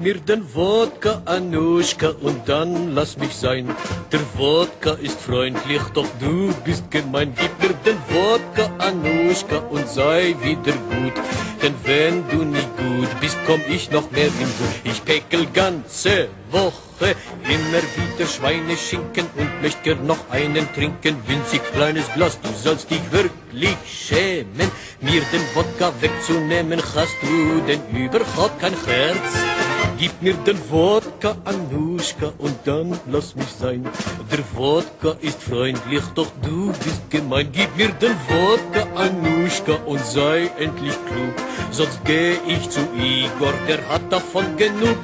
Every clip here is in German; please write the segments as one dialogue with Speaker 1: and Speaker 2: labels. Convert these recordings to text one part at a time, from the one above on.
Speaker 1: mir den Wodka, Anuschka, und dann lass mich sein. Der Wodka ist freundlich, doch du bist gemein. Gib mir den Wodka, Anuschka, und sei wieder gut. Denn wenn du nicht gut bist, komm ich noch mehr in Wut. Ich päckel ganze Woche immer wieder Schweineschinken und möcht gern noch einen trinken. Winzig kleines Glas, du sollst dich wirklich schämen. Mir den Wodka wegzunehmen, hast du denn überhaupt kein Herz? Gib mir den Wodka, Anuschka, und dann lass mich sein. Der Wodka ist freundlich, doch du bist gemein. Gib mir den Wodka, Anuschka, und sei endlich klug. Sonst geh ich zu Igor, der hat davon genug.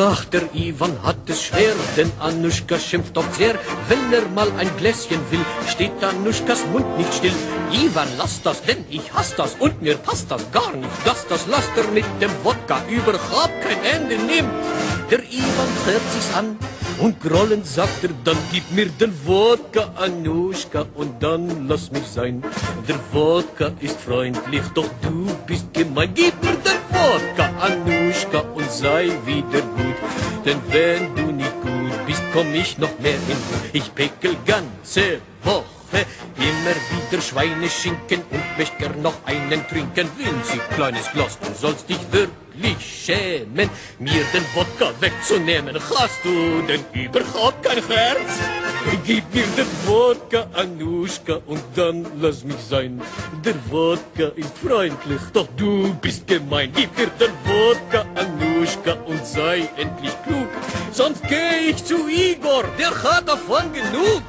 Speaker 1: Ach, der Ivan hat es schwer, denn Anuschka schimpft oft sehr. Wenn er mal ein Gläschen will, steht Anuschkas Mund nicht still. Ivan, lass das, denn ich hasse das und mir passt das gar nicht, dass das Laster mit dem Wodka überhaupt kein Ende nimmt. Der Ivan hört sich's an und grollend sagt er dann, gib mir den Wodka, Anuschka, und dann lass mich sein. Der Wodka ist freundlich, doch du bist gemein. Gib mir den Wodka, Anuschka, und sei wieder gut. Denn wenn du nicht gut bist, komm ich noch mehr in Wut. Ich pickel ganze Woche immer wieder Schweineschinken und möcht gern noch einen trinken. Winzig kleines Glas, du sollst dich wirklich schämen, mir den Wodka wegzunehmen. Hast du denn überhaupt kein Herz? Gib mir den Wodka, Anuschka, und dann lass mich sein. Der Wodka ist freundlich, doch du bist gemein. Gib mir den Wodka, Anuschka, und sei endlich klug. Sonst geh ich zu Igor, der hat davon genug.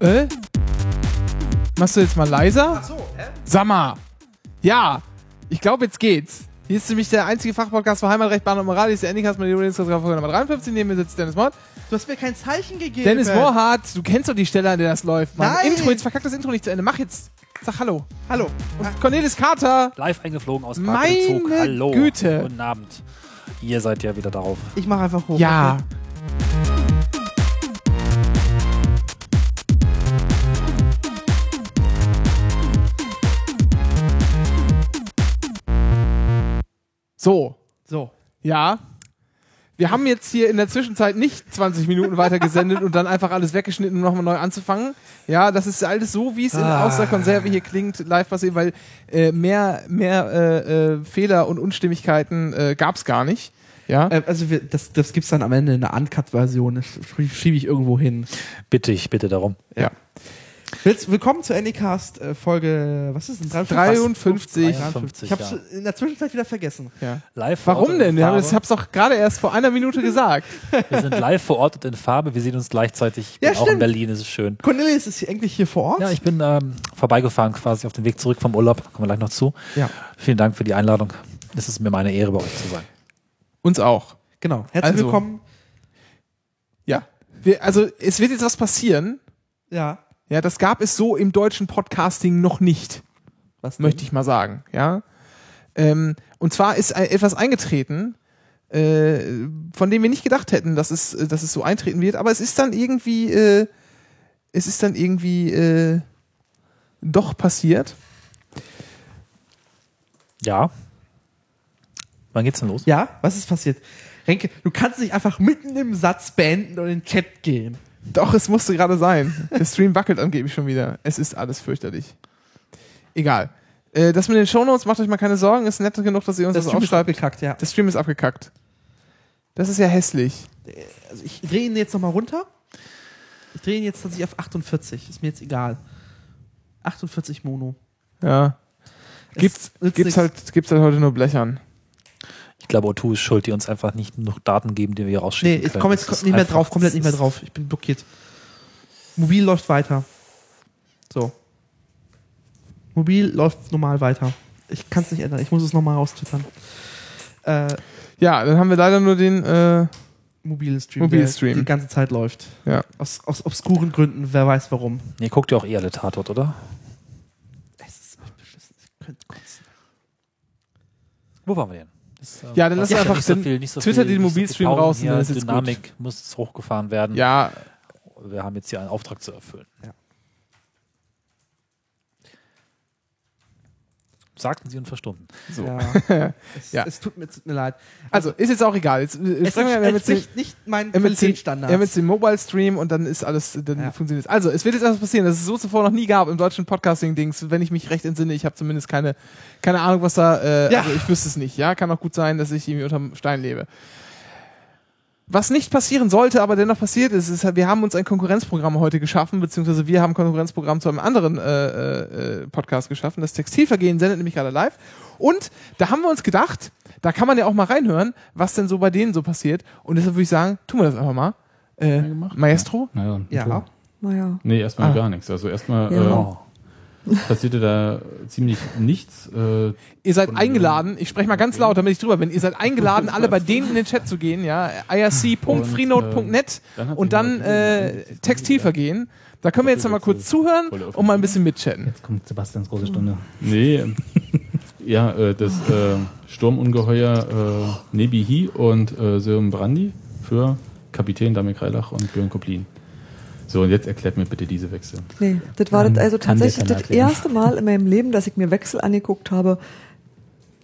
Speaker 2: Äh? Machst du jetzt mal leiser? Ach so, hä? Sag mal. Ja, ich glaube, jetzt geht's. Hier ist nämlich der einzige Fachpodcast für Heimatrecht, Bahn und Moral. Hier ist der Endicast, meine Jubiläumsfolge Nummer 53. Neben mir sitzt Dennis Mord.
Speaker 3: Du hast mir kein Zeichen gegeben. äh,
Speaker 2: Dennis Mohrhardt, du kennst doch die Stelle, an der das läuft. Mann.
Speaker 3: Nein!
Speaker 2: Intro, jetzt verkackt das Intro nicht zu Ende. Mach jetzt. Sag Hallo.
Speaker 3: Hallo. Ah,
Speaker 2: Cornelis Carter.
Speaker 4: Live eingeflogen aus
Speaker 2: Meine
Speaker 4: Parkbezug. Hallo.
Speaker 2: Güte.
Speaker 4: Guten Abend. Ihr seid ja wieder darauf.
Speaker 3: Ich mache einfach hoch.
Speaker 2: Ja. So,
Speaker 3: So.
Speaker 2: ja. Wir haben jetzt hier in der Zwischenzeit nicht 20 Minuten weiter gesendet und dann einfach alles weggeschnitten, um nochmal neu anzufangen. Ja, das ist alles so, wie es in, aus der Konserve hier klingt, live passiert, weil äh, mehr, mehr äh, äh, Fehler und Unstimmigkeiten äh, gab es gar nicht. Ja.
Speaker 3: Äh, Also wir, das, das gibt's dann am Ende in der Uncut-Version. Das schrie- schiebe ich irgendwo hin.
Speaker 4: Bitte ich, bitte darum.
Speaker 2: ja.
Speaker 3: Willst, willkommen zur Anycast äh, Folge, was ist denn?
Speaker 2: 53.
Speaker 3: Ich hab's in der Zwischenzeit wieder vergessen.
Speaker 2: Ja.
Speaker 4: Live
Speaker 2: Warum
Speaker 4: verortet
Speaker 2: denn?
Speaker 4: In
Speaker 2: Wir haben-
Speaker 4: Farbe.
Speaker 2: Ich hab's doch gerade erst vor einer Minute gesagt.
Speaker 4: Wir sind live verortet in Farbe. Wir sehen uns gleichzeitig. Ich bin
Speaker 3: Ja,
Speaker 4: auch in
Speaker 3: stimmt.
Speaker 4: Berlin. Es ist schön.
Speaker 3: Cornelius ist hier eigentlich hier vor Ort.
Speaker 4: Ja, ich bin ähm, vorbeigefahren quasi auf dem Weg zurück vom Urlaub. Kommen wir gleich noch zu.
Speaker 3: Ja.
Speaker 4: Vielen Dank für die Einladung. Es ist mir meine Ehre, bei euch zu sein.
Speaker 2: Uns auch.
Speaker 3: genau. Herzlich
Speaker 2: Also.
Speaker 3: willkommen.
Speaker 2: Ja. Wir, also es wird jetzt was passieren.
Speaker 3: Ja.
Speaker 2: Ja, das gab es so im deutschen Podcasting noch nicht.
Speaker 3: Was denn?
Speaker 2: möchte ich mal sagen. Ja? Ähm, und zwar ist ein- etwas eingetreten, äh, von dem wir nicht gedacht hätten, dass es, äh, dass es so eintreten wird, aber es ist dann irgendwie, äh, es ist dann irgendwie äh, doch passiert.
Speaker 4: Ja. Wann geht's denn los?
Speaker 3: Ja, was ist passiert? Renke, du kannst nicht einfach mitten im Satz beenden und in den Chat gehen.
Speaker 2: Doch, es musste gerade sein. Der Stream wackelt angeblich schon wieder. Es ist alles fürchterlich. Egal. Äh, das mit den Shownotes, macht euch mal keine Sorgen, ist nett genug, dass ihr uns das, das
Speaker 3: Das Stream ist
Speaker 2: aufschreibt.
Speaker 3: abgekackt, ja.
Speaker 2: Der Stream ist abgekackt. Das ist ja hässlich.
Speaker 3: Also ich drehe ihn jetzt nochmal runter. Ich drehe ihn jetzt tatsächlich auf 48. Ist mir jetzt egal. 48 Mono.
Speaker 2: Ja.
Speaker 3: Es
Speaker 2: Gibt's,
Speaker 3: nützt
Speaker 2: gibt's,
Speaker 3: nix.
Speaker 2: halt, gibt's halt heute nur Blechern.
Speaker 4: Ich glaube, O2 ist schuld, die uns einfach nicht genug Daten geben, die wir hier
Speaker 3: Nee,
Speaker 4: rausschicken
Speaker 3: ich
Speaker 4: können.
Speaker 3: komme jetzt
Speaker 4: Das ist
Speaker 3: nicht mehr
Speaker 4: einfach-
Speaker 3: drauf, komplett
Speaker 4: das
Speaker 3: nicht mehr
Speaker 4: ist-
Speaker 3: drauf. Ich bin blockiert. Mobil läuft weiter. So. Mobil läuft normal weiter. Ich kann es nicht ändern. Ich muss es nochmal raustwittern. Äh,
Speaker 2: Ja, dann haben wir leider nur den. Äh,
Speaker 3: mobilen Stream,
Speaker 2: Mobilen
Speaker 3: der
Speaker 2: Stream.
Speaker 3: die ganze Zeit läuft.
Speaker 2: Ja.
Speaker 3: Aus, aus obskuren Gründen, wer weiß warum.
Speaker 4: Nee, guckt ihr auch eh alle Tatort, oder?
Speaker 3: Es ist echt beschissen. Ich könnte kotzen.
Speaker 4: Wo waren wir denn? Das, äh,
Speaker 2: Ja, dann lass
Speaker 4: passt
Speaker 2: einfach
Speaker 4: nicht so
Speaker 2: den-
Speaker 4: viel, nicht so
Speaker 2: Twitter
Speaker 4: viel,
Speaker 2: den
Speaker 4: nicht so viel
Speaker 2: Mobilstream
Speaker 4: Pausen
Speaker 2: raus und
Speaker 4: hier.
Speaker 2: dann ist jetzt
Speaker 4: Dynamik muss hochgefahren werden.
Speaker 2: ja,
Speaker 4: Wir haben jetzt hier einen Auftrag zu erfüllen.
Speaker 3: Ja.
Speaker 4: Sagten sie und verstummten.
Speaker 2: so.
Speaker 3: Ja. es,
Speaker 2: Ja.
Speaker 3: es, tut mir, es tut mir leid.
Speaker 2: Also, ist jetzt auch egal. Jetzt, äh,
Speaker 3: Es
Speaker 2: sprechen wir mit den-
Speaker 3: entspricht nicht meinen Qualitätsstandards.
Speaker 2: MLC Mobile Stream und dann ist alles, dann
Speaker 3: Ja.
Speaker 2: funktioniert es. Also, es wird jetzt etwas passieren, das es so zuvor noch nie gab im deutschen Podcasting-Dings, wenn ich mich recht entsinne. Ich habe zumindest keine, keine Ahnung, was da, äh,
Speaker 3: Ja.
Speaker 2: also ich wüsste es nicht. Ja, kann auch gut sein, dass ich irgendwie unterm Stein lebe. Was nicht passieren sollte, aber dennoch passiert ist, ist, wir haben uns ein Konkurrenzprogramm heute geschaffen, beziehungsweise wir haben ein Konkurrenzprogramm zu einem anderen äh, äh, Podcast geschaffen. Das Textilvergehen sendet nämlich gerade live. Und da haben wir uns gedacht, da kann man ja auch mal reinhören, was denn so bei denen so passiert. Und deshalb würde ich sagen, tun wir das einfach mal. Äh,
Speaker 5: gemacht?
Speaker 2: Maestro?
Speaker 5: Naja,
Speaker 3: Ja.
Speaker 6: Naja.
Speaker 5: Nee, erstmal
Speaker 2: Ah.
Speaker 5: gar nichts. Also erstmal
Speaker 6: Ja.
Speaker 5: äh, passierte da ziemlich nichts. Äh,
Speaker 2: Ihr seid
Speaker 5: Von mir.
Speaker 2: eingeladen, ich spreche mal ganz laut, damit ich drüber bin. Ihr seid eingeladen, alle bei denen in den Chat zu gehen, ja. irc.freenode.net
Speaker 5: dann hat
Speaker 2: und
Speaker 5: sich
Speaker 2: dann
Speaker 5: mal-
Speaker 2: äh, Textilvergehen. Da können wir jetzt noch mal kurz zuhören und mal ein bisschen mitchatten.
Speaker 7: Jetzt kommt Sebastians große Stunde.
Speaker 5: Nee, ähm, ja, äh, das äh, Sturmungeheuer äh, Nebihi und äh, Sören Brandi für Kapitän Damir Kreilach und Björn Koplin. So, und jetzt erklärt mir bitte diese Wechsel.
Speaker 6: Nee, das war
Speaker 7: Man
Speaker 6: das also
Speaker 7: kann das
Speaker 6: tatsächlich
Speaker 7: ja
Speaker 6: das
Speaker 7: erklären.
Speaker 6: erste Mal in meinem Leben, dass ich mir Wechsel angeguckt habe,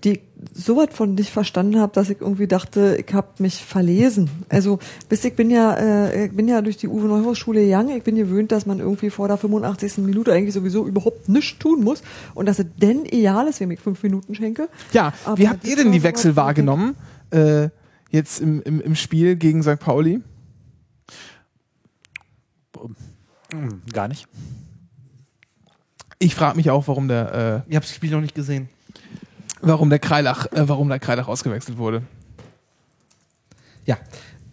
Speaker 6: die ich so was von nicht verstanden habe, dass ich irgendwie dachte, ich habe mich verlesen. Also, wisst ihr, ich bin ja, äh, ich bin ja durch die Uwe Neuhaus Schule gegangen. Ich bin gewöhnt, dass man irgendwie vor der 85. Minute eigentlich sowieso überhaupt nichts tun muss und dass es denn egal ist, wem ich fünf Minuten schenke.
Speaker 2: Ja,
Speaker 6: Aber
Speaker 2: wie habt
Speaker 6: das
Speaker 2: ihr denn
Speaker 6: war
Speaker 2: die
Speaker 6: so
Speaker 2: Wechsel
Speaker 6: was, wo ich
Speaker 2: wahrgenommen? Äh, jetzt im, im, im Spiel gegen St. Pauli?
Speaker 4: Hm, Gar nicht.
Speaker 2: Ich frage mich auch, warum der, äh,
Speaker 3: Ich habe das Spiel noch nicht gesehen.
Speaker 2: warum der Kreilach, äh, warum der Kreilach ausgewechselt wurde.
Speaker 3: Ja,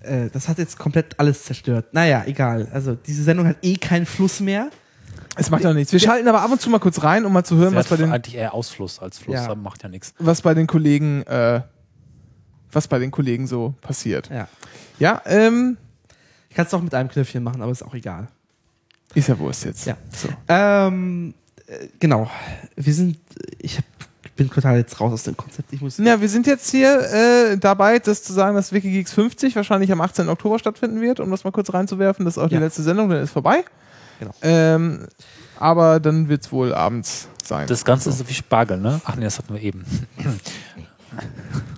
Speaker 3: äh, das hat jetzt komplett alles zerstört. Naja, egal. Also diese Sendung hat eh keinen Fluss mehr.
Speaker 2: Es macht ja nichts. Wir schalten aber ab und zu mal kurz rein, um mal zu hören,
Speaker 4: Sie
Speaker 2: was bei
Speaker 4: hat
Speaker 2: den
Speaker 4: eigentlich eher Ausfluss als Fluss,
Speaker 3: Ja.
Speaker 4: aber macht ja nichts.
Speaker 2: was bei den Kollegen, äh, was bei den Kollegen so passiert.
Speaker 3: Ja.
Speaker 2: Ja, ähm,
Speaker 3: Ich kann es auch mit einem Knöpfchen machen, aber ist auch egal.
Speaker 2: ist ja Wurst jetzt.
Speaker 3: Ja.
Speaker 2: So.
Speaker 3: Ähm, äh, genau. Wir sind. Ich hab, bin total jetzt raus aus dem Konzept. Ich muss.
Speaker 2: Ja, wir sind jetzt hier äh, dabei, das zu sagen, dass WikiGeeks 50 wahrscheinlich am 18. Oktober stattfinden wird, um das mal kurz reinzuwerfen. Das ist auch
Speaker 3: Ja.
Speaker 2: die letzte Sendung, dann ist vorbei.
Speaker 3: Genau.
Speaker 2: Ähm, aber dann wird's wohl abends sein.
Speaker 4: Das Ganze ist so wie Spargel, ne? Ach nee, das hatten wir eben.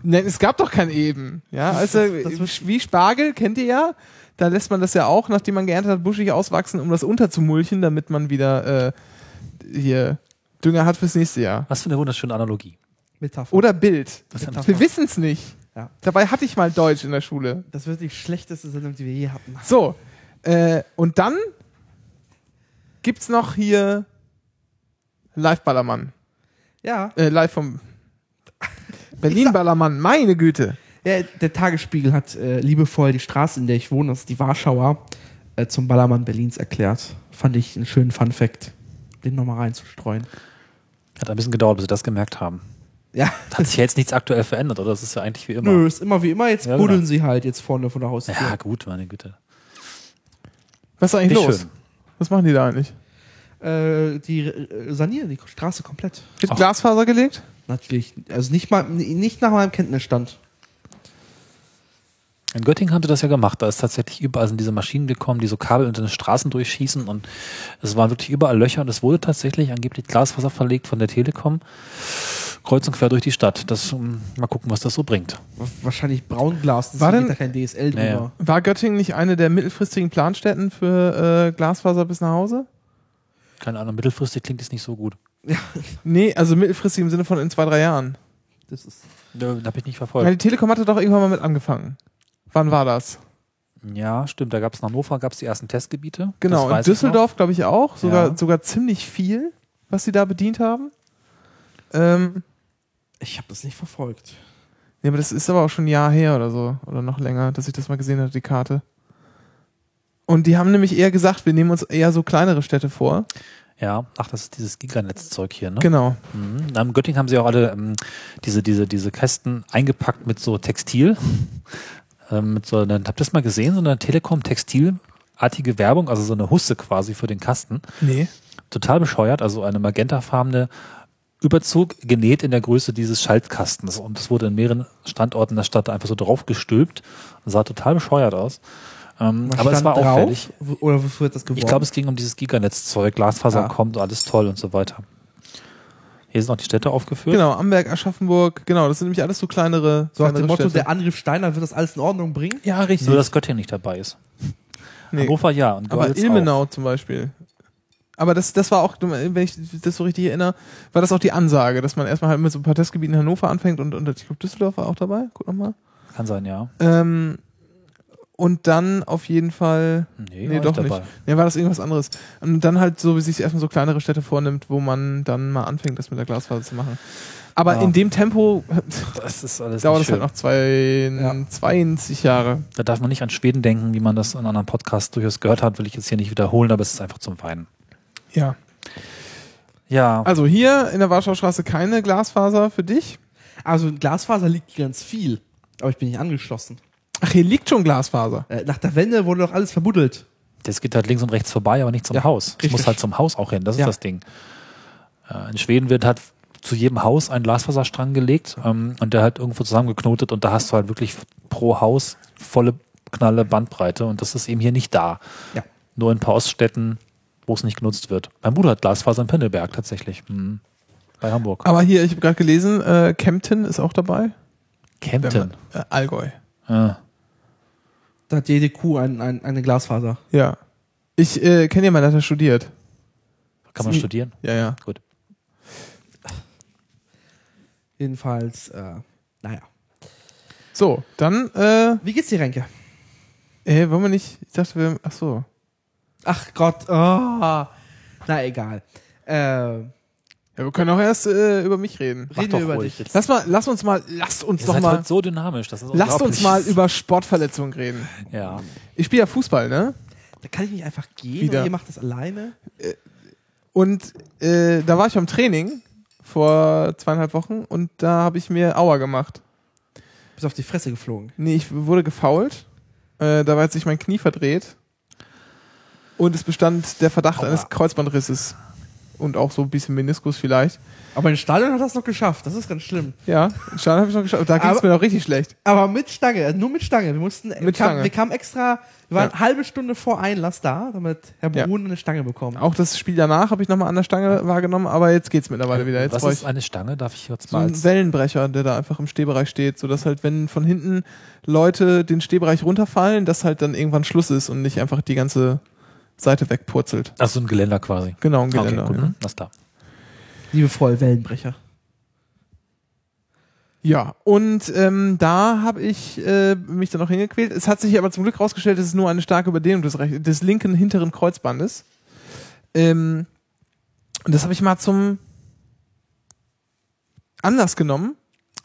Speaker 2: Ne, es gab doch kein Eben. Ja, also
Speaker 3: das
Speaker 2: wie Spargel kennt ihr ja. Da lässt man das ja auch, nachdem man geerntet hat, buschig auswachsen, um das unterzumulchen, damit man wieder äh, hier Dünger hat fürs nächste Jahr.
Speaker 4: Was für eine wunderschöne Analogie.
Speaker 3: Metapher.
Speaker 2: Oder Bild.
Speaker 4: Das haben
Speaker 2: Wir wissen's nicht.
Speaker 3: Ja.
Speaker 2: Dabei hatte ich mal Deutsch in der Schule.
Speaker 3: Das wird die schlechteste Sendung, die wir je hatten.
Speaker 2: So, äh, und dann gibt's noch hier Live-Ballermann.
Speaker 3: Ja.
Speaker 2: Äh, live vom Berlin-Ballermann, meine Güte.
Speaker 3: ja der Tagesspiegel hat äh, liebevoll die Straße, in der ich wohne, das ist die Warschauer, äh, zum Ballermann Berlins erklärt. Fand ich einen schönen Fun-Fact, den nochmal reinzustreuen.
Speaker 4: Hat ein bisschen gedauert, bis sie das gemerkt haben.
Speaker 3: Ja.
Speaker 4: Hat sich ja jetzt nichts aktuell verändert, oder? Das ist ja eigentlich wie immer.
Speaker 3: Nö, ist immer wie immer. Jetzt
Speaker 4: Genau. Ja,
Speaker 3: buddeln
Speaker 4: genau.
Speaker 3: sie halt jetzt vorne von der Haustür.
Speaker 4: Ja, gut, meine Güte.
Speaker 2: Was ist eigentlich
Speaker 4: Nicht
Speaker 2: los?
Speaker 4: schön.
Speaker 2: Was machen die da eigentlich?
Speaker 3: Äh, die äh, sanieren die Straße komplett.
Speaker 2: Wird Glasfaser gelegt?
Speaker 3: Natürlich. Also nicht mal nicht nach meinem Kenntnisstand.
Speaker 4: In Göttingen haben sie das ja gemacht. Da ist tatsächlich überall sind diese Maschinen gekommen, die so Kabel unter den Straßen durchschießen und es waren wirklich überall Löcher und es wurde tatsächlich angeblich Glasfaser verlegt von der Telekom. kreuz und quer durch die Stadt. Das, ähm, mal gucken, was das so bringt.
Speaker 3: Wahrscheinlich Braunglas, das
Speaker 2: War
Speaker 3: geht
Speaker 2: denn-
Speaker 3: da kein DSL drüber.
Speaker 4: Naja.
Speaker 2: War Göttingen nicht eine der mittelfristigen Planstätten für äh, Glasfaser bis nach Hause?
Speaker 4: Keine Ahnung, mittelfristig klingt es nicht so gut.
Speaker 2: Nee, also mittelfristig im Sinne von in zwei, drei Jahren.
Speaker 3: Das ist
Speaker 4: Da habe ich nicht
Speaker 2: Ja,
Speaker 4: verfolgt.
Speaker 2: die Telekom hatte doch irgendwann mal mit angefangen. Wann war das?
Speaker 4: Ja, stimmt. Da gab es in Hannover gab's die ersten Testgebiete.
Speaker 2: Genau,
Speaker 4: Das
Speaker 2: in
Speaker 4: weiß ich noch.
Speaker 2: Düsseldorf glaube ich auch. Sogar,
Speaker 4: Ja.
Speaker 2: sogar ziemlich viel, was sie da bedient haben. Ähm,
Speaker 3: ich habe das nicht verfolgt.
Speaker 2: nee, aber das ist aber auch schon ein Jahr her oder so. Oder noch länger, dass ich das mal gesehen hatte, die Karte. Und die haben nämlich eher gesagt, wir nehmen uns eher so kleinere Städte vor.
Speaker 4: Ja, ach, das ist dieses Giganetz-Zeug hier, ne?
Speaker 2: Genau.
Speaker 4: Mhm. Na, In Göttingen haben sie auch alle ähm, diese, diese, diese Kästen eingepackt mit so Textil. ähm, mit so einer, habt ihr das mal gesehen? So eine Telekom-Textilartige Werbung, also so eine Husse quasi für den Kasten.
Speaker 2: Nee.
Speaker 4: Total bescheuert, also eine magentafarbene Überzug genäht in der Größe dieses Schaltkastens. Und es wurde in mehreren Standorten der Stadt einfach so draufgestülpt. Sah total bescheuert aus. Ähm,
Speaker 3: Was
Speaker 4: aber es
Speaker 3: stand
Speaker 4: war
Speaker 3: drauf?
Speaker 4: auffällig.
Speaker 3: W- Oder wofür hat das geworden?
Speaker 4: Ich glaube, es ging um dieses Giganetz-Zeug. Glasfaser
Speaker 3: Ja.
Speaker 4: kommt, alles toll und so weiter. Hier sind noch die Städte aufgeführt.
Speaker 2: Genau, Amberg, Aschaffenburg, genau, das sind nämlich alles so kleinere.
Speaker 3: so nach
Speaker 2: kleinere
Speaker 3: dem Motto,
Speaker 2: Städte.
Speaker 3: der Angriff Steiner wird das alles in Ordnung bringen.
Speaker 2: ja, richtig.
Speaker 4: Nur, dass Göttingen nicht dabei ist.
Speaker 2: nee.
Speaker 4: Hannover ja und
Speaker 2: Aber
Speaker 4: Görlitz auch.
Speaker 2: Ilmenau zum Beispiel. Aber das, das war auch, wenn ich das so richtig erinnere, war das auch die Ansage, dass man erstmal halt mit so ein paar Testgebieten in Hannover anfängt und, und ich glaube, Düsseldorf war auch dabei. Guck nochmal.
Speaker 4: Kann sein, ja.
Speaker 2: Ähm, und dann auf jeden Fall.
Speaker 4: Nee,
Speaker 2: Nee,
Speaker 4: war ich
Speaker 2: doch
Speaker 4: dabei.
Speaker 2: nicht. Nee, war das irgendwas anderes. Und dann halt so, wie sich erstmal so kleinere Städte vornimmt, wo man dann mal anfängt, das mit der Glasfaser zu machen. Aber
Speaker 4: Ja.
Speaker 2: in dem Tempo
Speaker 4: Ah. Das ist alles
Speaker 2: dauert
Speaker 4: nicht
Speaker 2: es
Speaker 4: schön.
Speaker 2: halt noch zwei, 22 Jahre.
Speaker 4: Da darf man nicht an Schweden denken, wie man das in anderen Podcasts durchaus gehört hat. Will ich jetzt hier nicht wiederholen, aber es ist einfach zum Weinen.
Speaker 2: Ja.
Speaker 4: Ja,
Speaker 2: Also hier in der Warschauer Straße keine Glasfaser für dich.
Speaker 3: Also in Glasfaser liegt ganz viel. Aber ich bin nicht angeschlossen.
Speaker 2: Ach, hier liegt schon Glasfaser.
Speaker 3: Äh, nach der Wende wurde doch alles verbuddelt.
Speaker 4: das geht halt links und rechts vorbei, aber nicht zum Haus. Ich
Speaker 3: richtig.
Speaker 4: muss halt zum Haus auch hin. Das
Speaker 3: Ja.
Speaker 4: ist das Ding. Äh, In Schweden wird halt zu jedem Haus ein Glasfaserstrang gelegt ähm, und der halt irgendwo zusammengeknotet und da hast du halt wirklich pro Haus volle knalle Bandbreite und das ist eben hier nicht da.
Speaker 3: Ja.
Speaker 4: Nur in ein paar Oststädten, wo es nicht genutzt wird. Mein Bruder hat Glasfaser in Pinneberg tatsächlich. Mhm. Bei Hamburg.
Speaker 2: Aber hier, ich habe gerade gelesen, äh, Kempten ist auch dabei.
Speaker 4: Kempten. Ah,
Speaker 2: Äh, Allgäu.
Speaker 4: Ja.
Speaker 3: Da hat jede Kuh ein, ein, eine Glasfaser.
Speaker 2: Ja. Ich äh, kenne jemanden, der hat da studiert.
Speaker 4: Kann man
Speaker 2: Sie-
Speaker 4: studieren?
Speaker 2: Ja, ja.
Speaker 4: Gut.
Speaker 3: Jedenfalls, äh, naja.
Speaker 2: So, dann, äh,
Speaker 3: Wie geht's dir, Renke?
Speaker 2: ey, wollen wir nicht, ich dachte, wir, ach so.
Speaker 3: Ach Gott, ah. na egal. Äh, reden
Speaker 2: Ja, wir können auch erst äh, über mich reden.
Speaker 4: Mach
Speaker 3: wir
Speaker 4: doch
Speaker 3: über
Speaker 4: ruhig.
Speaker 3: dich.
Speaker 4: Jetzt.
Speaker 2: Lass mal, lass uns mal, lasst uns
Speaker 4: Ihr
Speaker 2: doch
Speaker 4: seid
Speaker 2: mal,
Speaker 4: heute so dynamisch. Das ist
Speaker 2: lasst uns mal
Speaker 4: unglaublich.
Speaker 2: über Sportverletzungen reden.
Speaker 4: Ja.
Speaker 2: Ich spiele ja Fußball, ne?
Speaker 3: Da kann ich nicht einfach gehen
Speaker 2: Wieder.
Speaker 3: oder ihr macht das alleine.
Speaker 2: Und äh, da war ich beim Training vor zweieinhalb Wochen und da habe ich mir Auer gemacht.
Speaker 3: Bist auf die Fresse geflogen.
Speaker 2: Nee, ich wurde gefault. Äh, dabei hat sich mein Knie verdreht. Und es bestand der Verdacht
Speaker 3: Aua.
Speaker 2: eines Kreuzbandrisses. Und auch so ein bisschen Meniskus vielleicht.
Speaker 3: Aber in Stadion hat das noch geschafft. Das ist ganz schlimm.
Speaker 2: Ja, Schaden habe ich noch geschafft. Da ging es
Speaker 3: Aber-
Speaker 2: mir doch richtig schlecht.
Speaker 3: Aber mit Stange, äh, nur mit Stange. Wir mussten, wir,
Speaker 2: Mit
Speaker 3: kamen,
Speaker 2: Stange.
Speaker 3: wir kamen extra, wir waren
Speaker 2: Ja.
Speaker 3: eine halbe Stunde vor Einlass da, damit Herr
Speaker 2: Ja.
Speaker 3: Brun eine Stange bekommt.
Speaker 2: Auch das Spiel danach habe ich nochmal an der Stange wahrgenommen, aber jetzt geht's mittlerweile wieder. Jetzt
Speaker 4: Was
Speaker 2: brauche
Speaker 4: ist
Speaker 2: ich
Speaker 4: eine Stange? Darf ich jetzt
Speaker 2: so
Speaker 4: mal
Speaker 2: einen
Speaker 4: als
Speaker 2: Wellenbrecher, der da einfach im Stehbereich steht, sodass halt, wenn von hinten Leute den Stehbereich runterfallen, dass halt dann irgendwann Schluss ist und nicht einfach die ganze Seite wegpurzelt.
Speaker 4: Ach, so ein Geländer quasi.
Speaker 2: Genau, ein
Speaker 4: Ah,
Speaker 2: Geländer.
Speaker 4: Okay, gut. Hm, Das da.
Speaker 3: Liebevoll, Wellenbrecher.
Speaker 2: Ja, und ähm, da habe ich äh, mich dann auch hingequält. Es hat sich aber zum Glück herausgestellt, dass es nur eine starke Überdehnung des, rech- des linken hinteren Kreuzbandes. Ähm, und das habe ich mal zum Anlass genommen,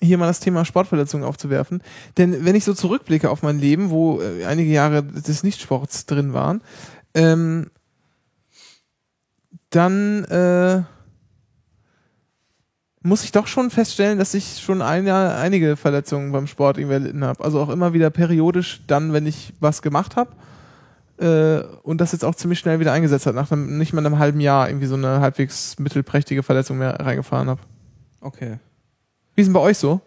Speaker 2: hier mal das Thema Sportverletzungen aufzuwerfen. Denn wenn ich so zurückblicke auf mein Leben, wo äh, einige Jahre des Nichtsports drin waren, ähm, dann äh, muss ich doch schon feststellen, dass ich schon ein Jahr einige Verletzungen beim Sport irgendwie erlitten habe. Also auch immer wieder periodisch dann, wenn ich was gemacht habe. Äh, und das jetzt auch ziemlich schnell wieder eingesetzt hat, nach einem, nicht mal einem halben Jahr irgendwie so eine halbwegs mittelprächtige Verletzung mehr reingefahren habe.
Speaker 3: Okay.
Speaker 2: Wie ist denn bei euch so?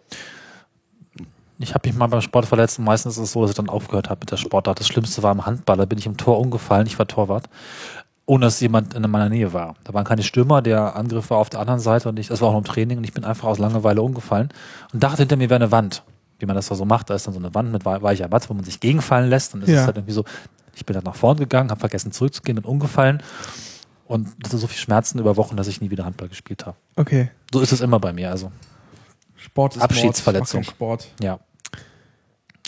Speaker 4: Ich habe mich mal beim Sport verletzt und meistens ist es so, dass ich dann aufgehört habe mit der Sportart. Das Schlimmste war im Handball. Da bin ich im Tor umgefallen. Ich war Torwart. ohne dass jemand in meiner Nähe war. Da waren keine Stürmer, der Angriff war auf der anderen Seite und ich, das war auch noch im Training und ich bin einfach aus Langeweile umgefallen und dachte, hinter mir wäre eine Wand. Wie man das da so macht, da ist dann so eine Wand mit wei- weicher Watte, wo man sich gegenfallen lässt und es
Speaker 2: Ja.
Speaker 4: ist halt irgendwie so, ich bin dann nach vorn gegangen, habe vergessen zurückzugehen, bin umgefallen und hatte so viel Schmerzen über Wochen, dass ich nie wieder Handball gespielt habe.
Speaker 2: Okay.
Speaker 4: So ist es immer bei mir, also
Speaker 3: Sport ist
Speaker 4: Abschiedsverletzung.
Speaker 3: Mord. Sport.
Speaker 4: ja.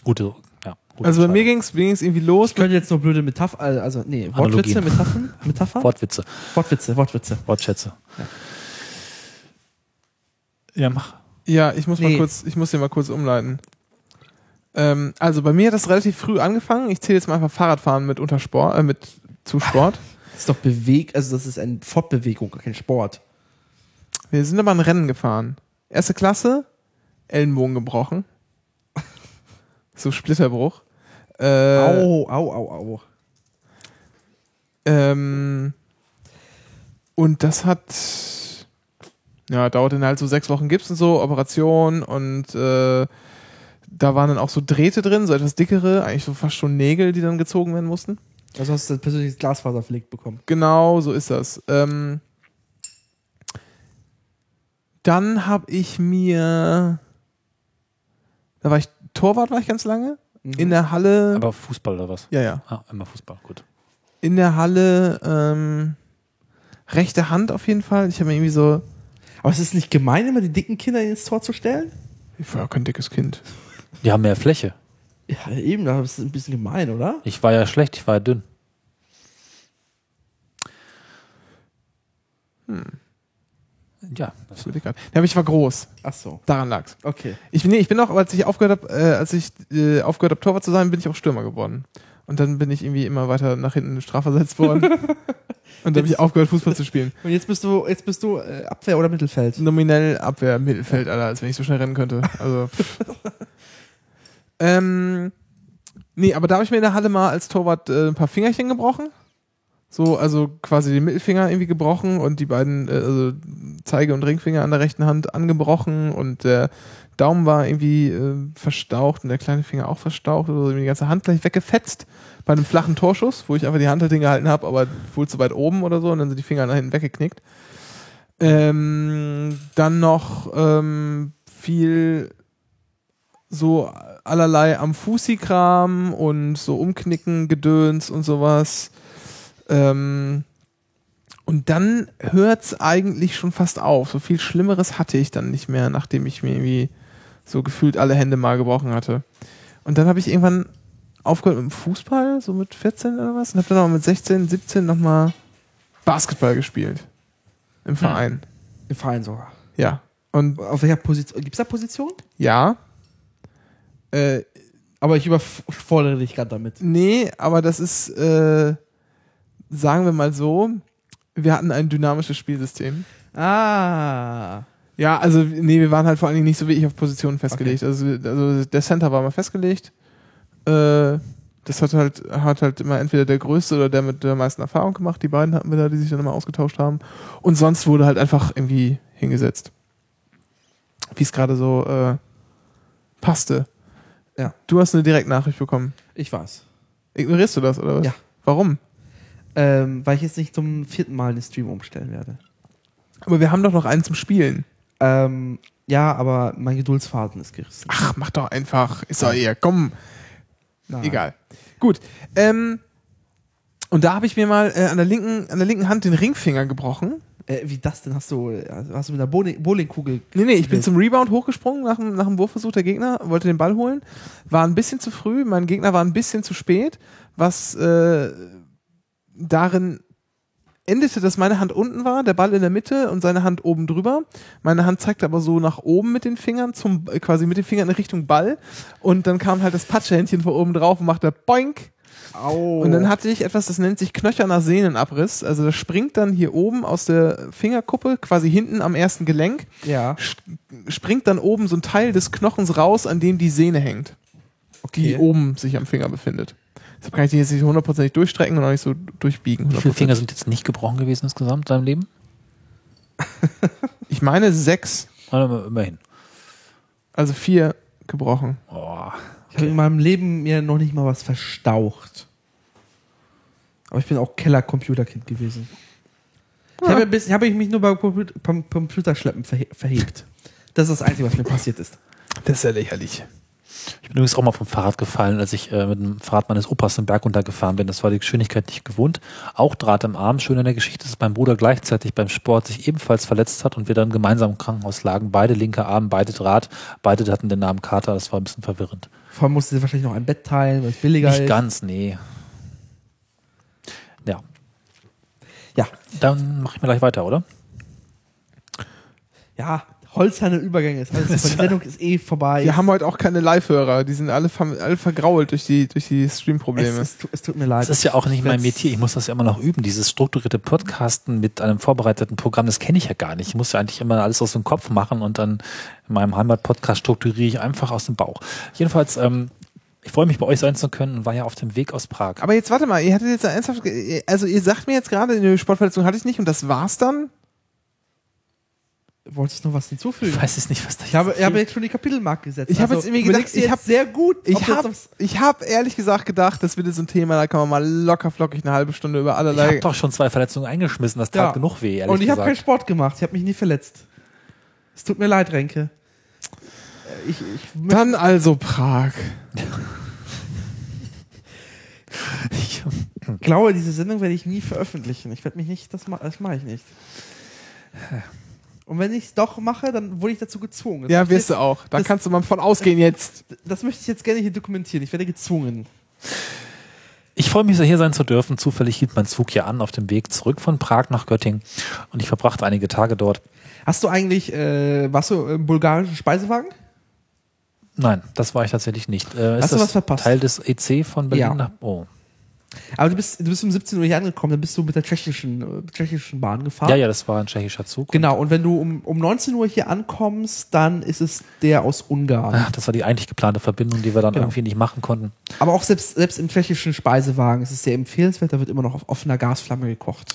Speaker 4: Gute, ja. Gute
Speaker 2: Also bei mir
Speaker 4: Entscheidung.
Speaker 2: ging es irgendwie los.
Speaker 3: Ich könnte jetzt nur blöde Metaphern, also nee, Wortwitze,
Speaker 4: Analogien.
Speaker 3: Metaphern, Metaphern?
Speaker 4: Wortwitze,
Speaker 3: Wortwitze, Wortwitze.
Speaker 4: Wortschätze. Ja, mach.
Speaker 2: Ja, ich muss mal
Speaker 3: Nee.
Speaker 2: kurz, ich muss den mal kurz umleiten. Ähm, also bei mir hat das relativ früh angefangen. Ich zähle jetzt mal einfach Fahrradfahren mit unter Sport, äh, mit zu Sport.
Speaker 3: Das ist doch Beweg, also das ist eine Fortbewegung, gar kein Sport.
Speaker 2: Wir sind aber ein Rennen gefahren. Erste Klasse, Ellenbogen gebrochen. so Splitterbruch. Äh,
Speaker 3: au, au, au, au.
Speaker 2: ähm, und das hat, ja, dauerte dann halt so sechs Wochen Gips und so, Operation und äh, da waren dann auch so Drähte drin, so etwas dickere, eigentlich so fast schon Nägel, die dann gezogen werden mussten.
Speaker 3: Also hast du ein persönliches Glasfaser verlegt bekommen.
Speaker 2: Genau, so ist das. Ähm, dann habe ich mir, da war ich Torwart, war ich ganz lange in der Halle.
Speaker 4: Aber Fußball oder was?
Speaker 2: ja, ja.
Speaker 4: Ah, immer Fußball, gut.
Speaker 2: In der Halle ähm, rechte Hand auf jeden Fall. Ich habe mir irgendwie so,
Speaker 3: Aber es ist nicht gemein, immer die dicken Kinder ins Tor zu stellen?
Speaker 2: ich war ja kein dickes Kind.
Speaker 4: Die haben mehr Fläche.
Speaker 3: Ja, eben, da ist es ein bisschen gemein, oder?
Speaker 4: Ich war ja schlecht, ich war ja dünn. Hm. Ja, das
Speaker 2: Ich überleg grad. Ja, aber ich war groß.
Speaker 3: Ach so,
Speaker 2: Daran lag's.
Speaker 3: okay.
Speaker 2: Ich, nee, ich bin auch, als ich aufgehört habe, äh, als ich äh, aufgehört habe, Torwart zu sein, bin ich auch Stürmer geworden. Und dann bin ich irgendwie immer weiter nach hinten strafversetzt worden. Und dann habe ich aufgehört, Fußball zu spielen.
Speaker 3: Und jetzt bist du, jetzt bist du äh, Abwehr oder Mittelfeld.
Speaker 2: Nominell Abwehr, Mittelfeld, Alter, als wenn ich so schnell rennen könnte. Also. pff. ähm, nee, aber da habe ich mir in der Halle mal als Torwart äh, ein paar Fingerchen gebrochen. So, also quasi den Mittelfinger irgendwie gebrochen und die beiden, äh, also Zeige- und Ringfinger an der rechten Hand angebrochen und der Daumen war irgendwie äh, verstaucht und der kleine Finger auch verstaucht oder so, irgendwie die ganze Hand gleich weggefetzt bei einem flachen Torschuss, wo ich einfach die Hand halt hingehalten habe, aber wohl zu weit oben oder so und dann sind die Finger nach hinten weggeknickt. Ähm, dann noch ähm, viel so allerlei am Fußi-Kram und so Umknicken, Gedöns und sowas. Ähm, und dann hört's eigentlich schon fast auf. So viel Schlimmeres hatte ich dann nicht mehr, nachdem ich mir irgendwie so gefühlt alle Hände mal gebrochen hatte. Und dann habe ich irgendwann aufgehört mit dem Fußball, so mit 14 oder was, und habe dann auch mit 16, 17 nochmal Basketball gespielt. Im Verein.
Speaker 3: Im Verein sogar.
Speaker 2: Ja. Und
Speaker 3: Auf welcher Position? Gibt es da Position?
Speaker 2: ja. Äh,
Speaker 3: Aber ich überfordere dich gerade damit.
Speaker 2: nee, aber das ist, äh, sagen wir mal so, wir hatten ein dynamisches Spielsystem.
Speaker 3: Ah.
Speaker 2: Ja, also, nee, wir waren halt vor allen Dingen nicht so wie ich auf Positionen festgelegt. Also, also der Center war mal festgelegt. Äh, das hat halt, hat halt immer entweder der Größte oder der mit der meisten Erfahrung gemacht. Die beiden hatten wir da, die sich dann immer ausgetauscht haben. Und sonst wurde halt einfach irgendwie hingesetzt. Wie es gerade so äh, passte.
Speaker 3: Ja.
Speaker 2: Du hast eine Direktnachricht bekommen.
Speaker 3: Ich war's.
Speaker 2: Ignorierst du das, oder was?
Speaker 3: Ja.
Speaker 2: Warum?
Speaker 3: Ähm, weil ich jetzt nicht zum vierten Mal den Stream umstellen werde.
Speaker 2: Aber wir haben doch noch einen zum Spielen.
Speaker 3: Ähm, ja, aber mein Geduldsfaden ist gerissen.
Speaker 2: Ach, mach doch einfach. Ist doch eher, komm.
Speaker 3: Nein.
Speaker 2: Egal. Gut. Ähm, und da habe ich mir mal äh, an, der linken, an der linken Hand den Ringfinger gebrochen.
Speaker 3: Äh, wie das denn? Hast du, äh, hast du mit einer Bowling- Bowlingkugel
Speaker 2: Nee, nee, ich bin
Speaker 3: Nee.
Speaker 2: zum Rebound hochgesprungen nach dem, nach dem Wurfversuch der Gegner, wollte den Ball holen, war ein bisschen zu früh, mein Gegner war ein bisschen zu spät, was äh, darin endete, dass meine Hand unten war, der Ball in der Mitte und seine Hand oben drüber. Meine Hand zeigte aber so nach oben mit den Fingern, zum, äh, quasi mit den Fingern in Richtung Ball und dann kam halt das Patschehändchen von oben drauf und machte Boink.
Speaker 3: Au.
Speaker 2: Und
Speaker 4: Oh.
Speaker 2: dann hatte ich etwas, das nennt sich knöcherner Sehnenabriss. Also das springt dann hier oben aus der Fingerkuppe, quasi hinten am ersten Gelenk
Speaker 3: ja.
Speaker 2: springt dann oben so ein Teil des Knochens raus, an dem die Sehne hängt, die oben sich am Finger befindet. Deshalb kann ich die jetzt nicht so hundertprozentig durchstrecken und auch nicht so durchbiegen.
Speaker 4: Wie viele Finger sind jetzt nicht gebrochen gewesen insgesamt in deinem Leben?
Speaker 2: Ich meine sechs,
Speaker 4: Aber immerhin.
Speaker 2: also vier gebrochen.
Speaker 4: Oh.
Speaker 3: Ich habe in meinem Leben mir noch nicht mal was verstaucht. Aber ich bin auch Keller-Computerkind gewesen. Ich habe ein bisschen- habe ich mich nur beim Comput- beim Computerschleppen verhe verhebt. Das ist das Einzige, was mir passiert ist.
Speaker 2: Das ist ja lächerlich.
Speaker 4: Ich bin übrigens auch mal vom Fahrrad gefallen, als ich äh, mit dem Fahrrad meines Opas den Berg runtergefahren bin. Das war die Geschwindigkeit nicht gewohnt. Auch Draht im Arm. Schön an der Geschichte ist, dass mein Bruder gleichzeitig beim Sport sich ebenfalls verletzt hat und wir dann gemeinsam im Krankenhaus lagen. Beide linke Arme, beide Draht. Beide hatten den Namen Kater. Das war ein bisschen verwirrend.
Speaker 3: Vor allem musste sie wahrscheinlich noch ein Bett teilen, weil es billiger
Speaker 4: Nicht
Speaker 3: ist.
Speaker 4: ganz, nee. Ja,
Speaker 3: Ja,
Speaker 4: dann mache ich mal gleich weiter, oder?
Speaker 3: ja. Holzerne Übergänge ist alles. super. Die Sendung ist eh vorbei.
Speaker 2: Wir haben heute auch keine Live-Hörer. Die sind alle, ver- alle vergrault durch die, durch die
Speaker 3: es,
Speaker 2: Stream-Probleme.
Speaker 3: es, tu- es tut mir leid.
Speaker 4: Das ist ja auch nicht
Speaker 3: Jetzt-
Speaker 4: mein Metier. Ich muss das ja immer noch üben. Dieses strukturierte Podcasten mit einem vorbereiteten Programm, das kenne ich ja gar nicht. Ich muss ja eigentlich immer alles aus dem Kopf machen und dann in meinem Heimatpodcast strukturiere ich einfach aus dem Bauch. Jedenfalls, ähm, ich freue mich, bei euch sein zu können und war ja auf dem Weg aus Prag.
Speaker 2: Aber jetzt warte mal, ihr hattet jetzt ernsthaft, ge- also ihr sagt mir jetzt gerade, eine Sportverletzung hatte ich nicht und das war's dann?
Speaker 3: Wolltest du noch was hinzufügen?
Speaker 4: ich weiß jetzt nicht, was da
Speaker 3: Ich habe,
Speaker 4: jetzt-
Speaker 3: ich habe jetzt schon die Kapitelmark gesetzt. Also
Speaker 2: Ich habe jetzt irgendwie gedacht,
Speaker 3: überlegst du
Speaker 2: ich
Speaker 3: jetzt
Speaker 2: habe-
Speaker 3: sehr gut. ob
Speaker 2: Ich
Speaker 3: du jetzt
Speaker 2: habe
Speaker 3: aufs-
Speaker 2: ich hab ehrlich gesagt gedacht, das wird jetzt so ein Thema, da kann man mal locker flockig eine halbe Stunde über
Speaker 4: ich habe
Speaker 2: allerlei.
Speaker 4: doch schon zwei Verletzungen eingeschmissen. Das tat
Speaker 3: Ja.
Speaker 4: genug weh, ehrlich
Speaker 3: Und ich habe keinen
Speaker 4: gesagt.
Speaker 3: Sport gemacht. Ich habe mich nie verletzt. Es tut mir leid, Renke. Äh, Ich, ich,
Speaker 2: Dann also Prag.
Speaker 4: Ich
Speaker 3: ich glaube, diese Sendung werde ich nie veröffentlichen. Ich werde mich nicht, das, ma das mache ich nicht. Und wenn ich es doch mache, dann wurde ich dazu gezwungen. Das
Speaker 2: Ja,
Speaker 3: möchte ich
Speaker 2: wirst du auch. Da
Speaker 3: das-
Speaker 2: kannst du mal von ausgehen jetzt.
Speaker 3: jetzt, Das möchte ich jetzt gerne hier dokumentieren. Ich werde gezwungen.
Speaker 4: Ich freue mich, so hier sein zu dürfen. Zufällig hielt mein Zug hier an auf dem Weg zurück von Prag nach Göttingen und ich verbrachte einige Tage dort.
Speaker 3: Hast du eigentlich, äh, warst du im bulgarischen Speisewagen?
Speaker 4: Nein, das war ich tatsächlich nicht. Äh, ist
Speaker 3: Hast du
Speaker 4: das
Speaker 3: was verpasst?
Speaker 4: Teil des EC von Berlin
Speaker 3: Ja.
Speaker 4: nach. Oh.
Speaker 3: Aber du bist, du bist um 17 Uhr hier angekommen, dann bist du mit der tschechischen, äh, tschechischen Bahn gefahren.
Speaker 4: Ja, ja, das war ein tschechischer Zug.
Speaker 3: Genau, und wenn du um, um 19 Uhr hier ankommst, dann ist es der aus Ungarn.
Speaker 4: Ach, Ah, das war die eigentlich geplante Verbindung, die wir dann
Speaker 3: Genau.
Speaker 4: irgendwie nicht machen konnten.
Speaker 3: Aber auch selbst, selbst im tschechischen Speisewagen ist es sehr empfehlenswert, da wird immer noch auf offener Gasflamme gekocht.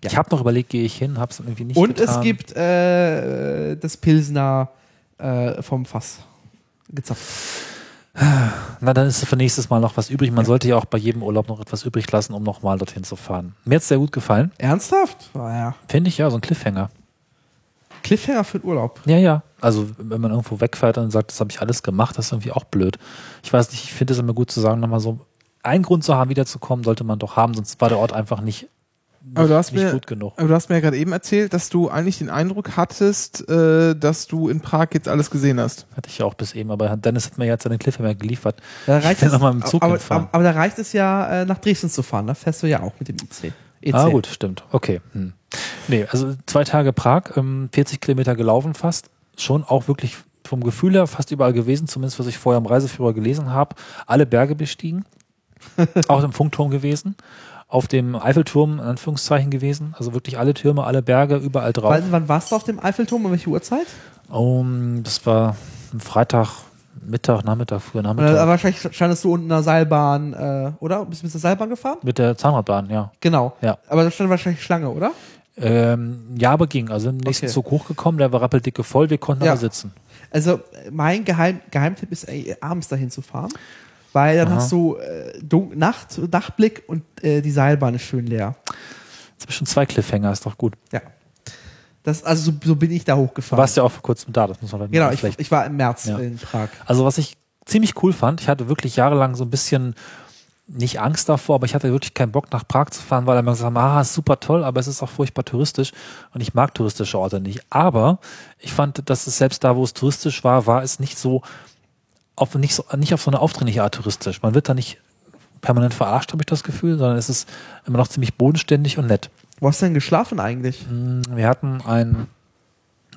Speaker 4: Ich habe noch überlegt, gehe ich hin, habe es irgendwie nicht
Speaker 3: und
Speaker 4: getan.
Speaker 3: es gibt äh, das Pilsner äh, vom Fass. Gezapft.
Speaker 4: Na, dann ist für nächstes Mal noch was übrig. Man sollte ja auch bei jedem Urlaub noch etwas übrig lassen, um nochmal dorthin zu fahren. Mir hat sehr gut gefallen.
Speaker 3: Ernsthaft? Naja.
Speaker 4: Finde ich ja, so ein Cliffhanger.
Speaker 3: Cliffhanger für den Urlaub.
Speaker 4: Ja, ja. Also, wenn man irgendwo wegfährt und sagt, das habe ich alles gemacht, das ist irgendwie auch blöd. Ich weiß nicht, ich finde es immer gut zu sagen, nochmal so einen Grund zu haben, wiederzukommen, sollte man doch haben, sonst war der Ort einfach nicht,
Speaker 2: Aber du hast
Speaker 4: nicht
Speaker 2: mir,
Speaker 4: gut genug.
Speaker 2: aber du hast mir ja gerade eben erzählt, dass du eigentlich den Eindruck hattest, äh, dass du in Prag jetzt alles gesehen hast.
Speaker 4: Hatte ich ja auch bis eben, aber Dennis hat mir jetzt seine Cliffhanger geliefert.
Speaker 3: Da
Speaker 4: ich will nochmal mit dem Zug
Speaker 3: aber,
Speaker 4: hinfahren.
Speaker 3: aber, aber da reicht es ja, äh, nach Dresden zu fahren. Da fährst du ja auch mit dem E IC. EC.
Speaker 4: Ah, gut, stimmt. Okay. Hm. Nee, also zwei Tage Prag, ähm, 40 Kilometer gelaufen fast. Schon auch wirklich vom Gefühl her fast überall gewesen, zumindest was ich vorher im Reiseführer gelesen habe. Alle Berge bestiegen. auch im Funkturm gewesen. Auf dem Eiffelturm, in Anführungszeichen gewesen. Also wirklich alle Türme, alle Berge, überall drauf.
Speaker 3: Wann, wann warst du auf dem Eiffelturm? Um welche Uhrzeit?
Speaker 4: Um, das war ein Freitag, Mittag, Nachmittag, früher
Speaker 3: Und dann,
Speaker 4: Nachmittag.
Speaker 3: Äh, wahrscheinlich standest du unten in der Seilbahn, äh, oder? Bist du mit der Seilbahn gefahren?
Speaker 4: Mit der Zahnradbahn, ja.
Speaker 3: Genau.
Speaker 4: Ja.
Speaker 3: Aber da stand wahrscheinlich Schlange, oder?
Speaker 4: Ähm, ja, aber ging. Also im nächsten
Speaker 3: Okay.
Speaker 4: Zug hochgekommen, der war rappeldicke voll, wir konnten
Speaker 3: Ja.
Speaker 4: aber sitzen.
Speaker 3: Also äh, mein Geheim Geheimtipp ist äh, abends dahin zu fahren, weil dann hast du äh, Dun- Nacht, Nachtblick und äh, die Seilbahn ist schön leer.
Speaker 4: Jetzt hab ich schon zwei Cliffhanger, ist doch gut.
Speaker 3: Ja. Das, also so, so bin ich da
Speaker 4: Du
Speaker 3: hochgefahren.
Speaker 4: warst ja auch vor kurzem da, das muss man
Speaker 3: genau, ich,
Speaker 4: vielleicht.
Speaker 3: ich war im März
Speaker 4: Ja.
Speaker 3: in Prag.
Speaker 4: Also was ich ziemlich cool fand, ich hatte wirklich jahrelang so ein bisschen nicht Angst davor, aber ich hatte wirklich keinen Bock nach Prag zu fahren, weil er immer gesagt haben, ah, ist super toll, aber es ist auch furchtbar touristisch und ich mag touristische Orte nicht. Aber ich fand, dass es selbst da, wo es touristisch war, war es nicht so auf nicht so nicht auf so eine aufdringliche Art touristisch. Man wird da nicht permanent verarscht, habe ich das Gefühl, sondern es ist immer noch ziemlich bodenständig und nett.
Speaker 3: Wo hast du denn geschlafen eigentlich?
Speaker 4: Mm, Wir hatten ein,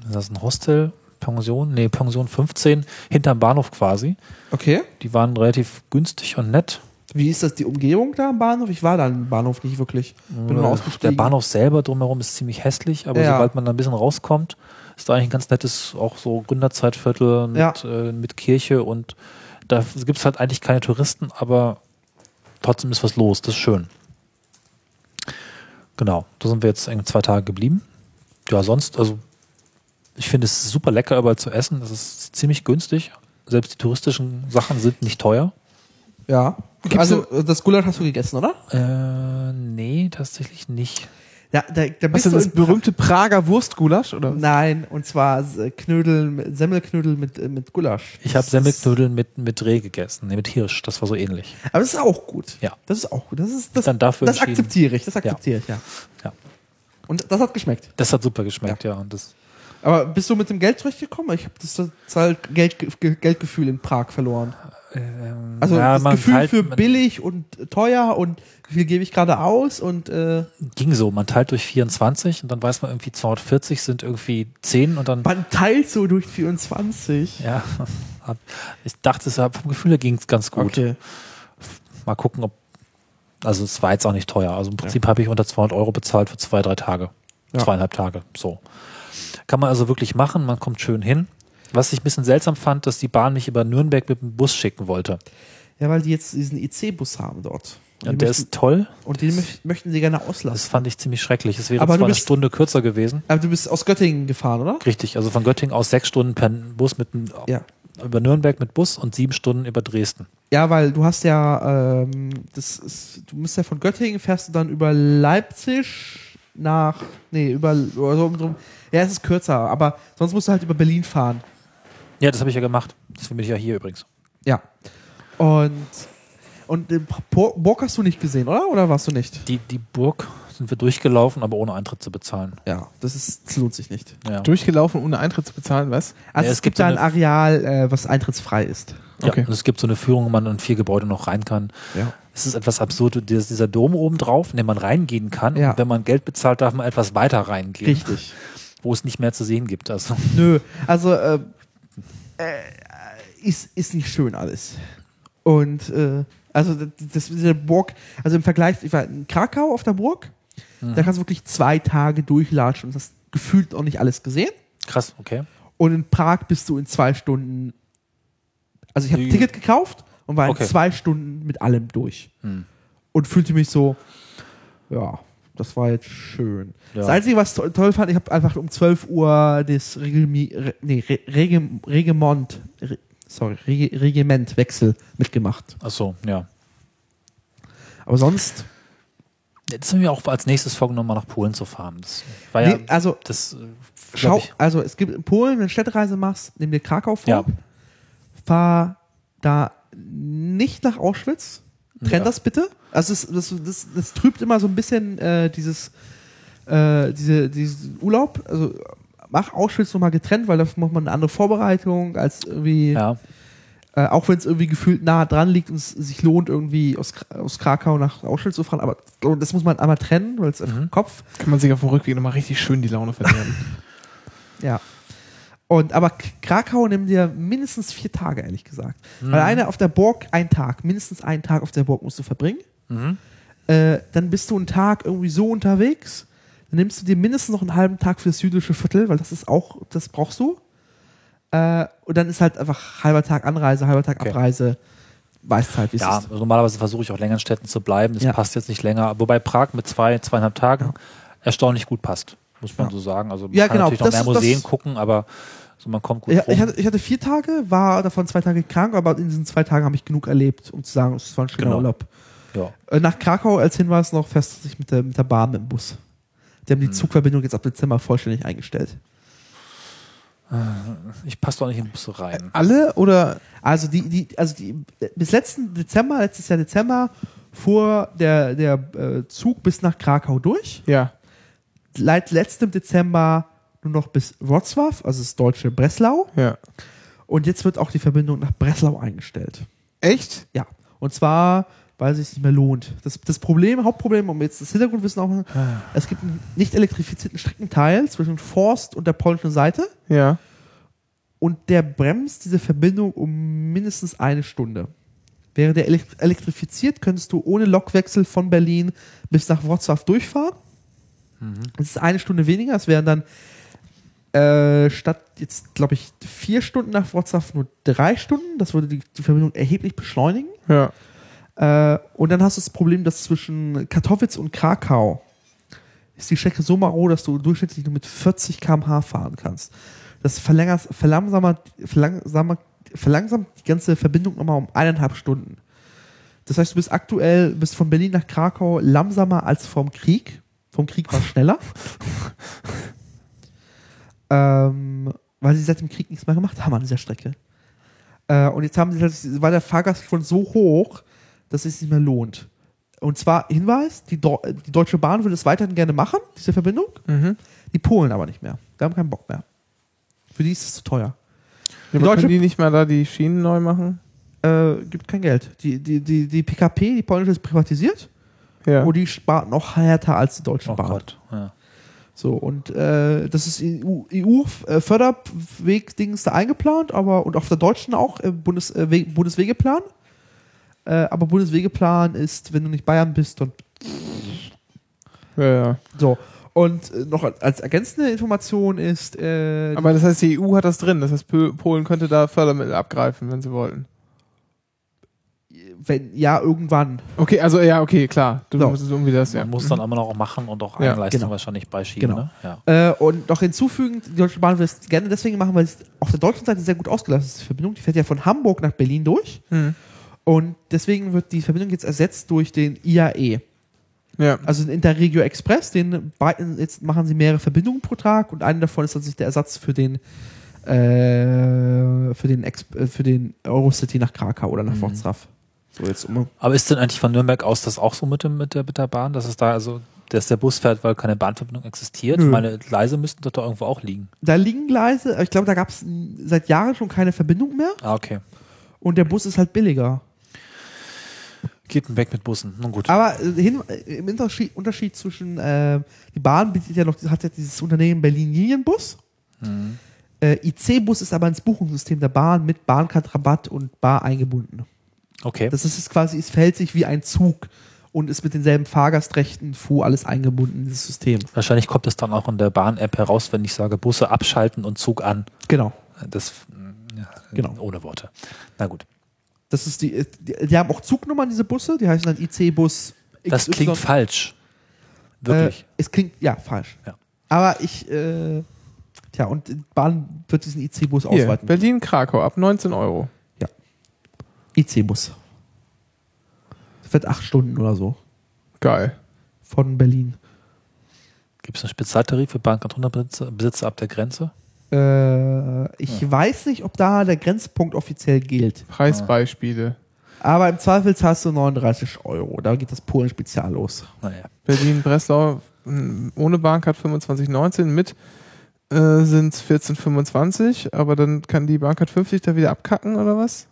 Speaker 4: ist das ein Hostel, Pension, nee, Pension 15, hinterm Bahnhof quasi.
Speaker 3: Okay.
Speaker 4: Die waren relativ günstig und nett.
Speaker 3: Wie ist das die Umgebung da am Bahnhof? Ich war da am Bahnhof nicht wirklich. Bin nur
Speaker 4: Äh, Der
Speaker 3: ausgestiegen.
Speaker 4: Bahnhof selber drumherum ist ziemlich hässlich, aber
Speaker 3: Ja.
Speaker 4: sobald man da ein bisschen rauskommt, ist da eigentlich ein ganz nettes, auch so Gründerzeitviertel mit,
Speaker 3: Ja.
Speaker 4: äh, mit Kirche und da gibt es halt eigentlich keine Touristen, aber trotzdem ist was los, das ist schön. Genau, da sind wir jetzt eigentlich zwei Tage geblieben. Ja, sonst, also ich finde es super lecker, überall zu essen. Es ist ziemlich günstig. Selbst die touristischen Sachen sind nicht teuer.
Speaker 3: Ja.
Speaker 2: Gibt's
Speaker 3: also, das Gulasch hast du gegessen, oder?
Speaker 4: Äh, nee, tatsächlich nicht.
Speaker 3: Ja, da, da
Speaker 2: Was
Speaker 3: bist
Speaker 2: ist
Speaker 3: du
Speaker 2: das
Speaker 3: in Pra-
Speaker 2: berühmte Prager Wurstgulasch? Oder?
Speaker 3: Nein, und zwar äh, Knödel, Semmelknödel mit, äh, mit Gulasch.
Speaker 4: Ich
Speaker 3: Das
Speaker 4: habe
Speaker 3: ist-
Speaker 4: Semmelknödeln mit, mit Reh gegessen, nee, mit Hirsch, das war so ähnlich.
Speaker 3: Aber das ist auch gut.
Speaker 4: Ja.
Speaker 3: Das ist auch gut. Das ist das,
Speaker 4: Dann dafür
Speaker 3: das
Speaker 4: entschieden.
Speaker 3: akzeptiere ich. Das akzeptiere ich, ja.
Speaker 4: Ja.
Speaker 3: Und das hat geschmeckt.
Speaker 4: Das hat super geschmeckt, ja. Und das,
Speaker 3: Aber bist du mit dem Geld zurechtgekommen? Ich habe das, das halt Geld, Ge- Geldgefühl in Prag verloren.
Speaker 4: ähm,
Speaker 3: Also
Speaker 4: ja,
Speaker 3: das
Speaker 4: man
Speaker 3: Gefühl
Speaker 4: teilt-
Speaker 3: für
Speaker 4: man-
Speaker 3: billig und teuer und wie viel gebe ich gerade aus und äh,
Speaker 4: Ging so, man teilt durch 24 und dann weiß man irgendwie 240 sind irgendwie 10 und dann,
Speaker 3: man teilt so durch 24.
Speaker 4: ja. hab- Ich dachte, es hab- vom Gefühl her ging es ganz gut.
Speaker 3: Okay.
Speaker 4: Mal gucken, ob, also es war jetzt auch nicht teuer. Also im Prinzip habe ich unter 200 Euro bezahlt für zwei, drei Tage. Zweieinhalb Tage, so. Kann man also wirklich machen, man kommt schön hin. Was ich ein bisschen seltsam fand, dass die Bahn mich über Nürnberg mit dem Bus schicken wollte.
Speaker 3: Ja, weil die jetzt diesen IC-Bus haben dort. Und, die
Speaker 4: Und der
Speaker 3: möchten,
Speaker 4: ist toll.
Speaker 3: und den möcht- möchten sie gerne
Speaker 4: Das
Speaker 3: auslassen.
Speaker 4: fand ich ziemlich schrecklich. Es wäre
Speaker 3: Aber du
Speaker 4: zwar eine
Speaker 3: bist-
Speaker 4: Stunde kürzer gewesen.
Speaker 3: Aber du bist aus Göttingen gefahren, oder?
Speaker 4: Richtig, also von Göttingen aus sechs Stunden per Bus mit dem-
Speaker 3: Ja.
Speaker 4: über Nürnberg mit Bus und sieben Stunden über Dresden.
Speaker 3: Ja, weil du hast ja, ähm, das ist, du bist ja von Göttingen, fährst du dann über Leipzig nach, nee, über, oder so drum. Ja, es ist kürzer, aber sonst musst du halt über Berlin fahren.
Speaker 4: Ja, das habe ich ja gemacht. Deswegen bin ich ja hier übrigens.
Speaker 3: Ja. Und, und den Bo- Burg hast du nicht gesehen, oder? Oder warst du nicht?
Speaker 4: Die, die Burg sind wir durchgelaufen, aber ohne Eintritt zu bezahlen.
Speaker 3: Ja, das ist, das lohnt sich nicht.
Speaker 4: Ja.
Speaker 2: Durchgelaufen, ohne Eintritt zu bezahlen, was?
Speaker 3: Also
Speaker 4: Ja,
Speaker 3: es,
Speaker 4: es
Speaker 3: gibt
Speaker 4: gibt
Speaker 3: da ein
Speaker 4: so eine-
Speaker 3: Areal, äh, was eintrittsfrei ist.
Speaker 2: Okay.
Speaker 4: ja, und es gibt so eine Führung, wo man in vier Gebäude noch rein kann.
Speaker 3: Ja.
Speaker 4: Es ist etwas absurd, und dieses- dieser Dom oben drauf, in den man reingehen kann.
Speaker 3: Ja.
Speaker 4: Und wenn man Geld bezahlt, darf man etwas weiter reingehen,
Speaker 3: Richtig.
Speaker 4: wo es nicht mehr zu sehen gibt. Also,
Speaker 3: Nö, also äh, äh, ist, ist nicht schön alles. Und äh, also d- d- das mit der Burg, also im Vergleich, ich war in Krakau auf der Burg, da kannst du wirklich zwei Tage durchlatschen und hast gefühlt noch nicht alles gesehen.
Speaker 4: krass, okay.
Speaker 3: Und in Prag bist du in zwei Stunden. Also ich habe ein
Speaker 4: Die-
Speaker 3: Ticket gekauft und war in
Speaker 4: Hm. Okay. Hm.
Speaker 3: zwei Stunden mit allem durch. Und fühlte mich so, ja, das war jetzt schön.
Speaker 4: Ja.
Speaker 3: Das Einzige, was to toll fand, ich habe einfach um 12 Uhr das Regimi Re nee, Re Regem Regiment, Re sorry, Rege Regimentwechsel mitgemacht.
Speaker 4: Ach so, ja.
Speaker 3: Aber sonst,
Speaker 4: Jetzt haben wir auch als nächstes vorgenommen, mal nach Polen zu fahren. Das war ja,
Speaker 3: nee, also
Speaker 4: das, äh, glaub
Speaker 3: schau,
Speaker 4: ich,
Speaker 3: also es gibt in Polen, wenn du eine Städtereise machst, nimm dir Krakau vor,
Speaker 4: Ja.
Speaker 3: fahr da nicht nach Auschwitz, trenn
Speaker 4: Ja.
Speaker 3: das bitte. Also das, das, das, das trübt immer so ein bisschen äh, dieses äh, diese, diesen Urlaub. Also mach Auschwitz nochmal getrennt, weil dafür macht man eine andere Vorbereitung als irgendwie
Speaker 4: ja.
Speaker 3: äh, auch wenn es irgendwie gefühlt nah dran liegt und es sich lohnt, irgendwie aus, Kra- aus Krakau nach Auschwitz zu fahren, aber das muss man einmal trennen, weil es einfach
Speaker 4: Mhm.
Speaker 3: im Kopf,
Speaker 2: Kann man sich auf dem Rückweg nochmal richtig schön die Laune verderben.
Speaker 3: ja. Und, aber K- Krakau nimmt dir mindestens vier Tage, ehrlich gesagt.
Speaker 4: Mhm.
Speaker 3: Weil eine auf der Burg, ein Tag, mindestens einen Tag auf der Burg musst du verbringen.
Speaker 4: Mhm.
Speaker 3: Äh, dann bist du einen Tag irgendwie so unterwegs, dann nimmst du dir mindestens noch einen halben Tag für das jüdische Viertel, weil das ist auch, das brauchst du. Äh, und dann ist halt einfach halber Tag Anreise, halber Tag
Speaker 4: Okay.
Speaker 3: Abreise. Weißt halt, wie es
Speaker 4: Ja,
Speaker 3: ist.
Speaker 4: also normalerweise versuche ich auch länger in Städten zu bleiben. Das
Speaker 3: Ja.
Speaker 4: passt jetzt nicht länger. Wobei Prag mit zwei, zweieinhalb Tagen erstaunlich gut passt, muss man
Speaker 3: Ja.
Speaker 4: so sagen. Also man
Speaker 3: Ja,
Speaker 4: kann
Speaker 3: genau.
Speaker 4: natürlich noch
Speaker 3: Das
Speaker 4: mehr
Speaker 3: ist- das-
Speaker 4: Museen gucken, aber so, man kommt gut
Speaker 3: Ja,
Speaker 4: rum.
Speaker 3: ich, hatte, ich hatte vier Tage, war davon zwei Tage krank, aber in diesen zwei Tagen habe ich genug erlebt, um zu sagen, es war ein schöner
Speaker 4: Genau.
Speaker 3: Urlaub.
Speaker 4: ja.
Speaker 3: Äh, Nach Krakau als Hinweis noch fährst du dich mit der, mit der Bahn mit dem Bus. Die haben die Zugverbindung jetzt ab Dezember vollständig eingestellt.
Speaker 4: Ich passe doch nicht in Busse rein.
Speaker 2: Alle oder
Speaker 3: Also die, die, also die, bis letzten Dezember, letztes Jahr Dezember, fuhr der, der äh, Zug bis nach Krakau durch.
Speaker 2: ja.
Speaker 3: Seit letztem Dezember nur noch bis Wrocław, also das deutsche Breslau.
Speaker 2: Ja.
Speaker 3: Und jetzt wird auch die Verbindung nach Breslau eingestellt.
Speaker 2: Echt?
Speaker 3: Ja. Und zwar, weil es sich nicht mehr lohnt. Das, das Problem, Hauptproblem, um jetzt das Hintergrundwissen auch, es gibt einen nicht elektrifizierten Streckenteil zwischen Forst und der polnischen Seite
Speaker 2: Ja.
Speaker 3: und der bremst diese Verbindung um mindestens eine Stunde. Wäre der elekt- elektrifiziert, könntest du ohne Lokwechsel von Berlin bis nach Wrocław durchfahren. Das ist eine Stunde weniger. Es wären dann äh, statt jetzt, glaube ich, vier Stunden nach Wrocław nur drei Stunden. Das würde die, die Verbindung erheblich beschleunigen.
Speaker 2: Ja.
Speaker 3: Äh, und dann hast du das Problem, dass zwischen Katowice und Krakau ist die Strecke so marode, dass du durchschnittlich nur mit 40 km/h fahren kannst. Das verlängert, verlangsamt, verlangsamt, verlangsamt die ganze Verbindung nochmal um eineinhalb Stunden. Das heißt, du bist aktuell, bist von Berlin nach Krakau langsamer als vom Krieg. Vom Krieg war schneller. ähm, weil sie seit dem Krieg nichts mehr gemacht haben an dieser Strecke. Äh, und jetzt haben sie tatsächlich- war der Fahrgast schon so hoch, dass es sich nicht mehr lohnt. Und zwar Hinweis, die, Dro- die Deutsche Bahn würde es weiterhin gerne machen, diese Verbindung.
Speaker 2: Mhm.
Speaker 3: Die Polen aber nicht mehr. Die haben keinen Bock mehr. Für die ist es zu teuer.
Speaker 2: Ja, aber
Speaker 3: Deutsche-
Speaker 2: können die nicht mal da die Schienen neu machen?
Speaker 3: Äh, gibt kein Geld. Die, die, die, die PKP, die polnische, ist privatisiert.
Speaker 2: Ja.
Speaker 3: Und die spart noch härter als die Deutsche
Speaker 4: Oh
Speaker 3: Bahn.
Speaker 4: Gott. Ja.
Speaker 3: So, und äh, das ist EU-Förderweg-Dings äh, da eingeplant, aber und auf der deutschen auch, äh, Bundes, äh, We- Bundeswegeplan. Äh, aber Bundeswegeplan ist, wenn du nicht Bayern bist und
Speaker 2: ja, ja.
Speaker 3: so. Und äh, noch als ergänzende Information ist, äh,
Speaker 2: Aber das heißt, die EU hat das drin. Das heißt, Pö- Polen könnte da Fördermittel abgreifen, wenn sie wollten.
Speaker 3: wenn ja, irgendwann.
Speaker 2: Okay, also ja, okay, klar. Du
Speaker 3: So.
Speaker 2: musst es irgendwie das, ja.
Speaker 4: Man muss dann immer noch machen und auch
Speaker 2: Ja,
Speaker 4: Eigenleistung
Speaker 3: genau.
Speaker 4: wahrscheinlich beischieben.
Speaker 3: Genau.
Speaker 4: Ne? Ja.
Speaker 3: Äh, und noch hinzufügend, die Deutsche Bahn will es gerne deswegen machen, weil es auf der deutschen Seite sehr gut ausgelastet ist, die Verbindung. Die fährt ja von Hamburg nach Berlin durch.
Speaker 2: Hm.
Speaker 3: Und deswegen wird die Verbindung jetzt ersetzt durch den E. IAE.
Speaker 2: ja.
Speaker 3: Also den Interregio Express, den beiden, jetzt machen sie mehrere Verbindungen pro Tag und eine davon ist tatsächlich der Ersatz für den äh, für den Ex äh, für den Eurocity nach Krakau oder nach Wrocław. Mhm. So jetzt um.
Speaker 4: Aber ist denn eigentlich von Nürnberg aus das auch so mit, dem, mit, der, mit der Bahn, dass es da also, dass der Bus fährt, weil keine Bahnverbindung existiert?
Speaker 3: Nö.
Speaker 4: Meine Gleise müssten dort doch irgendwo auch liegen.
Speaker 3: Da liegen Gleise, aber ich glaube, da gab es seit Jahren schon keine Verbindung mehr
Speaker 4: Ah, okay.
Speaker 3: und der Bus ist halt billiger.
Speaker 4: Geht ein Weg mit Bussen. Nun gut.
Speaker 3: Aber äh, hin, äh, im Unterschied, Unterschied zwischen äh, die Bahn bietet ja noch hat ja dieses Unternehmen Berlin Linienbus. Äh, IC-Bus ist aber ins Buchungssystem der Bahn mit Bahncard Rabatt und Bar eingebunden.
Speaker 4: Okay.
Speaker 3: Das ist es quasi, es verhält sich wie ein Zug und ist mit denselben Fahrgastrechten, Fu, alles eingebunden in das System.
Speaker 4: Wahrscheinlich kommt das dann auch in der Bahn-App heraus, wenn ich sage, Busse abschalten und Zug an.
Speaker 3: Genau.
Speaker 4: Das mh, ja,
Speaker 3: Genau.
Speaker 4: ohne Worte. Na gut.
Speaker 3: Das ist die, die, die haben auch Zugnummern, diese Busse, die heißen dann IC-Bus
Speaker 4: Das
Speaker 3: XY.
Speaker 4: klingt falsch. Wirklich.
Speaker 3: Äh, es klingt, ja, falsch.
Speaker 4: Ja.
Speaker 3: Aber ich, äh, tja, und die Bahn wird diesen IC-Bus
Speaker 2: Hier,
Speaker 3: ausweiten.
Speaker 2: Berlin-Krakau ab 19 Euro.
Speaker 3: IC-Bus. Fährt acht Stunden oder so
Speaker 2: Geil.
Speaker 3: von Berlin.
Speaker 4: Gibt es einen Spezialtarif für Bank- und Hundebesitzer Besitzer ab der Grenze?
Speaker 3: Äh, ich weiß nicht, ob da der Grenzpunkt offiziell gilt.
Speaker 2: Preisbeispiele.
Speaker 3: Aber im Zweifel zahlst du 39 Euro. Da geht das Polen-Spezial los.
Speaker 4: Naja.
Speaker 2: Berlin-Breslau mh, hm, ohne Bahncard 25,19 mit äh, sind 14,25, aber dann kann die Bahncard 50 da wieder abkacken oder was?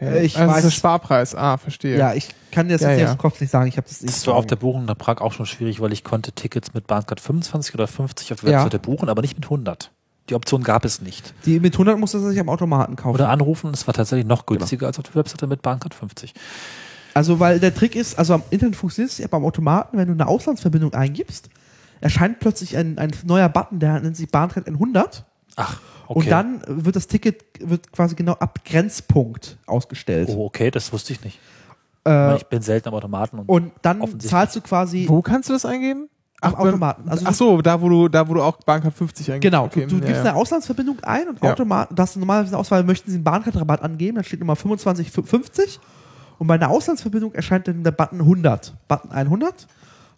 Speaker 2: Also,
Speaker 3: Äh, ich
Speaker 2: das
Speaker 3: weiß-
Speaker 2: ist der Sparpreis. Ah, verstehe.
Speaker 3: Ja, ich kann dir das
Speaker 2: Ja,
Speaker 3: jetzt
Speaker 2: ja.
Speaker 3: aus dem Kopf nicht sagen. Ich habe das nicht.
Speaker 4: Das war auf der
Speaker 3: sagen.
Speaker 4: Buchung nach Prag auch schon schwierig, weil ich konnte Tickets mit Bahncard 25 oder 50 auf der
Speaker 3: Ja.
Speaker 4: Webseite buchen, aber nicht mit 100. Die Option gab es nicht.
Speaker 3: Die mit 100 musst du das nicht am Automaten kaufen.
Speaker 4: Oder anrufen, es war tatsächlich noch
Speaker 3: Genau.
Speaker 4: günstiger als auf der Webseite mit Bahncard 50.
Speaker 3: Also, weil der Trick ist, also am Internet funktioniert es ja beim Automaten, wenn du eine Auslandsverbindung eingibst, erscheint plötzlich ein, ein neuer Button, der nennt sich Bahncard 100.
Speaker 4: Ach, okay.
Speaker 3: Und dann wird das Ticket wird quasi genau ab Grenzpunkt ausgestellt.
Speaker 4: Oh, okay, das wusste ich nicht. Ich meine,
Speaker 3: äh,
Speaker 4: ich bin selten am Automaten und,
Speaker 3: und dann
Speaker 4: offensichtlich.
Speaker 3: zahlst du quasi
Speaker 2: Wo kannst du das eingeben?
Speaker 3: am
Speaker 2: Ach, beim-
Speaker 3: Automaten. Also,
Speaker 2: ach so, da wo du, da wo du auch Bahncard 50 eingibst.
Speaker 3: Genau,
Speaker 2: Okay,
Speaker 3: du, du
Speaker 2: ja,
Speaker 3: gibst
Speaker 2: ja.
Speaker 3: eine Auslandsverbindung ein und
Speaker 2: Ja.
Speaker 3: automatisch, das ist normalerweise eine Auswahl, möchten Sie einen Bahnkartrabatt angeben, dann steht Nummer 25,50 und bei einer Auslandsverbindung erscheint dann der Button 100, Button 100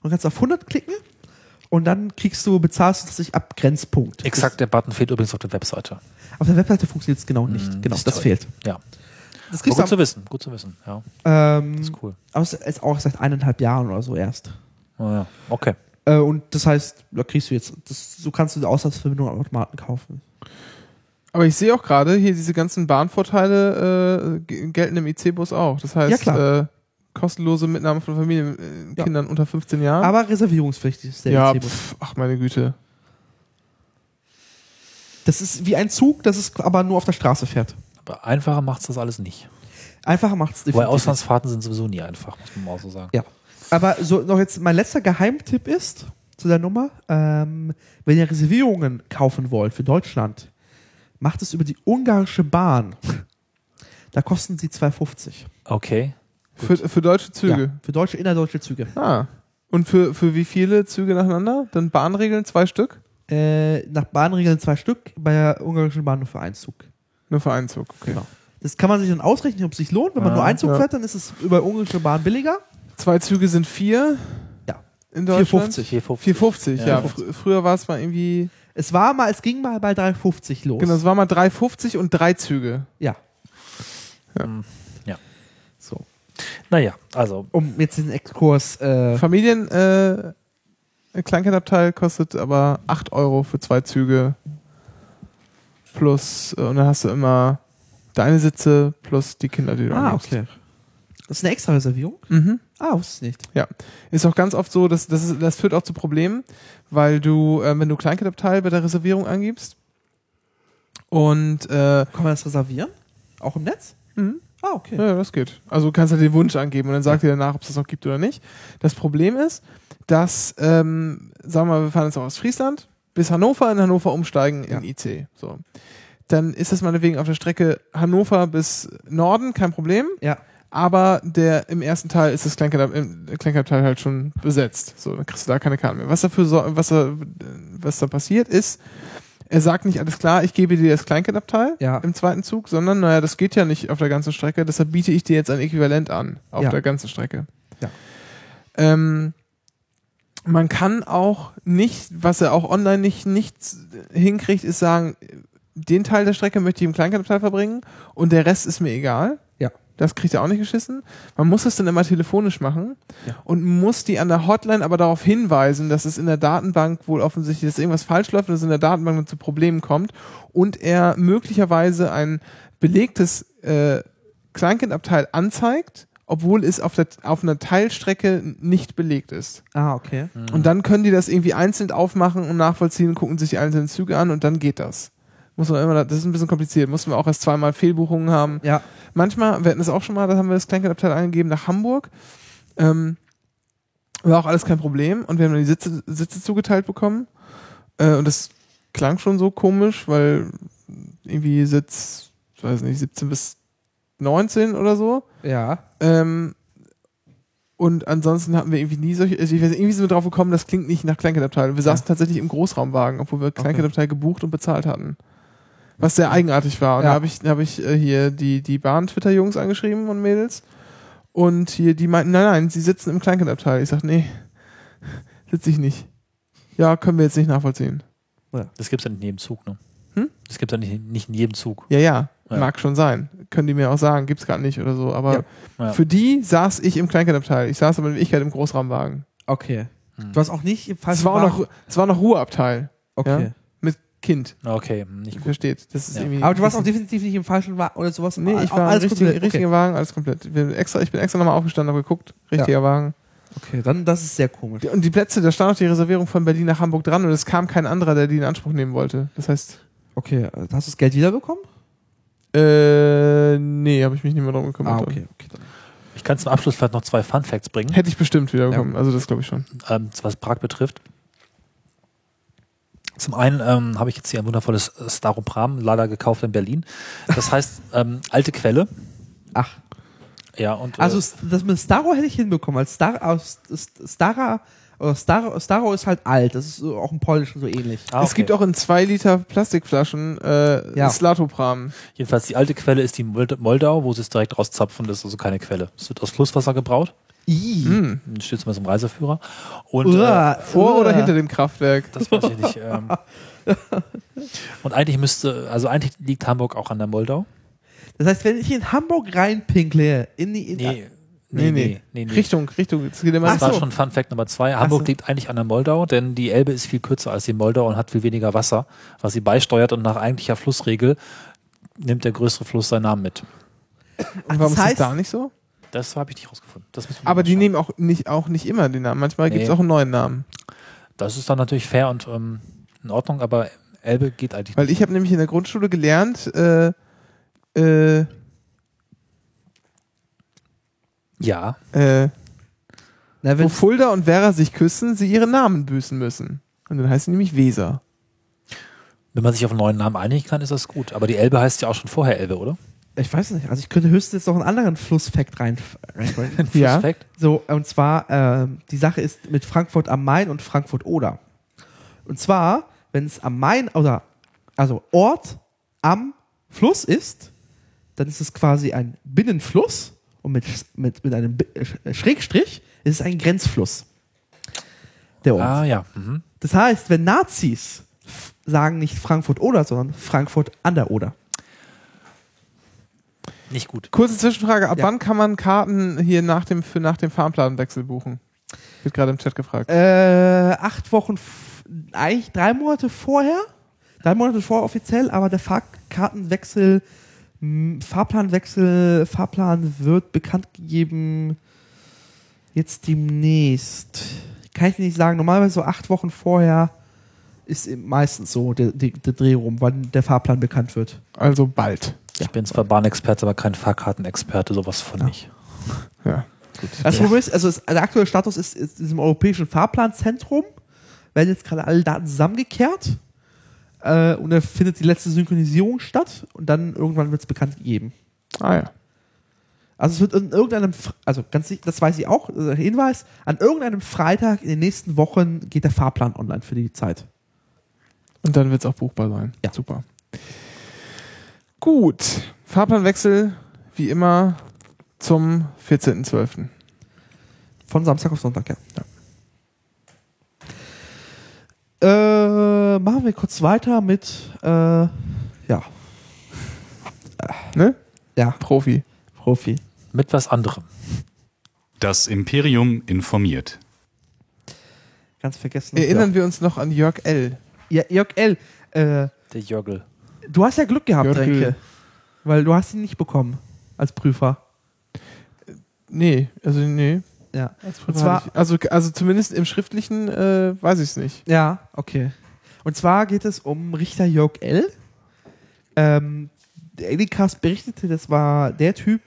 Speaker 3: und kannst auf 100 klicken und dann kriegst du, bezahlst du das sich ab Grenzpunkt.
Speaker 4: exakt der Button fehlt übrigens auf der Webseite.
Speaker 3: Das, auf der Webseite funktioniert es genau nicht, genau, das,
Speaker 4: ist toll.
Speaker 3: fehlt. Das
Speaker 4: Ja. Aber
Speaker 3: kriegst
Speaker 4: gut
Speaker 3: du
Speaker 4: zu
Speaker 3: am,
Speaker 4: wissen, gut zu wissen. Ja,
Speaker 3: ähm,
Speaker 4: ist cool.
Speaker 3: aber es ist auch seit eineinhalb Jahren oder so erst.
Speaker 4: Ah, ja. Okay.
Speaker 3: Äh, und das heißt, da kriegst du jetzt, das, so kannst du die Auslandsverbindung am Automaten kaufen.
Speaker 2: Aber ich sehe auch gerade, hier diese ganzen Bahnvorteile äh, g- gelten im IC-Bus auch. Das heißt,
Speaker 3: Ja, klar.
Speaker 2: Äh, kostenlose Mitnahme von Familien, äh,
Speaker 3: Ja.
Speaker 2: Kindern unter 15 Jahren.
Speaker 3: Aber reservierungspflichtig ist der
Speaker 2: ja,
Speaker 3: IC-Bus.
Speaker 2: pf, ach meine Güte.
Speaker 3: Das ist wie ein Zug, das ist aber nur auf der Straße fährt.
Speaker 4: Aber einfacher macht es das alles nicht.
Speaker 3: Einfacher macht es
Speaker 4: Weil Auslandsfahrten sind sowieso nie einfach, muss man mal so sagen.
Speaker 3: Ja. Aber so noch jetzt mein letzter Geheimtipp ist zu der Nummer, ähm, wenn ihr Reservierungen kaufen wollt für Deutschland, macht es über die ungarische Bahn. Da kosten sie 2,50.
Speaker 4: Okay.
Speaker 2: Für, für deutsche Züge.
Speaker 3: Ja, für deutsche, innerdeutsche Züge.
Speaker 2: Ah. Und für, für wie viele Züge nacheinander? Dann Bahnregeln zwei Stück?
Speaker 3: Äh, nach Bahnregeln zwei Stück, bei der ungarischen Bahn nur für einen Zug.
Speaker 2: Nur für einen Zug. Okay.
Speaker 3: Genau. Das kann man sich dann ausrechnen, ob es sich lohnt. Wenn man
Speaker 4: Ja,
Speaker 3: nur Einzug
Speaker 2: ja.
Speaker 3: fährt, dann ist es über ungarische Bahn billiger.
Speaker 2: Zwei Züge sind vier
Speaker 3: Ja.
Speaker 2: in Deutschland.
Speaker 3: 4,50.
Speaker 2: 4,50,
Speaker 4: 450.
Speaker 2: ja.
Speaker 4: Ja.
Speaker 2: Fr früher war es mal irgendwie.
Speaker 3: Es war mal, es ging mal bei 3,50 los.
Speaker 2: Genau, es war mal 3,50 und drei Züge.
Speaker 3: Ja.
Speaker 4: Ja.
Speaker 3: So.
Speaker 4: Hm. Naja, also
Speaker 3: Um jetzt den Exkurs. Äh,
Speaker 2: Familien, äh, Kleinkindabteil kostet aber 8 Euro für zwei Züge. Plus, äh, und dann hast du immer deine Sitze plus die Kinder, die du
Speaker 3: ah,
Speaker 2: annimmst.
Speaker 3: okay. Das ist eine extra Reservierung?
Speaker 2: Mhm.
Speaker 3: Ah, wusste ich nicht.
Speaker 2: Ist auch ganz oft so, dass, das, ist, das führt auch zu Problemen, weil du, äh, wenn du Kleinkindabteil bei der Reservierung angibst und äh,
Speaker 3: Kann man das reservieren? Auch im Netz?
Speaker 2: Mhm.
Speaker 3: Ah, okay.
Speaker 2: Ja, das geht. Also kannst du den Wunsch angeben und dann sagt ihr danach, ob es das noch gibt oder nicht. Das Problem ist, dass, ähm, sagen wir mal, wir fahren jetzt auch aus Friesland bis Hannover, in Hannover umsteigen in IC. So. Dann ist das meinetwegen auf der Strecke Hannover bis Norden kein Problem,
Speaker 3: Ja.
Speaker 2: aber der, im ersten Teil ist das Kleinkabteil halt schon besetzt. So, dann kriegst du da keine Karten mehr. Was dafür, so, was, da- was da passiert ist, er sagt nicht, alles klar, ich gebe dir das Kleinkindabteil
Speaker 3: Ja.
Speaker 2: im zweiten Zug, sondern naja, das geht ja nicht auf der ganzen Strecke, deshalb biete ich dir jetzt ein Äquivalent an auf
Speaker 3: Ja.
Speaker 2: der ganzen Strecke.
Speaker 3: Ja.
Speaker 2: Ähm, man kann auch nicht, was er auch online nicht, nicht hinkriegt, ist sagen, den Teil der Strecke möchte ich im Kleinkindabteil verbringen und der Rest ist mir egal.
Speaker 3: Ja.
Speaker 2: Das kriegt er auch nicht geschissen. Man muss es dann immer telefonisch machen
Speaker 3: Ja.
Speaker 2: und muss die an der Hotline aber darauf hinweisen, dass es in der Datenbank wohl offensichtlich, dass irgendwas falsch läuft und dass in der Datenbank dann zu Problemen kommt und er möglicherweise ein belegtes äh, Kleinkindabteil anzeigt, obwohl es auf, der, auf einer Teilstrecke nicht belegt ist.
Speaker 3: Ah, okay.
Speaker 2: Und dann können die das irgendwie einzeln aufmachen und nachvollziehen, gucken sich die einzelnen Züge an und dann geht das. Muss man immer, das ist ein bisschen kompliziert. Mussten wir auch erst zweimal Fehlbuchungen haben.
Speaker 3: Ja.
Speaker 2: Manchmal, wir hatten das auch schon mal, da haben wir das Kleinkindabteil eingegeben nach Hamburg. Ähm, war auch alles kein Problem und wir haben dann die Sitze, Sitze zugeteilt bekommen. Äh, und das klang schon so komisch, weil irgendwie Sitz, ich weiß nicht, 17 bis 19 oder so.
Speaker 3: Ja.
Speaker 2: Ähm, und ansonsten hatten wir irgendwie nie solche, also ich weiß, nicht, irgendwie sind wir drauf gekommen, das klingt nicht nach Kleinkindabteil. Wir saßen tatsächlich im Großraumwagen, obwohl wir Kleinkindabteil gebucht und bezahlt hatten. Was sehr eigenartig war. Und
Speaker 3: Ja.
Speaker 2: da habe ich, da hab ich äh, hier die, die Bahn-Twitter-Jungs angeschrieben und Mädels. Und hier, die meinten, nein, nein, sie sitzen im Kleinkindabteil. Ich sage, nee, sitze ich nicht. Ja, können wir jetzt nicht nachvollziehen.
Speaker 4: das gibt es ja nicht in jedem Zug, ne?
Speaker 2: Hm?
Speaker 4: Das gibt es ja nicht, nicht in jedem Zug.
Speaker 2: Ja, ja,
Speaker 4: Ja.
Speaker 2: mag schon sein. Können die mir auch sagen, gibt's gar nicht oder so. Aber
Speaker 3: Ja.
Speaker 4: Ja.
Speaker 2: für die saß ich im Kleinkindabteil. Ich saß aber in Wirklichkeit im Großraumwagen.
Speaker 3: Okay. Du hast auch nicht. Falls
Speaker 2: Es Mhm. war, auch noch, es war noch Ruheabteil
Speaker 3: Okay.
Speaker 2: mit Kind.
Speaker 4: Okay, hm, nicht gut.
Speaker 2: Versteht. Das ist
Speaker 4: Ja.
Speaker 2: irgendwie
Speaker 3: Aber du warst auch definitiv nicht im falschen Wagen oder sowas. Ah,
Speaker 2: Nee, ich
Speaker 3: Auch
Speaker 2: war im richtigen,
Speaker 3: komplett.
Speaker 2: richtigen Wagen, alles komplett. Ich bin extra, ich bin extra nochmal aufgestanden, habe geguckt, richtiger Wagen.
Speaker 3: okay. okay, dann das ist sehr komisch.
Speaker 2: Die- Und die Plätze, da stand auch die Reservierung von Berlin nach Hamburg dran und es kam kein anderer, der die in Anspruch nehmen wollte. Das heißt,
Speaker 3: Okay, äh, hast du das Geld wiederbekommen?
Speaker 2: äh, nee, habe ich mich nicht mehr drum gekümmert.
Speaker 3: Ah, okay. Dann.
Speaker 4: Ich kann zum Abschluss vielleicht noch zwei Fun Facts bringen.
Speaker 2: Hätte ich bestimmt wiederbekommen, also das glaube ich schon.
Speaker 4: ähm, was Prag betrifft. Zum einen ähm, habe ich jetzt hier ein wundervolles äh, Staropram leider gekauft in Berlin. Das heißt, ähm, alte Quelle.
Speaker 3: Ach,
Speaker 4: Ja, und äh,
Speaker 3: also s- das mit Starro hätte ich hinbekommen, weil Star, aus- s- Starra, äh, Starro, Starro ist halt alt, das ist so auch im Polnischen so ähnlich.
Speaker 4: ah,
Speaker 2: Es gibt auch in zwei Liter Plastikflaschen äh,
Speaker 3: Ja.
Speaker 2: Slatopram.
Speaker 4: Jedenfalls die alte Quelle ist die Mold- Moldau, wo sie es direkt rauszapfen, das ist also keine Quelle. Es wird aus Flusswasser gebraut,
Speaker 3: Ih.
Speaker 2: Hm.
Speaker 4: steht zumindest im Reiseführer. Und äh,
Speaker 3: Uah,
Speaker 2: Vor
Speaker 3: uah.
Speaker 2: oder hinter dem Kraftwerk?
Speaker 4: das weiß ich nicht. Ähm, und eigentlich müsste, also eigentlich liegt Hamburg auch an der Moldau.
Speaker 3: Das heißt, wenn ich in Hamburg reinpinkle, in die. In
Speaker 4: Nee,
Speaker 2: Nee, nee. Richtung, Richtung. Es geht immer
Speaker 4: Das
Speaker 3: Ach
Speaker 4: war
Speaker 3: so.
Speaker 4: schon Fun Fact Nummer zwei. Hamburg
Speaker 3: so.
Speaker 4: liegt eigentlich an der Moldau, denn die Elbe ist viel kürzer als die Moldau und hat viel weniger Wasser, was sie beisteuert und nach eigentlicher Flussregel nimmt der größere Fluss seinen Namen mit.
Speaker 3: Ach,
Speaker 2: Und warum
Speaker 3: Ah, das
Speaker 2: ist
Speaker 3: heißt-
Speaker 2: das da nicht so?
Speaker 4: Das habe ich nicht rausgefunden. Das müssen wir
Speaker 2: Aber
Speaker 4: mal
Speaker 2: die
Speaker 4: schauen.
Speaker 2: nehmen auch nicht, auch nicht immer den Namen. Manchmal
Speaker 4: Nee.
Speaker 2: gibt's auch einen neuen Namen.
Speaker 4: Das ist dann natürlich fair und ähm, in Ordnung, aber Elbe geht eigentlich
Speaker 2: Weil ich habe nämlich in der Grundschule gelernt, äh, äh,
Speaker 4: nicht. Ja.
Speaker 2: äh,
Speaker 3: na,
Speaker 2: wo
Speaker 3: wenn,
Speaker 2: Fulda und Werra sich küssen, sie ihre Namen büßen müssen. Und dann heißt sie nämlich Weser.
Speaker 4: Wenn man sich auf einen neuen Namen einigen kann, ist das gut. Aber die Elbe heißt ja auch schon vorher Elbe, oder?
Speaker 3: ich weiß nicht, also ich könnte höchstens jetzt noch einen anderen Flussfakt rein, reinbringen.
Speaker 2: Ja.
Speaker 4: Flussfact?
Speaker 3: So, und zwar, ähm, die Sache ist mit Frankfurt am Main und Frankfurt Oder. Und zwar, wenn es am Main oder also Ort am Fluss ist, dann ist es quasi ein Binnenfluss und mit, mit, mit einem Bi- äh, Schrägstrich ist es ein Grenzfluss. Der Ort.
Speaker 4: Ah ja. Mhm.
Speaker 3: Das heißt, wenn Nazis f- sagen nicht Frankfurt oder, sondern Frankfurt an der Oder.
Speaker 4: Nicht gut.
Speaker 2: Kurze Zwischenfrage, ab
Speaker 3: Ja.
Speaker 2: wann kann man Karten hier nach dem, für nach dem Fahrplanwechsel buchen? Wird gerade im Chat gefragt.
Speaker 3: Äh, acht Wochen, f- eigentlich drei Monate vorher. Drei Monate vorher offiziell, aber der Fahrkartenwechsel, m, Fahrplanwechsel, Fahrplan wird bekannt gegeben jetzt demnächst. Kann ich nicht sagen, normalerweise so acht Wochen vorher ist eben meistens so der, der, der Dreh rum, wann der Fahrplan bekannt wird.
Speaker 2: Also bald.
Speaker 4: Ich bin zwar Bahnexperte, aber kein Fahrkartenexperte, sowas von nicht.
Speaker 2: Ja.
Speaker 3: Das Problem ist, also es, der aktuelle Status ist, ist im europäischen Fahrplanzentrum, werden jetzt gerade alle Daten zusammengekehrt äh, und da findet die letzte Synchronisierung statt und dann irgendwann wird es bekannt gegeben.
Speaker 2: Ah ja.
Speaker 3: Also es wird in irgendeinem, Fr- also ganz sicher, das weiß ich auch, also Hinweis, an irgendeinem Freitag in den nächsten Wochen geht der Fahrplan online für die Zeit.
Speaker 2: Und dann wird es auch buchbar sein.
Speaker 3: Ja.
Speaker 2: Super. Gut. Fahrplanwechsel, wie immer, zum 14.12.
Speaker 3: Von Samstag auf Sonntag, ja. Äh, machen wir kurz weiter mit, äh, ja,
Speaker 2: Ne?
Speaker 3: ja,
Speaker 2: Profi.
Speaker 3: Profi.
Speaker 4: Mit was anderem.
Speaker 7: Das Imperium informiert.
Speaker 3: Ganz vergessen.
Speaker 2: Erinnern wir uns noch an Jörg L.
Speaker 3: Ja, Jörg L., äh,
Speaker 4: Der Jörgel.
Speaker 3: du hast ja Glück gehabt,
Speaker 2: Jörg L.
Speaker 3: Renke. Weil du hast ihn nicht bekommen als Prüfer.
Speaker 2: Nee, also nee.
Speaker 3: Ja.
Speaker 2: Und
Speaker 3: Und zwar,
Speaker 2: zwar, also, also zumindest im schriftlichen äh, weiß ich es nicht.
Speaker 3: ja, okay. Und zwar geht es um Richter Jörg L. Ähm, der Elikast berichtete, das war der Typ,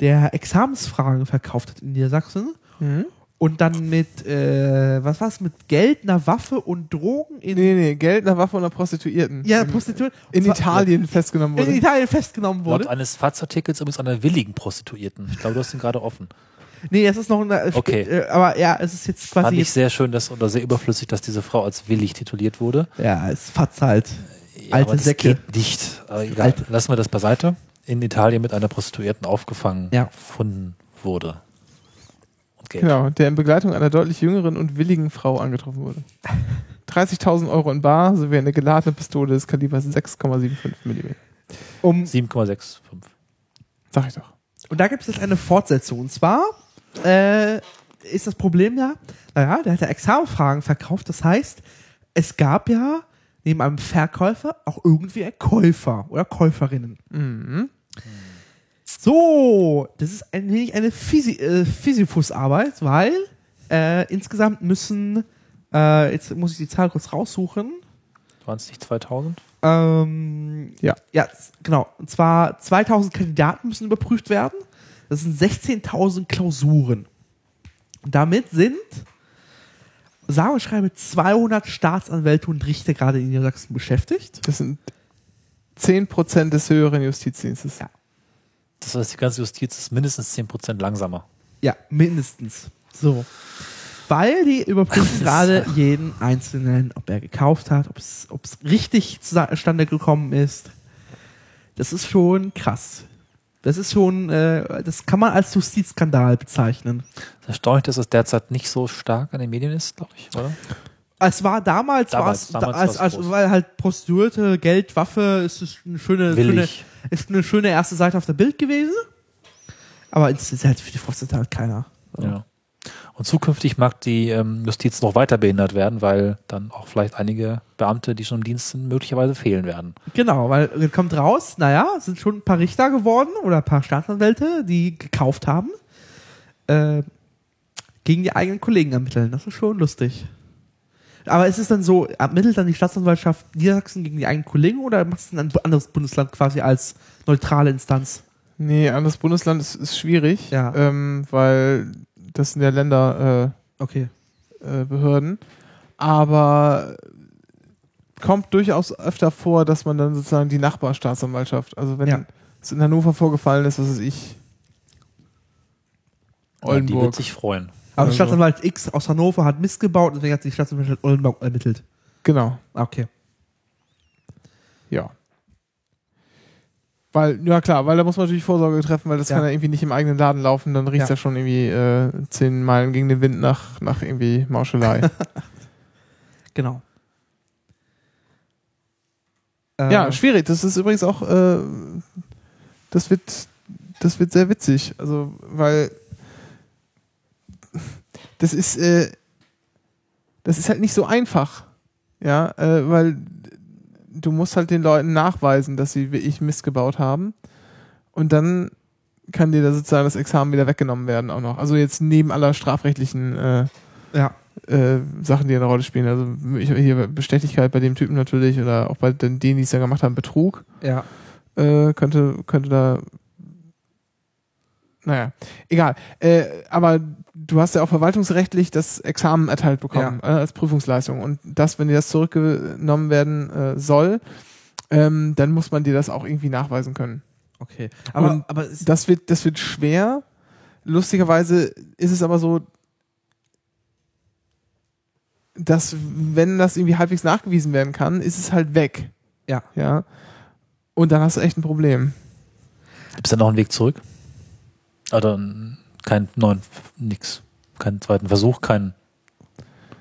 Speaker 3: der Examensfragen verkauft hat in Niedersachsen
Speaker 2: Mhm.
Speaker 3: und dann mit, äh, was war's, mit Geld, einer Waffe und Drogen in,
Speaker 2: Nee, nee, Geld nach Waffe einer Prostituierten.
Speaker 3: ja,
Speaker 2: in,
Speaker 3: Prostitution.
Speaker 2: in Italien festgenommen
Speaker 3: In
Speaker 2: wurde.
Speaker 3: Italien festgenommen wurde.
Speaker 4: Laut eines Fahrzeugtickets übrigens einer willigen Prostituierten. Ich glaube, du hast ihn gerade offen.
Speaker 3: Nee, es ist noch eine,
Speaker 4: Okay.
Speaker 3: äh, aber ja, es ist jetzt quasi
Speaker 4: Fand ich
Speaker 3: jetzt
Speaker 4: sehr schön, dass oder sehr überflüssig, dass diese Frau als willig tituliert wurde.
Speaker 3: Ja, es fatzt halt.
Speaker 4: Ja,
Speaker 3: Alte
Speaker 4: aber das
Speaker 3: Säcke.
Speaker 4: geht nicht. Aber egal.
Speaker 3: Alte-
Speaker 4: Lassen wir das beiseite. In Italien mit einer Prostituierten aufgefangen
Speaker 3: Ja.
Speaker 4: gefunden wurde. Und Geld.
Speaker 2: Genau, der in Begleitung einer deutlich jüngeren und willigen Frau angetroffen wurde. 30.000 Euro in Bar sowie eine geladene Pistole des Kalibers 6,75 mm.
Speaker 3: Um,
Speaker 4: 7,65.
Speaker 2: Sag ich doch.
Speaker 3: und da gibt es jetzt eine Fortsetzung. Und zwar äh, ist das Problem ja, naja, der hat ja Examenfragen verkauft. Das heißt, es gab ja neben einem Verkäufer auch irgendwie einen Käufer oder Käuferinnen. So, das ist ein wenig eine Physi äh, Sisyphus-Arbeit, weil äh, insgesamt müssen, äh, jetzt muss ich die Zahl kurz raussuchen,
Speaker 4: Waren es nicht 2000?
Speaker 3: Ähm,
Speaker 2: Ja.
Speaker 3: Ja, z- genau. Und zwar 2000 Kandidaten müssen überprüft werden. Das sind 16.000 Klausuren. Und damit sind, sage und schreibe, 200 Staatsanwälte und Richter gerade in Niedersachsen beschäftigt.
Speaker 2: Das sind 10% des höheren Justizdienstes.
Speaker 3: Ja.
Speaker 4: Das heißt, die ganze Justiz ist mindestens 10% langsamer.
Speaker 3: Ja, mindestens. So. Weil die überprüfen gerade jeden Einzelnen, ob er gekauft hat, ob es richtig zustande gekommen ist. Das ist schon krass. Das ist schon, äh, das kann man als Justizskandal bezeichnen.
Speaker 4: Das ist erstaunlich, dass es derzeit nicht so stark an den Medien ist, glaube ich, oder?
Speaker 3: Es war damals,
Speaker 4: Damals-
Speaker 3: war's,
Speaker 4: damals
Speaker 3: da, als,
Speaker 4: war's
Speaker 3: als,
Speaker 4: groß.
Speaker 3: weil halt Prostituierte, Geld, Waffe, es ist eine schöne, schöne,
Speaker 4: Willig.
Speaker 3: ist eine schöne erste Seite auf der Bild gewesen. Aber es ist halt für die Prostituierte halt keiner.
Speaker 4: Ja. Und zukünftig mag die ähm, Justiz noch weiter behindert werden, weil dann auch vielleicht einige Beamte, die schon im Dienst sind, möglicherweise fehlen werden.
Speaker 3: Genau, weil äh, kommt raus, naja, es sind schon ein paar Richter geworden oder ein paar Staatsanwälte, die gekauft haben, äh, gegen die eigenen Kollegen ermitteln. Das ist schon lustig. Aber ist es dann so, ermittelt dann die Staatsanwaltschaft Niedersachsen gegen die eigenen Kollegen oder macht es ein anderes Bundesland quasi als neutrale Instanz?
Speaker 2: Nee, anderes Bundesland ist, ist schwierig,
Speaker 3: Ja.
Speaker 2: ähm, weil das sind ja Länderbehörden.
Speaker 3: Okay.
Speaker 2: Äh, Behörden. Aber kommt durchaus öfter vor, dass man dann sozusagen die Nachbarstaatsanwaltschaft, also wenn
Speaker 3: Ja.
Speaker 2: es in Hannover vorgefallen ist, was weiß ich,
Speaker 4: Ja, die
Speaker 2: Oldenburg.
Speaker 4: wird sich freuen.
Speaker 3: Aber
Speaker 2: Also-
Speaker 3: Staatsanwalt X aus Hannover hat missgebaut, deswegen hat die Staatsanwaltschaft Oldenburg ermittelt.
Speaker 2: genau,
Speaker 3: Ah, Okay.
Speaker 2: ja. Weil, ja klar, weil da muss man natürlich Vorsorge treffen, weil das
Speaker 3: Ja.
Speaker 2: kann ja irgendwie nicht im eigenen Laden laufen, dann riecht
Speaker 3: Ja.
Speaker 2: ja. schon irgendwie äh, zehn Meilen gegen den Wind nach, nach irgendwie Mauschelei.
Speaker 3: Genau. Ähm,
Speaker 2: ja, schwierig. Das ist übrigens auch, äh, das wird, das wird sehr witzig. Also, weil das ist, äh, das ist halt nicht so einfach. Ja, äh, weil du musst halt den Leuten nachweisen, dass sie wirklich Mist gebaut haben. Und dann kann dir da sozusagen das Examen wieder weggenommen werden auch noch. Also jetzt neben aller strafrechtlichen äh,
Speaker 3: Ja.
Speaker 2: äh, Sachen, die eine Rolle spielen. Also ich, hier Bestechlichkeit bei dem Typen natürlich oder auch bei den, denen, die es dann gemacht haben, Betrug
Speaker 3: Ja.
Speaker 2: äh, könnte, könnte da. Naja, egal. Äh, aber du hast ja auch verwaltungsrechtlich das Examen erteilt bekommen äh, als Prüfungsleistung. Und das, wenn dir das zurückgenommen werden äh, soll, ähm, dann muss man dir das auch irgendwie nachweisen können.
Speaker 3: Okay. Aber,
Speaker 2: Und
Speaker 3: aber es,
Speaker 2: Das wird, das wird schwer. Lustigerweise ist es aber so, dass wenn das irgendwie halbwegs nachgewiesen werden kann, ist es halt weg.
Speaker 3: Ja.
Speaker 2: Ja. Und dann hast du echt ein Problem.
Speaker 4: Gibt es da noch einen Weg zurück? Oder mm, keinen neuen, nix. Keinen zweiten Versuch, keinen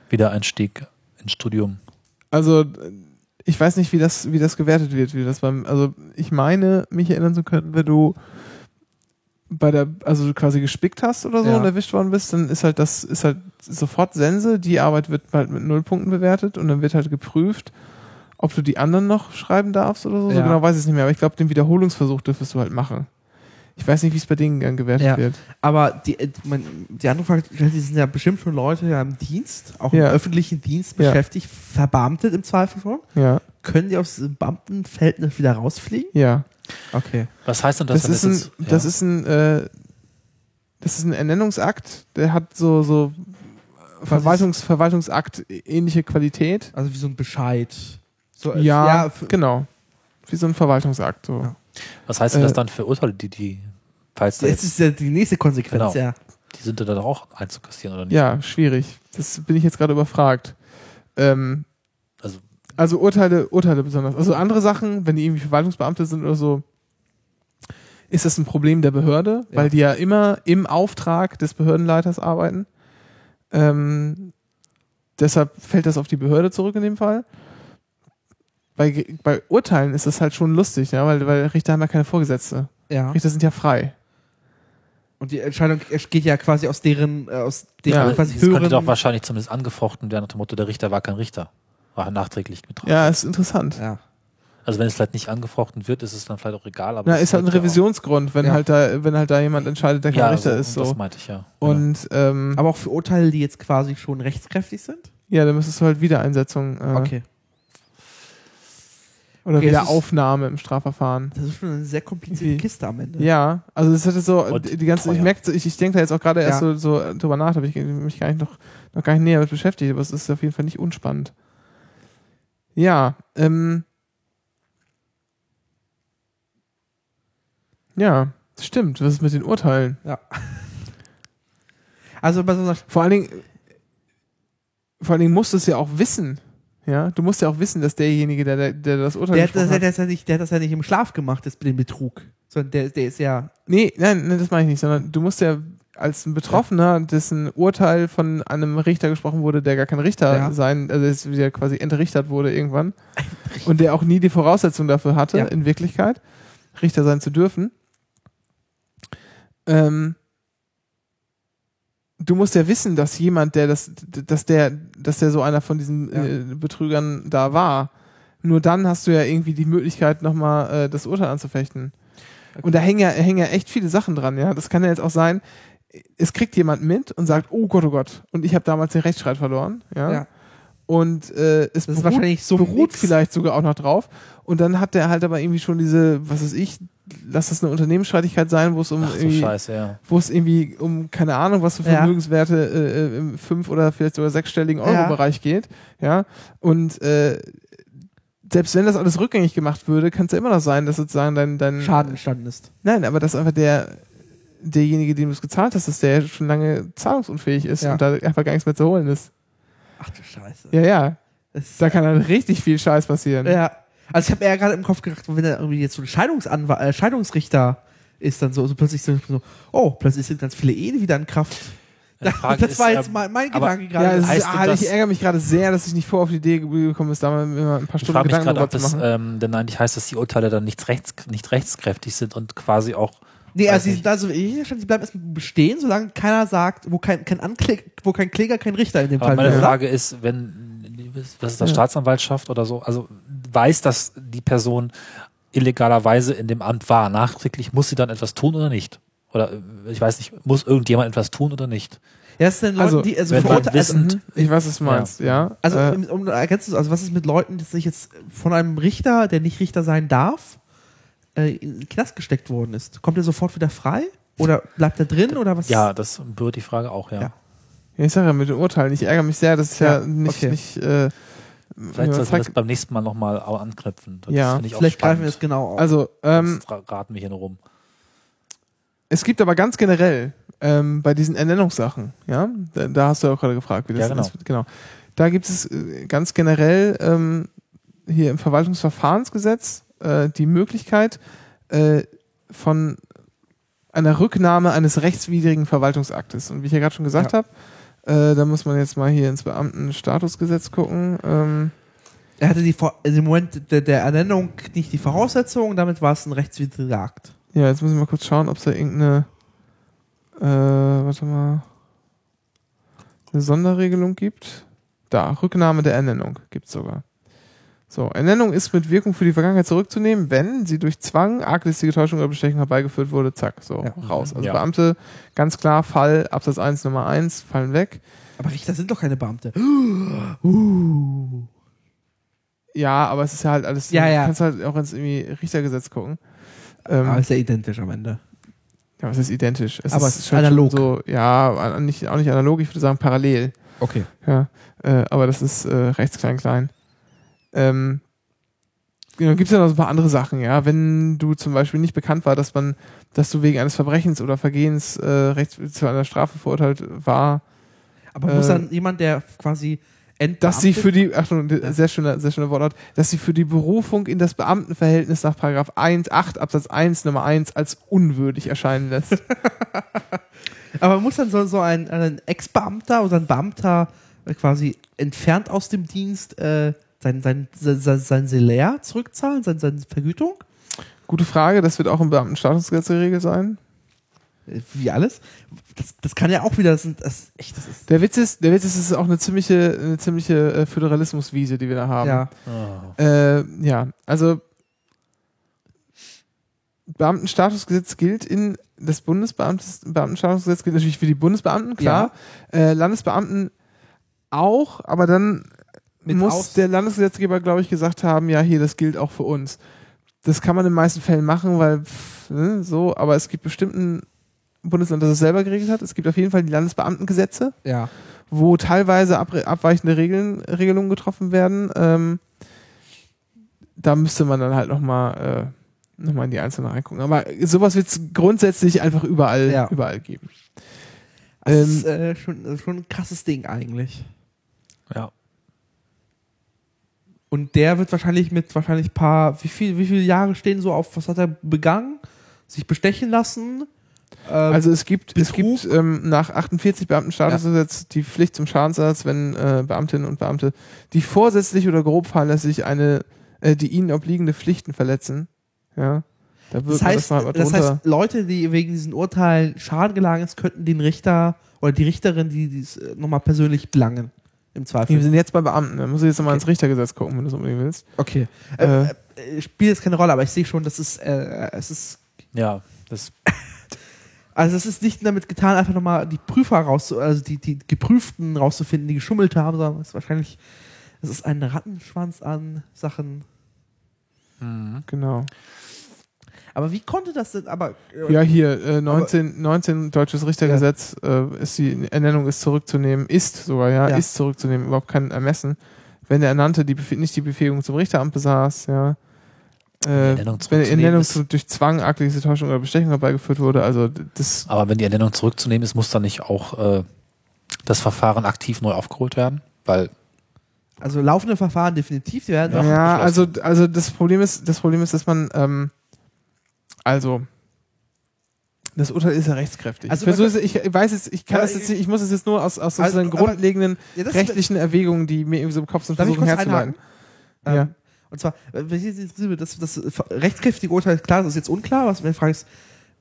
Speaker 4: Wiedereinstieg ins Studium.
Speaker 2: Also ich weiß nicht, wie das, wie das gewertet wird, wie das beim, also ich meine, mich erinnern zu können, wenn du bei der, also du quasi gespickt hast oder so
Speaker 3: Ja.
Speaker 2: und erwischt worden bist, dann ist halt das, ist halt sofort Sense, die Arbeit wird halt mit null Punkten bewertet und dann wird halt geprüft, ob du die anderen noch schreiben darfst oder so. So
Speaker 3: Ja.
Speaker 2: genau weiß ich es nicht mehr, aber ich glaube, den Wiederholungsversuch dürftest du halt machen. Ich weiß nicht, wie es bei denen dann gewertet
Speaker 3: Ja.
Speaker 2: wird.
Speaker 3: aber die, äh, man, die andere Frage, die sind ja bestimmt schon Leute ja im Dienst, auch
Speaker 2: Ja.
Speaker 3: im öffentlichen Dienst
Speaker 2: Ja.
Speaker 3: beschäftigt, verbeamtet im Zweifel schon.
Speaker 2: Ja,
Speaker 3: Können die aus dem Beamtenverhältnis wieder rausfliegen?
Speaker 2: ja.
Speaker 3: Okay.
Speaker 4: Was heißt denn das?
Speaker 2: Das,
Speaker 4: wenn
Speaker 2: ist ein,
Speaker 4: jetzt- ja.
Speaker 2: das ist ein, äh, das ist ein Ernennungsakt, der hat so, so Verwaltungs, Verwaltungsakt ähnliche Qualität.
Speaker 3: Also wie so ein Bescheid. So, äh,
Speaker 2: Ja,
Speaker 3: f-
Speaker 2: genau. Wie so ein Verwaltungsakt. So.
Speaker 3: Ja.
Speaker 4: Was heißt denn
Speaker 2: Äh,
Speaker 4: das dann für Urteile, die, die, falls da
Speaker 3: das
Speaker 4: jetzt,
Speaker 3: ist ja die nächste Konsequenz,
Speaker 4: Genau.
Speaker 3: ja.
Speaker 4: die sind da dann auch einzukassieren oder nicht?
Speaker 2: Ja, schwierig. Das bin ich jetzt gerade überfragt. Ähm,
Speaker 4: Also-
Speaker 2: also Urteile, Urteile besonders. Also andere Sachen, wenn die irgendwie Verwaltungsbeamte sind oder so, ist das ein Problem der Behörde,
Speaker 3: Ja.
Speaker 2: weil die ja immer im Auftrag des Behördenleiters arbeiten. Ähm, deshalb fällt das auf die Behörde zurück in dem Fall. Bei, Ge- bei Urteilen ist das halt schon lustig, ja, weil, weil Richter haben ja keine Vorgesetzte.
Speaker 3: Ja.
Speaker 2: Richter sind ja frei.
Speaker 3: Und die Entscheidung geht ja quasi aus deren, äh, aus
Speaker 2: Ja,
Speaker 3: deren
Speaker 4: Aber
Speaker 3: quasi
Speaker 4: das könnte doch
Speaker 3: höheren.
Speaker 4: wahrscheinlich zumindest angefochten werden, nach dem Motto, der Richter war kein Richter. War nachträglich betroffen.
Speaker 2: Ja, ist interessant.
Speaker 3: Ja.
Speaker 4: Also wenn es vielleicht nicht angefochten wird, ist es dann vielleicht auch egal. Aber
Speaker 2: Na,
Speaker 4: es
Speaker 2: ist halt ein
Speaker 4: wird ja auch-
Speaker 2: Revisionsgrund, wenn
Speaker 3: Ja.
Speaker 2: halt da, wenn halt da jemand entscheidet, der kein
Speaker 4: Ja,
Speaker 2: Richter
Speaker 4: so,
Speaker 2: ist.
Speaker 4: das
Speaker 2: So.
Speaker 4: meinte ich, ja. Genau.
Speaker 2: Und ähm,
Speaker 3: Aber auch für Urteile, die jetzt quasi schon rechtskräftig sind?
Speaker 2: ja, dann müsstest du halt Wiedereinsetzung äh, oder
Speaker 3: Okay, es ist-
Speaker 2: Wiederaufnahme im Strafverfahren.
Speaker 3: Das ist schon eine sehr komplizierte
Speaker 2: Irgendwie.
Speaker 3: Kiste am Ende.
Speaker 2: Ja, also es hätte so
Speaker 4: Und
Speaker 2: die die ganze, ich
Speaker 4: teuer.
Speaker 2: merke, ich, ich denke da jetzt auch gerade erst
Speaker 3: Ja.
Speaker 2: so, so äh, drüber nach, da habe ich mich gar nicht noch, noch gar nicht näher mit beschäftigt, aber es ist auf jeden Fall nicht unspannend. Ja, ähm, ja, stimmt, was ist mit den Urteilen?
Speaker 3: Also bei so einer
Speaker 2: Vor allen Dingen, vor allen Dingen musst du es ja auch wissen. Ja, du musst ja auch wissen, dass derjenige, der, der, der das Urteil
Speaker 3: der, hat
Speaker 2: gesprochen
Speaker 3: das,
Speaker 2: hat.
Speaker 3: der, hat das ja nicht, der hat das ja nicht im Schlaf gemacht, das mit dem Betrug. Sondern der, der ist ja.
Speaker 2: Nee, nein, nein, das meine ich nicht, sondern du musst ja als ein Betroffener, dessen Urteil von einem Richter gesprochen wurde, der gar kein Richter
Speaker 3: Ja.
Speaker 2: sein, also jetzt wieder quasi entrichtert wurde irgendwann und der auch nie die Voraussetzung dafür hatte,
Speaker 3: Ja.
Speaker 2: in Wirklichkeit, Richter sein zu dürfen. Ähm, du musst ja wissen, dass jemand, der das, dass der, dass der so einer von diesen
Speaker 3: Ja.
Speaker 2: äh, Betrügern da war. Nur dann hast du ja irgendwie die Möglichkeit, nochmal äh, das Urteil anzufechten. Und da hängen ja, hängen ja echt viele Sachen dran, ja. Das kann ja jetzt auch sein, es kriegt jemand mit und sagt, oh Gott, oh Gott, und ich habe damals den Rechtsstreit verloren, ja.
Speaker 3: Ja.
Speaker 2: Und äh, es
Speaker 3: Das ist
Speaker 2: beruht-
Speaker 3: wahrscheinlich so
Speaker 2: beruht
Speaker 3: nix.
Speaker 2: vielleicht sogar auch noch drauf. Und dann hat der halt aber irgendwie schon diese, was weiß ich, lass das eine Unternehmensstreitigkeit sein, wo es um
Speaker 4: Genau. Ach so
Speaker 2: irgendwie
Speaker 4: Scheiße, ja.
Speaker 2: wo es irgendwie um, keine Ahnung, was für
Speaker 3: Ja.
Speaker 2: Vermögenswerte äh, äh, im fünf- oder vielleicht sogar sechsstelligen Euro-Bereich geht. Ja. Und äh, selbst wenn das alles rückgängig gemacht würde, kann es ja immer noch sein, dass sozusagen dein, dein
Speaker 3: Schaden entstanden ist.
Speaker 2: Nein, aber dass einfach der derjenige, dem du es gezahlt hast, dass der schon lange zahlungsunfähig ist
Speaker 3: Ja.
Speaker 2: und da einfach gar nichts mehr zu holen ist.
Speaker 3: Ach du Scheiße.
Speaker 2: Ja, ja.
Speaker 3: Das ist,
Speaker 2: Da kann dann richtig viel Scheiß passieren.
Speaker 3: ja. Also ich habe eher gerade im Kopf gedacht, wenn er irgendwie jetzt so ein Scheidungsanwalt, äh, Scheidungsrichter ist, dann so, so plötzlich so, so, oh, plötzlich sind ganz viele Ehen wieder in Kraft.
Speaker 4: Die
Speaker 3: Da,
Speaker 4: Frage
Speaker 3: das war
Speaker 4: ist,
Speaker 3: jetzt
Speaker 4: ähm,
Speaker 3: mein, mein
Speaker 4: aber-
Speaker 3: Gedanke
Speaker 2: Ja,
Speaker 3: gerade.
Speaker 2: es ist,
Speaker 4: heißt
Speaker 2: ah,
Speaker 4: denn
Speaker 2: ich
Speaker 4: das-
Speaker 2: ärgere mich gerade sehr, dass ich nicht vor auf die Idee gekommen ist, da mal immer ein paar
Speaker 4: Ich
Speaker 2: Stunden
Speaker 4: frage mich
Speaker 2: Gedanken
Speaker 4: gerade,
Speaker 2: drüber
Speaker 4: ob
Speaker 2: zu
Speaker 4: es
Speaker 2: machen.
Speaker 4: ähm, denn eigentlich heißt, dass die Urteile dann nicht, rechts, nicht rechtskräftig sind und quasi auch
Speaker 3: nee,
Speaker 4: weiß
Speaker 3: also, die,
Speaker 4: nicht.
Speaker 3: also ich die bleiben erstmal bestehen, solange keiner sagt, wo kein, kein Ankläger, wo kein Kläger, kein Richter in dem
Speaker 4: Aber
Speaker 3: Fall
Speaker 4: meine
Speaker 3: wäre.
Speaker 4: Frage ist, wenn was ist das Staatsanwaltschaft oder so, also weiß, dass die Person illegalerweise in dem Amt war, nachträglich muss sie dann etwas tun oder nicht? Oder äh, ich weiß nicht, muss irgendjemand etwas tun oder nicht?
Speaker 3: ja, es sind Leute,
Speaker 2: Also,
Speaker 3: die, also,
Speaker 4: wenn man
Speaker 3: verurte- also,
Speaker 4: wissend,
Speaker 2: Ich weiß, was du meinst, ja.
Speaker 3: also
Speaker 2: äh,
Speaker 3: im- um, ergänzt es, also was ist mit Leuten, die sich jetzt von einem Richter, der nicht Richter sein darf, äh, in den Knast gesteckt worden ist? Kommt er sofort wieder frei? Oder bleibt er drin? Oder was?
Speaker 4: ja, das berührt die Frage auch, ja.
Speaker 3: Ja.
Speaker 2: ja, ich sage ja mit den Urteilen, ich ärgere mich sehr, dass ich ja,
Speaker 3: Ja,
Speaker 2: nicht,
Speaker 3: okay.
Speaker 2: nicht äh,
Speaker 4: Vielleicht
Speaker 2: ja,
Speaker 4: sollten wir
Speaker 2: zack.
Speaker 4: das beim nächsten Mal nochmal au- anknüpfen. Das
Speaker 2: Ja,
Speaker 4: finde ich auch
Speaker 3: Vielleicht greifen wir
Speaker 4: spannend.
Speaker 3: das genau auf.
Speaker 2: also, ähm,
Speaker 4: Jetzt ra- raten wir hier nur rum.
Speaker 2: es gibt aber ganz generell ähm, bei diesen Ernennungssachen, ja, da, da hast du ja auch gerade gefragt, wie das
Speaker 4: Ja, genau.
Speaker 2: ist. Genau. Da gibt es äh, ganz generell ähm, hier im Verwaltungsverfahrensgesetz äh, die Möglichkeit äh, von einer Rücknahme eines rechtswidrigen Verwaltungsaktes. Und wie ich ja gerade schon gesagt habe, äh, da muss man jetzt mal hier ins Beamtenstatusgesetz gucken. Ähm,
Speaker 3: Er hatte die Vor also im Moment der, der Ernennung nicht die Voraussetzungen, damit war es ein rechtswidriger Akt.
Speaker 2: Ja, jetzt müssen wir mal kurz schauen, ob es da irgendeine. Äh, warte mal. Eine Sonderregelung gibt. Da, Rücknahme der Ernennung gibt es sogar. So, Ernennung ist mit Wirkung für die Vergangenheit zurückzunehmen, wenn sie durch Zwang, arglistige Täuschung oder Bestechung herbeigeführt wurde. Zack, so,
Speaker 3: Ja.
Speaker 2: raus. Also
Speaker 4: Ja.
Speaker 2: Beamte, ganz klar, Fall, Absatz 1, Nummer 1, fallen weg.
Speaker 3: Aber Richter sind doch keine Beamte. Uh.
Speaker 2: Ja, aber es ist ja halt alles.
Speaker 3: Ja, ja.
Speaker 2: Du kannst halt auch ins irgendwie Richtergesetz gucken. Ähm,
Speaker 3: Aber ist ja identisch am Ende.
Speaker 2: ja, es ist identisch. Es
Speaker 3: Aber
Speaker 2: ist,
Speaker 3: es ist
Speaker 2: schon
Speaker 3: analog.
Speaker 2: So, ja, an- nicht, auch nicht analog, ich würde sagen parallel.
Speaker 3: Okay.
Speaker 2: Ja, äh, aber das ist äh, rechts klein klein. Ähm, genau, gibt es ja noch so ein paar andere Sachen, ja. Wenn du zum Beispiel nicht bekannt war, dass man, dass du wegen eines Verbrechens oder Vergehens äh, rechts zu einer Strafe verurteilt war,
Speaker 3: Aber muss
Speaker 2: Äh,
Speaker 3: dann jemand, der quasi entbeamtet
Speaker 2: dass sie für die, Achtung, sehr schöner, sehr schöner Wortlaut, dass sie für die Berufung in das Beamtenverhältnis nach Paragraph 1, 8 Absatz 1 Nummer 1 als unwürdig erscheinen lässt.
Speaker 3: Aber muss dann so, so ein, ein Ex-Beamter oder ein Beamter äh, quasi entfernt aus dem Dienst äh, sein, sein, sein, sein, sein Salär zurückzahlen, sein, seine Vergütung?
Speaker 2: Gute Frage, das wird auch im Beamtenstatusgesetz geregelt sein.
Speaker 3: Äh, Wie alles? Das, das kann ja auch wieder, das, sind, das, echt, das ist.
Speaker 2: Der Witz ist, der Witz ist, es ist auch eine ziemliche, eine ziemliche äh, Föderalismuswiese, die wir da haben.
Speaker 3: Ja.
Speaker 4: Ah.
Speaker 2: Äh, ja, also Beamtenstatusgesetz gilt in das Bundesbeamtes- Beamtenstatusgesetz gilt natürlich für die Bundesbeamten, klar. Äh, Landesbeamten auch, aber dann
Speaker 3: Mit
Speaker 2: muss
Speaker 3: aus-
Speaker 2: der Landesgesetzgeber, glaube ich, gesagt haben, ja, hier, das gilt auch für uns. Das kann man in den meisten Fällen machen, weil pff, ne, so, aber es gibt bestimmten Bundesland, das es selber geregelt hat. Es gibt auf jeden Fall die Landesbeamtengesetze
Speaker 3: Ja.
Speaker 2: wo teilweise abre- abweichende Regeln, Regelungen getroffen werden. Ähm, da müsste man dann halt nochmal äh, noch mal in die Einzelnen reingucken. Aber sowas wird es grundsätzlich einfach überall,
Speaker 3: Ja.
Speaker 2: überall geben.
Speaker 3: Das
Speaker 2: Ähm,
Speaker 3: ist äh, schon, schon ein krasses Ding eigentlich.
Speaker 4: Ja.
Speaker 3: Und der wird wahrscheinlich mit wahrscheinlich paar, wie viel, wie viele Jahre stehen so auf, was hat er begangen? Sich bestechen lassen? Ähm,
Speaker 2: Also es gibt, es
Speaker 3: Betrug?
Speaker 2: gibt ähm, nach 48 Beamtenstatusgesetz die Pflicht zum Schadensersatz, wenn äh, Beamtinnen und Beamte, die vorsätzlich oder grob fahrlässig eine, äh, die ihnen obliegende Pflichten verletzen. Ja. Da wird
Speaker 3: das heißt,
Speaker 2: man
Speaker 3: das,
Speaker 2: das, mal drunter.
Speaker 3: heißt, Leute, die wegen diesen Urteilen Schaden gelangen ist, könnten den Richter oder die Richterin, die dies nochmal persönlich belangen. Im
Speaker 2: wir
Speaker 3: Zweifel.
Speaker 2: sind jetzt bei Beamten, da muss ich jetzt nochmal
Speaker 3: Okay.
Speaker 2: ins Richtergesetz gucken, wenn du es unbedingt willst.
Speaker 3: Okay.
Speaker 2: Äh,
Speaker 3: Äh, äh, spielt jetzt keine Rolle, aber ich sehe schon, das ist, äh, es ist,
Speaker 4: Ja, das
Speaker 3: also es ist nicht damit getan, einfach nochmal die Prüfer raus, also die, die Geprüften rauszufinden, die geschummelt haben, sondern es ist wahrscheinlich, es ist ein Rattenschwanz an Sachen. äh.
Speaker 2: Genau.
Speaker 3: Aber wie konnte das denn, aber, äh,
Speaker 2: Ja, hier, äh, 19, 19 deutsches Richtergesetz, äh, ist die Ernennung ist zurückzunehmen, ist sogar, ja,
Speaker 3: Ja.
Speaker 2: ist zurückzunehmen, überhaupt kein Ermessen. Wenn der Ernannte die Befe- nicht die Befähigung zum Richteramt besaß, ja. Äh,
Speaker 4: Ernennung
Speaker 2: wenn die
Speaker 4: zurückzunehmen
Speaker 2: Ernennung
Speaker 4: ist-
Speaker 2: zu, durch Zwang, arglische Täuschung oder Bestechung herbeigeführt wurde, also d- das,
Speaker 4: Aber wenn die Ernennung zurückzunehmen ist, muss dann nicht auch äh, das Verfahren aktiv neu aufgeholt werden? Weil
Speaker 3: Also laufende Verfahren definitiv, die werden auch
Speaker 2: Ja, also, also das Problem ist, das Problem ist, dass man, ähm, also das Urteil ist ja rechtskräftig.
Speaker 3: Also
Speaker 2: ich, versuche es- ich weiß jetzt, ich kann
Speaker 3: Aber
Speaker 2: das jetzt, nicht- ich muss es jetzt nur aus, aus
Speaker 3: Also,
Speaker 2: sozusagen
Speaker 3: aber-
Speaker 2: grundlegenden
Speaker 3: ja, das-
Speaker 2: rechtlichen Erwägungen, die mir irgendwie so im Kopf sind,
Speaker 3: Darf ich
Speaker 2: versuchen
Speaker 3: kurz
Speaker 2: herzuleiten.
Speaker 3: Ähm,
Speaker 2: Ja.
Speaker 3: Und zwar, äh, wenn ich jetzt interessiere, das, das äh, rechtskräftige Urteil ist klar, das ist jetzt unklar, was wenn die Frage ist,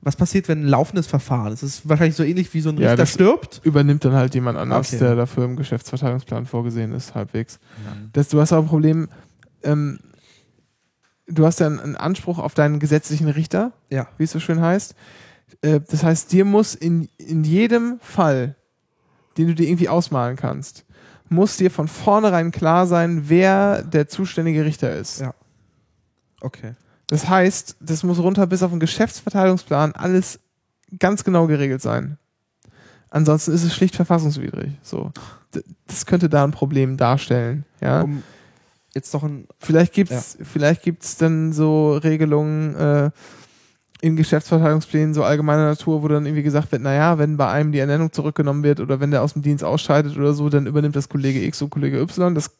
Speaker 3: was passiert, wenn ein laufendes Verfahren? ist? Es ist wahrscheinlich so ähnlich wie so ein
Speaker 2: Ja,
Speaker 3: Richter
Speaker 2: das-
Speaker 3: stirbt.
Speaker 2: Übernimmt dann halt jemand anders,
Speaker 3: Okay.
Speaker 2: der dafür im Geschäftsverteilungsplan vorgesehen ist, halbwegs. Das, du hast auch ein Problem, ähm, du hast ja einen, einen Anspruch auf deinen gesetzlichen Richter,
Speaker 3: Ja.
Speaker 2: wie es so schön heißt. Äh, Das heißt, dir muss in, in jedem Fall, den du dir irgendwie ausmalen kannst, muss dir von vornherein klar sein, wer der zuständige Richter ist.
Speaker 3: Ja. Okay.
Speaker 2: Das heißt, das muss runter bis auf den Geschäftsverteilungsplan alles ganz genau geregelt sein. Ansonsten ist es schlicht verfassungswidrig. So. D- Das könnte da ein Problem darstellen. Ja?
Speaker 3: Um jetzt noch ein.
Speaker 2: Vielleicht gibt's vielleicht gibt's dann so Regelungen äh, in Geschäftsverteilungsplänen so allgemeiner Natur, wo dann irgendwie gesagt wird, naja, wenn bei einem die Ernennung zurückgenommen wird oder wenn der aus dem Dienst ausscheidet oder so, dann übernimmt das Kollege X und Kollege Y. Das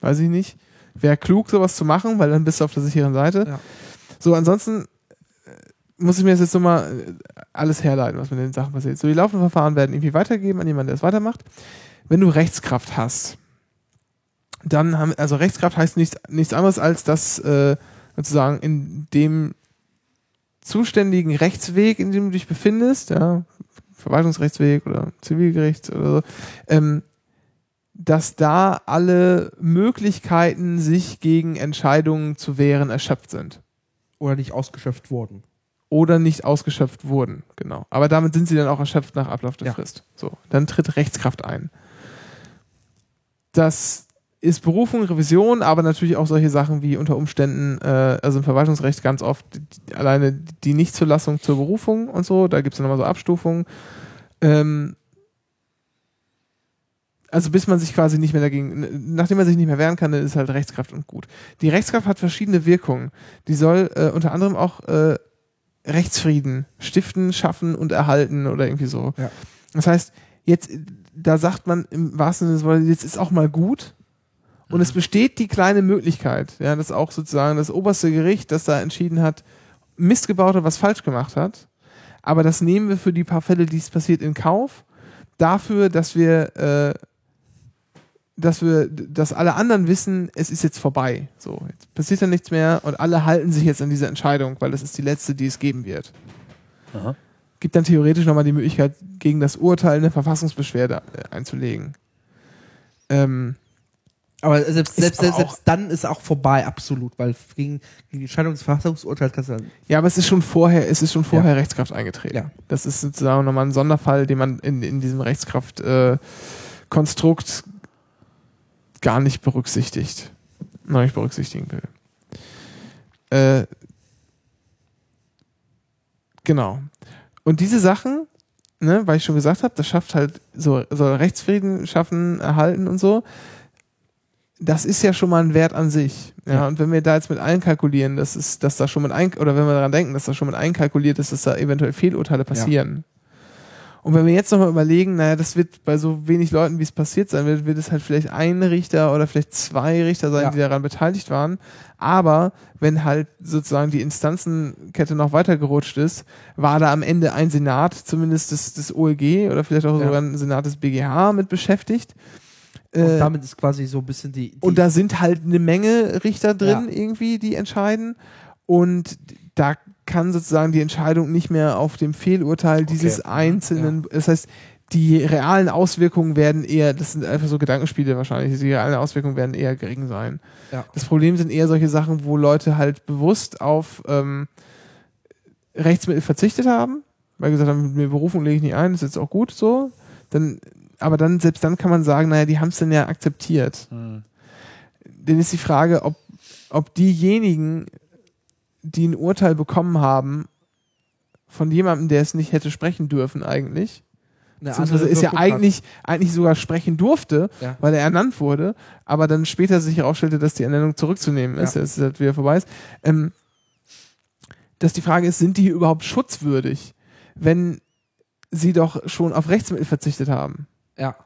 Speaker 2: weiß ich nicht. Wäre klug, sowas zu machen, weil dann bist du auf der sicheren Seite.
Speaker 3: Ja.
Speaker 2: So, ansonsten äh, muss ich mir das jetzt nochmal äh, alles herleiten, was mit den Sachen passiert. So, die laufenden Verfahren werden irgendwie weitergegeben an jemanden, der es weitermacht. Wenn du Rechtskraft hast, dann haben, also Rechtskraft heißt nichts, nichts anderes als, dass äh, sozusagen in dem zuständigen Rechtsweg, in dem du dich befindest, ja, Verwaltungsrechtsweg oder Zivilgericht oder so, ähm, dass da alle Möglichkeiten, sich gegen Entscheidungen zu wehren, erschöpft sind.
Speaker 3: Oder nicht ausgeschöpft worden.
Speaker 2: Oder nicht ausgeschöpft wurden, genau. Aber damit sind sie dann auch erschöpft nach Ablauf der
Speaker 3: Ja.
Speaker 2: Frist. So, dann tritt Rechtskraft ein. Das ist Berufung, Revision, aber natürlich auch solche Sachen wie unter Umständen, äh, also im Verwaltungsrecht ganz oft die, alleine die Nichtzulassung zur Berufung und so, da gibt es dann nochmal so Abstufungen. Ähm, also bis man sich quasi nicht mehr dagegen, nachdem man sich nicht mehr wehren kann, dann ist halt Rechtskraft und gut. Die Rechtskraft hat verschiedene Wirkungen. Die soll äh, unter anderem auch äh, Rechtsfrieden stiften, schaffen und erhalten oder irgendwie so.
Speaker 3: Ja.
Speaker 2: Das heißt, jetzt, äh, da sagt man im wahrsten Sinne des Wortes, jetzt ist auch mal gut. Und es besteht die kleine Möglichkeit, ja, dass auch sozusagen das oberste Gericht, das da entschieden hat, Mist gebaut hat, was falsch gemacht hat. Aber das nehmen wir für die paar Fälle, die es passiert, in Kauf. Dafür, dass wir, äh, dass wir, dass alle anderen wissen, es ist jetzt vorbei. So, jetzt passiert ja nichts mehr und alle halten sich jetzt an diese Entscheidung, weil das ist die letzte, die es geben wird.
Speaker 4: Aha.
Speaker 2: Gibt dann theoretisch nochmal die Möglichkeit, gegen das Urteil eine Verfassungsbeschwerde äh, einzulegen. Ähm,
Speaker 3: Aber selbst, selbst,
Speaker 2: aber
Speaker 3: selbst, selbst dann ist auch vorbei, absolut, weil gegen, gegen die Entscheidung des Verfassungsurteils kannst du dann.
Speaker 2: Ja, aber es ist schon vorher, es ist schon vorher Rechtskraft eingetreten.
Speaker 3: Ja.
Speaker 2: Das ist sozusagen nochmal ein Sonderfall, den man in, in diesem Rechtskraft-Konstrukt gar nicht berücksichtigt, noch nicht berücksichtigen will. Äh, genau. Und diese Sachen, ne, weil ich schon gesagt habe, das schafft halt so soll Rechtsfrieden schaffen, erhalten und so. Das ist ja schon mal ein Wert an sich. Ja, und wenn wir da jetzt mit einkalkulieren, dass es, dass da schon mit ein, oder wenn wir daran denken, dass da schon mit einkalkuliert ist, dass da eventuell Fehlurteile passieren. Und wenn wir jetzt nochmal überlegen, naja, das wird bei so wenig Leuten, wie es passiert sein wird, wird es halt vielleicht ein Richter oder vielleicht zwei Richter sein,
Speaker 3: Ja.
Speaker 2: die daran beteiligt waren. Aber wenn halt sozusagen die Instanzenkette noch weiter gerutscht ist, war da am Ende ein Senat, zumindest des, des OLG oder vielleicht auch
Speaker 3: Ja.
Speaker 2: sogar ein Senat des BGH mit beschäftigt.
Speaker 3: Und
Speaker 2: Äh,
Speaker 3: damit ist quasi so ein bisschen die. die
Speaker 2: und da sind halt eine Menge Richter drin,
Speaker 3: Ja.
Speaker 2: irgendwie, die entscheiden. Und da kann sozusagen die Entscheidung nicht mehr auf dem Fehlurteil dieses
Speaker 3: Mhm.
Speaker 2: einzelnen, das heißt, die realen Auswirkungen werden eher, das sind einfach so Gedankenspiele wahrscheinlich, die realen Auswirkungen werden eher gering sein.
Speaker 3: Ja.
Speaker 2: Das Problem sind eher solche Sachen, wo Leute halt bewusst auf ähm, Rechtsmittel verzichtet haben, weil gesagt haben, mit mir Berufung lege ich nicht ein, ist jetzt auch gut so. Dann, aber dann, selbst dann kann man sagen, naja, die haben es dann ja akzeptiert dann ist die Frage, ob, ob diejenigen, die ein Urteil bekommen haben, von jemandem, der es nicht hätte sprechen dürfen eigentlich,
Speaker 3: eine
Speaker 2: beziehungsweise
Speaker 3: andere
Speaker 2: ist ja
Speaker 3: Wirkung hat.
Speaker 2: eigentlich, eigentlich sogar sprechen durfte,
Speaker 3: Ja.
Speaker 2: weil er ernannt wurde, aber dann später sich herausstellte, dass die Ernennung zurückzunehmen ist,
Speaker 3: Ja.
Speaker 2: dass es halt wieder vorbei ist, ähm, dass die Frage ist, sind die überhaupt schutzwürdig, wenn sie doch schon auf Rechtsmittel verzichtet haben?
Speaker 3: Ja.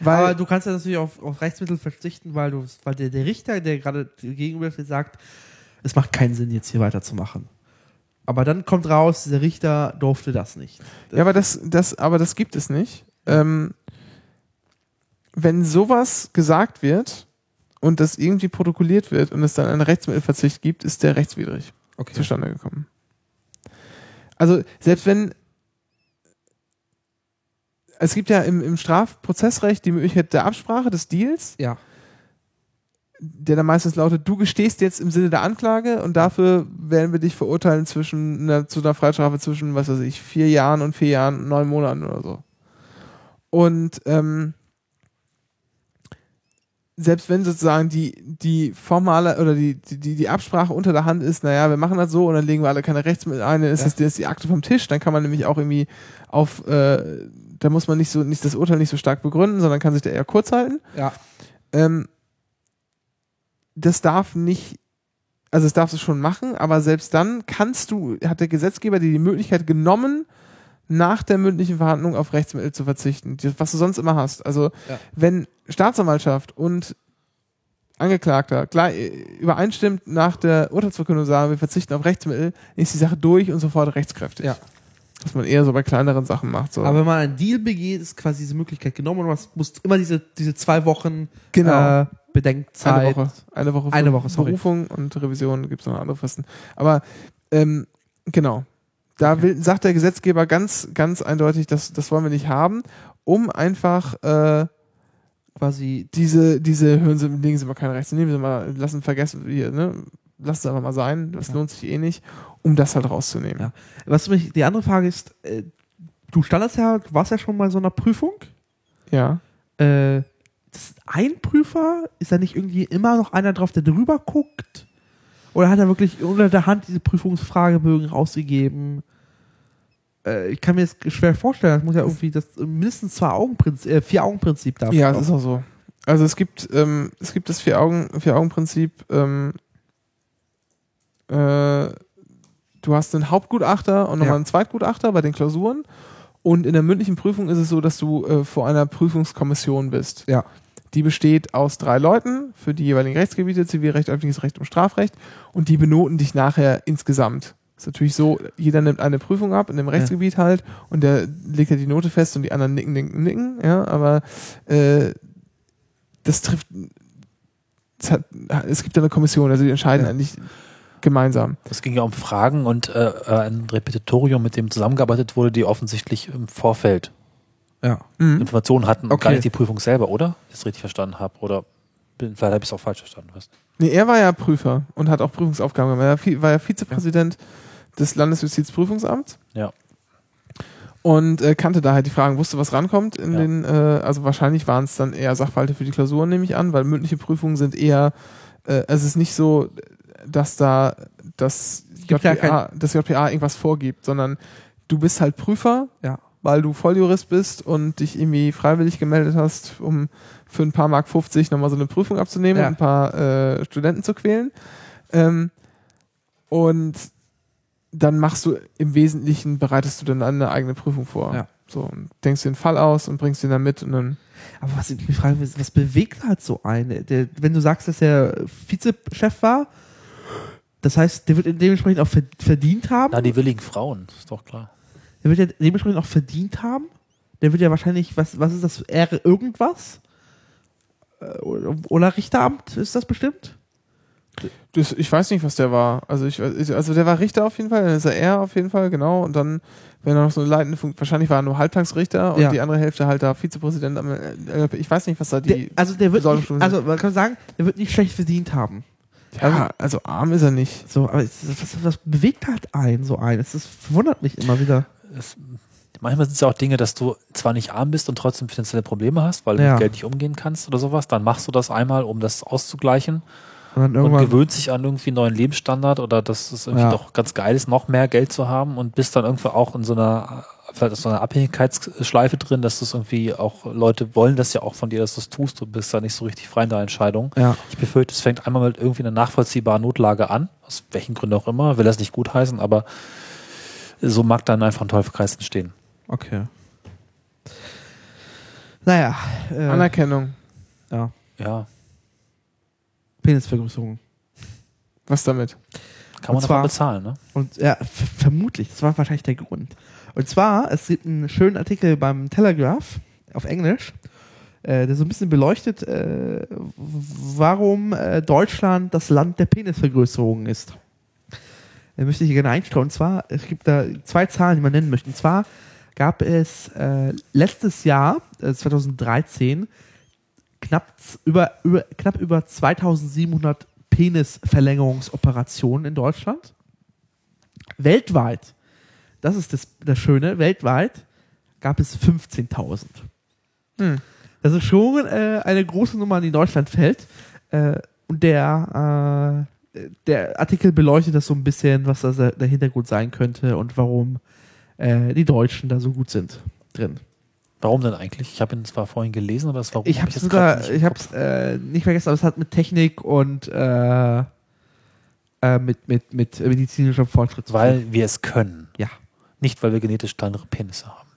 Speaker 2: Weil-
Speaker 3: Aber du kannst ja natürlich auf, auf Rechtsmittel verzichten, weil, du, weil der, der Richter, der gerade gegenüber steht, sagt, es macht keinen Sinn, jetzt hier weiterzumachen. Aber dann kommt raus, der Richter durfte das nicht.
Speaker 2: Ja, aber das, das, aber das gibt es nicht. Ähm, wenn sowas gesagt wird und das irgendwie protokolliert wird und es dann einen Rechtsmittelverzicht gibt, ist der rechtswidrig
Speaker 3: Okay.
Speaker 2: zustande gekommen. Also selbst wenn es gibt ja im, im Strafprozessrecht die Möglichkeit der Absprache, des Deals,
Speaker 3: Ja.
Speaker 2: der dann meistens lautet, du gestehst jetzt im Sinne der Anklage und dafür werden wir dich verurteilen zwischen einer, zu einer Freistrafe zwischen, was weiß ich, vier Jahren und vier Jahren und neun Monaten oder so. Und ähm, selbst wenn sozusagen die, die formale oder die, die- die, die Absprache unter der Hand ist, naja, wir machen das so und dann legen wir alle keine Rechtsmittel ein, dann ist das das ist die Akte vom Tisch, dann kann man nämlich auch irgendwie auf, äh, da muss man nicht so, nicht das Urteil nicht so stark begründen, sondern kann sich da eher kurz halten.
Speaker 3: Ja.
Speaker 2: Ähm, das darf nicht, also das darfst du schon machen, aber selbst dann kannst du, hat der Gesetzgeber dir die Möglichkeit genommen, nach der mündlichen Verhandlung auf Rechtsmittel zu verzichten, die- was du sonst immer hast. Also
Speaker 3: Ja.
Speaker 2: wenn Staatsanwaltschaft und Angeklagter klar äh, übereinstimmt nach der Urteilsverkündung sagen, wir verzichten auf Rechtsmittel, ist die Sache durch und sofort rechtskräftig.
Speaker 3: Ja.
Speaker 2: Was man eher so bei kleineren Sachen macht. So.
Speaker 3: Aber wenn man einen Deal begeht, ist quasi diese Möglichkeit genommen und man muss immer diese, diese zwei Wochen
Speaker 2: Genau.
Speaker 3: äh,
Speaker 2: eine
Speaker 3: Bedenkzeit.
Speaker 2: Woche. Eine Woche, für
Speaker 3: Eine Woche, sorry.
Speaker 2: Berufung und Revision gibt es noch andere Fristen. Aber ähm, genau. Da will, sagt der Gesetzgeber ganz, ganz eindeutig, das, das wollen wir nicht haben, um einfach äh,
Speaker 3: Quasi
Speaker 2: diese, diese hören Sie, legen Sie mal keine Rechts, nehmen Sie mal, lassen vergessen hier, ne? Lassen Sie einfach mal sein, das lohnt sich eh nicht, um das halt rauszunehmen.
Speaker 3: Ja. Was mich, die andere Frage ist, äh, du standest ja, du warst ja schon mal in so einer Prüfung.
Speaker 2: Ja.
Speaker 3: Äh, das ist ein Prüfer, ist da nicht irgendwie immer noch einer drauf, der drüber guckt? Oder hat er wirklich unter der Hand diese Prüfungsfragebögen rausgegeben? Äh, ich kann mir das schwer vorstellen, das muss ja irgendwie das äh, mindestens zwei Augenprinzip, äh, vier Augenprinzip da.
Speaker 2: Ja, es ist auch so. Also es gibt, ähm, es gibt das Vier-Augen- Vier-Augen-Prinzip. ähm, äh, du hast einen Hauptgutachter und nochmal
Speaker 3: Ja.
Speaker 2: einen Zweitgutachter bei den Klausuren. Und in der mündlichen Prüfung ist es so, dass du äh, vor einer Prüfungskommission bist.
Speaker 3: Ja.
Speaker 2: Die besteht aus drei Leuten für die jeweiligen Rechtsgebiete, Zivilrecht, öffentliches Recht und Strafrecht. Und die benoten dich nachher insgesamt. Ist natürlich so, jeder nimmt eine Prüfung ab, in dem Rechtsgebiet halt, und der legt ja die Note fest und die anderen nicken, nicken, nicken, ja, aber äh, das trifft, es, hat, es gibt ja eine Kommission, also die entscheiden eigentlich gemeinsam.
Speaker 4: Es ging ja um Fragen und äh, ein Repetitorium, mit dem zusammengearbeitet wurde, die offensichtlich im Vorfeld
Speaker 3: ja.
Speaker 2: Mhm.
Speaker 4: Informationen hatten und
Speaker 2: Okay.
Speaker 4: gar nicht die Prüfung selber, oder? Wenn ich das richtig verstanden habe. Oder bin, vielleicht habe ich es auch falsch verstanden. Was?
Speaker 2: Nee, er war ja Prüfer und hat auch Prüfungsaufgaben gemacht. Er war Vi- war ja Vizepräsident des Landesjustizprüfungsamts.
Speaker 4: Ja.
Speaker 2: Und äh, kannte da halt die Fragen, wusste, was rankommt in
Speaker 4: Ja.
Speaker 2: den, äh, also wahrscheinlich waren es dann eher Sachverhalte für die Klausuren, nehme ich an, weil mündliche Prüfungen sind eher, äh, es ist nicht so, dass da das
Speaker 3: gibt ja
Speaker 2: JPA, das JPA irgendwas vorgibt, sondern du bist halt Prüfer,
Speaker 3: Ja.
Speaker 2: weil du Volljurist bist und dich irgendwie freiwillig gemeldet hast, um für ein paar Mark 50 nochmal so eine Prüfung abzunehmen
Speaker 3: Ja.
Speaker 2: und ein paar äh, Studenten zu quälen. Ähm, und dann machst du im Wesentlichen, bereitest du dann eine eigene Prüfung vor.
Speaker 3: Ja.
Speaker 2: So, und denkst dir den Fall aus und bringst ihn dann mit und dann.
Speaker 3: Aber was ich mich frage, was was bewegt halt so einen? Der, wenn du sagst, dass er Vizechef war, das heißt, der wird dementsprechend auch ver- verdient haben.
Speaker 4: Na, die willigen Frauen, ist doch klar.
Speaker 3: Der wird ja dementsprechend auch verdient haben. Der wird ja wahrscheinlich, was, was ist das, Ehre irgendwas? Äh, Oder oder Richteramt ist das bestimmt?
Speaker 2: Das, ich weiß nicht, was der war. Also ich weiß- also der war Richter auf jeden Fall, dann ist er er auf jeden Fall, genau. Und dann, wenn er noch so eine leitende Funktion, wahrscheinlich war er nur Halbtagsrichter und
Speaker 3: Ja.
Speaker 2: die andere Hälfte halt da Vizepräsident am äh, Ich weiß nicht, was da
Speaker 3: Der,
Speaker 2: die.
Speaker 3: also der wird, nicht,
Speaker 2: Besoldungsstufe-
Speaker 3: also man kann sagen, der wird nicht schlecht verdient haben.
Speaker 2: ja, also arm ist er nicht.
Speaker 3: So, aber es, was, was bewegt halt einen so ein? Es ist- verwundert mich immer wieder.
Speaker 4: Es, manchmal sind es ja auch Dinge, dass du zwar nicht arm bist und trotzdem finanzielle Probleme hast, weil du
Speaker 3: Ja.
Speaker 4: mit Geld nicht umgehen kannst oder sowas. Dann machst du das einmal, um das auszugleichen
Speaker 3: Und dann
Speaker 4: und
Speaker 3: irgendwann,
Speaker 4: gewöhnt sich an irgendwie einen neuen Lebensstandard oder dass es irgendwie
Speaker 3: Ja.
Speaker 4: doch ganz geil ist, noch mehr Geld zu haben und bist dann irgendwo auch in so einer vielleicht in so einer Abhängigkeitsschleife drin, dass du es irgendwie auch Leute wollen das ja auch von dir, dass du es tust. Du bist da nicht so richtig frei in deiner Entscheidung.
Speaker 3: ja,
Speaker 4: Ich befürchte, es fängt einmal mit irgendwie einer nachvollziehbaren Notlage an, aus welchen Gründen auch immer, will das nicht gutheißen, aber so mag dann einfach ein Teufelkreis entstehen.
Speaker 3: okay. Naja, äh,
Speaker 2: Anerkennung.
Speaker 3: ja.
Speaker 4: Ja.
Speaker 3: Penisvergrößerung.
Speaker 2: Was damit?
Speaker 4: Kann man
Speaker 3: Und zwar-
Speaker 4: davon bezahlen, ne?
Speaker 3: Und ja, v- vermutlich, das war wahrscheinlich der Grund. Und zwar, es gibt einen schönen Artikel beim Telegraph auf Englisch, äh, der so ein bisschen beleuchtet, äh, w- warum äh, Deutschland das Land der Penisvergrößerung ist. Da möchte ich hier gerne einstellen. Und zwar, es gibt da zwei Zahlen, die man nennen möchte. Und zwar gab es äh, letztes Jahr, äh, 2013, knapp z- über, über, knapp über 2700 Penisverlängerungsoperationen in Deutschland weltweit, das ist das, das Schöne, weltweit gab es 15.000.
Speaker 2: Hm.
Speaker 3: Das ist schon äh, eine große Nummer, die in Deutschland fällt. Äh, und der, äh, der Artikel beleuchtet das so ein bisschen, was da der der Hintergrund sein könnte und warum äh, die Deutschen da so gut sind drin.
Speaker 4: Warum denn eigentlich? Ich habe ihn zwar vorhin gelesen, aber das warum
Speaker 3: Ich
Speaker 4: hab
Speaker 3: habe
Speaker 4: jetzt
Speaker 3: sogar,
Speaker 4: grad nicht im
Speaker 3: ich habe es äh, nicht vergessen, aber es hat mit Technik und äh, äh, mit, mit, mit medizinischem Fortschritt zu
Speaker 4: Kopf.
Speaker 3: tun.
Speaker 4: Weil wir es können.
Speaker 3: Ja.
Speaker 4: Nicht, weil wir genetisch kleinere Penisse haben.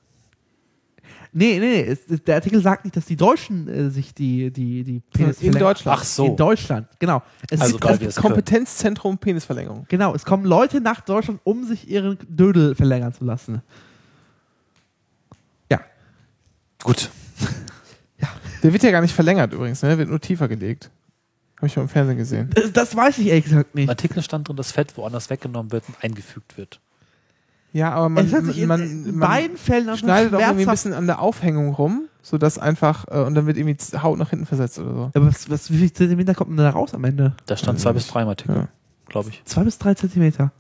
Speaker 3: Nee, nee, es, es- der Artikel sagt nicht, dass die Deutschen äh, sich die, die, die Penis
Speaker 2: In Deutschland.
Speaker 4: Ach so.
Speaker 3: In Deutschland, genau. Es
Speaker 4: Also
Speaker 3: gibt-
Speaker 4: weil
Speaker 3: es
Speaker 4: wir es können.
Speaker 2: Kompetenzzentrum Penisverlängerung.
Speaker 3: Genau, es kommen Leute nach Deutschland, um sich ihren Dödel verlängern zu lassen.
Speaker 4: Gut.
Speaker 2: Der wird ja gar nicht verlängert übrigens, ne? Der wird nur tiefer gelegt. Habe ich mal im Fernsehen gesehen.
Speaker 3: Das, das weiß ich ehrlich gesagt
Speaker 4: Im
Speaker 3: nicht.
Speaker 4: Artikel stand drin, dass Fett woanders weggenommen wird und eingefügt wird.
Speaker 2: Ja, aber man,
Speaker 3: es hat sich in,
Speaker 2: man,
Speaker 3: in
Speaker 2: man
Speaker 3: beiden Fällen auch schon
Speaker 2: schneidet auch irgendwie ein
Speaker 3: schmerzhaft-
Speaker 2: bisschen an der Aufhängung rum, sodass einfach, äh, und dann wird irgendwie die Haut nach hinten versetzt oder so.
Speaker 3: Aber was, was, wie viel Zentimeter kommt denn da raus am Ende?
Speaker 4: Da stand zwei bis drei im Artikel,
Speaker 2: Ja.
Speaker 4: glaube ich.
Speaker 3: Zwei bis drei Zentimeter.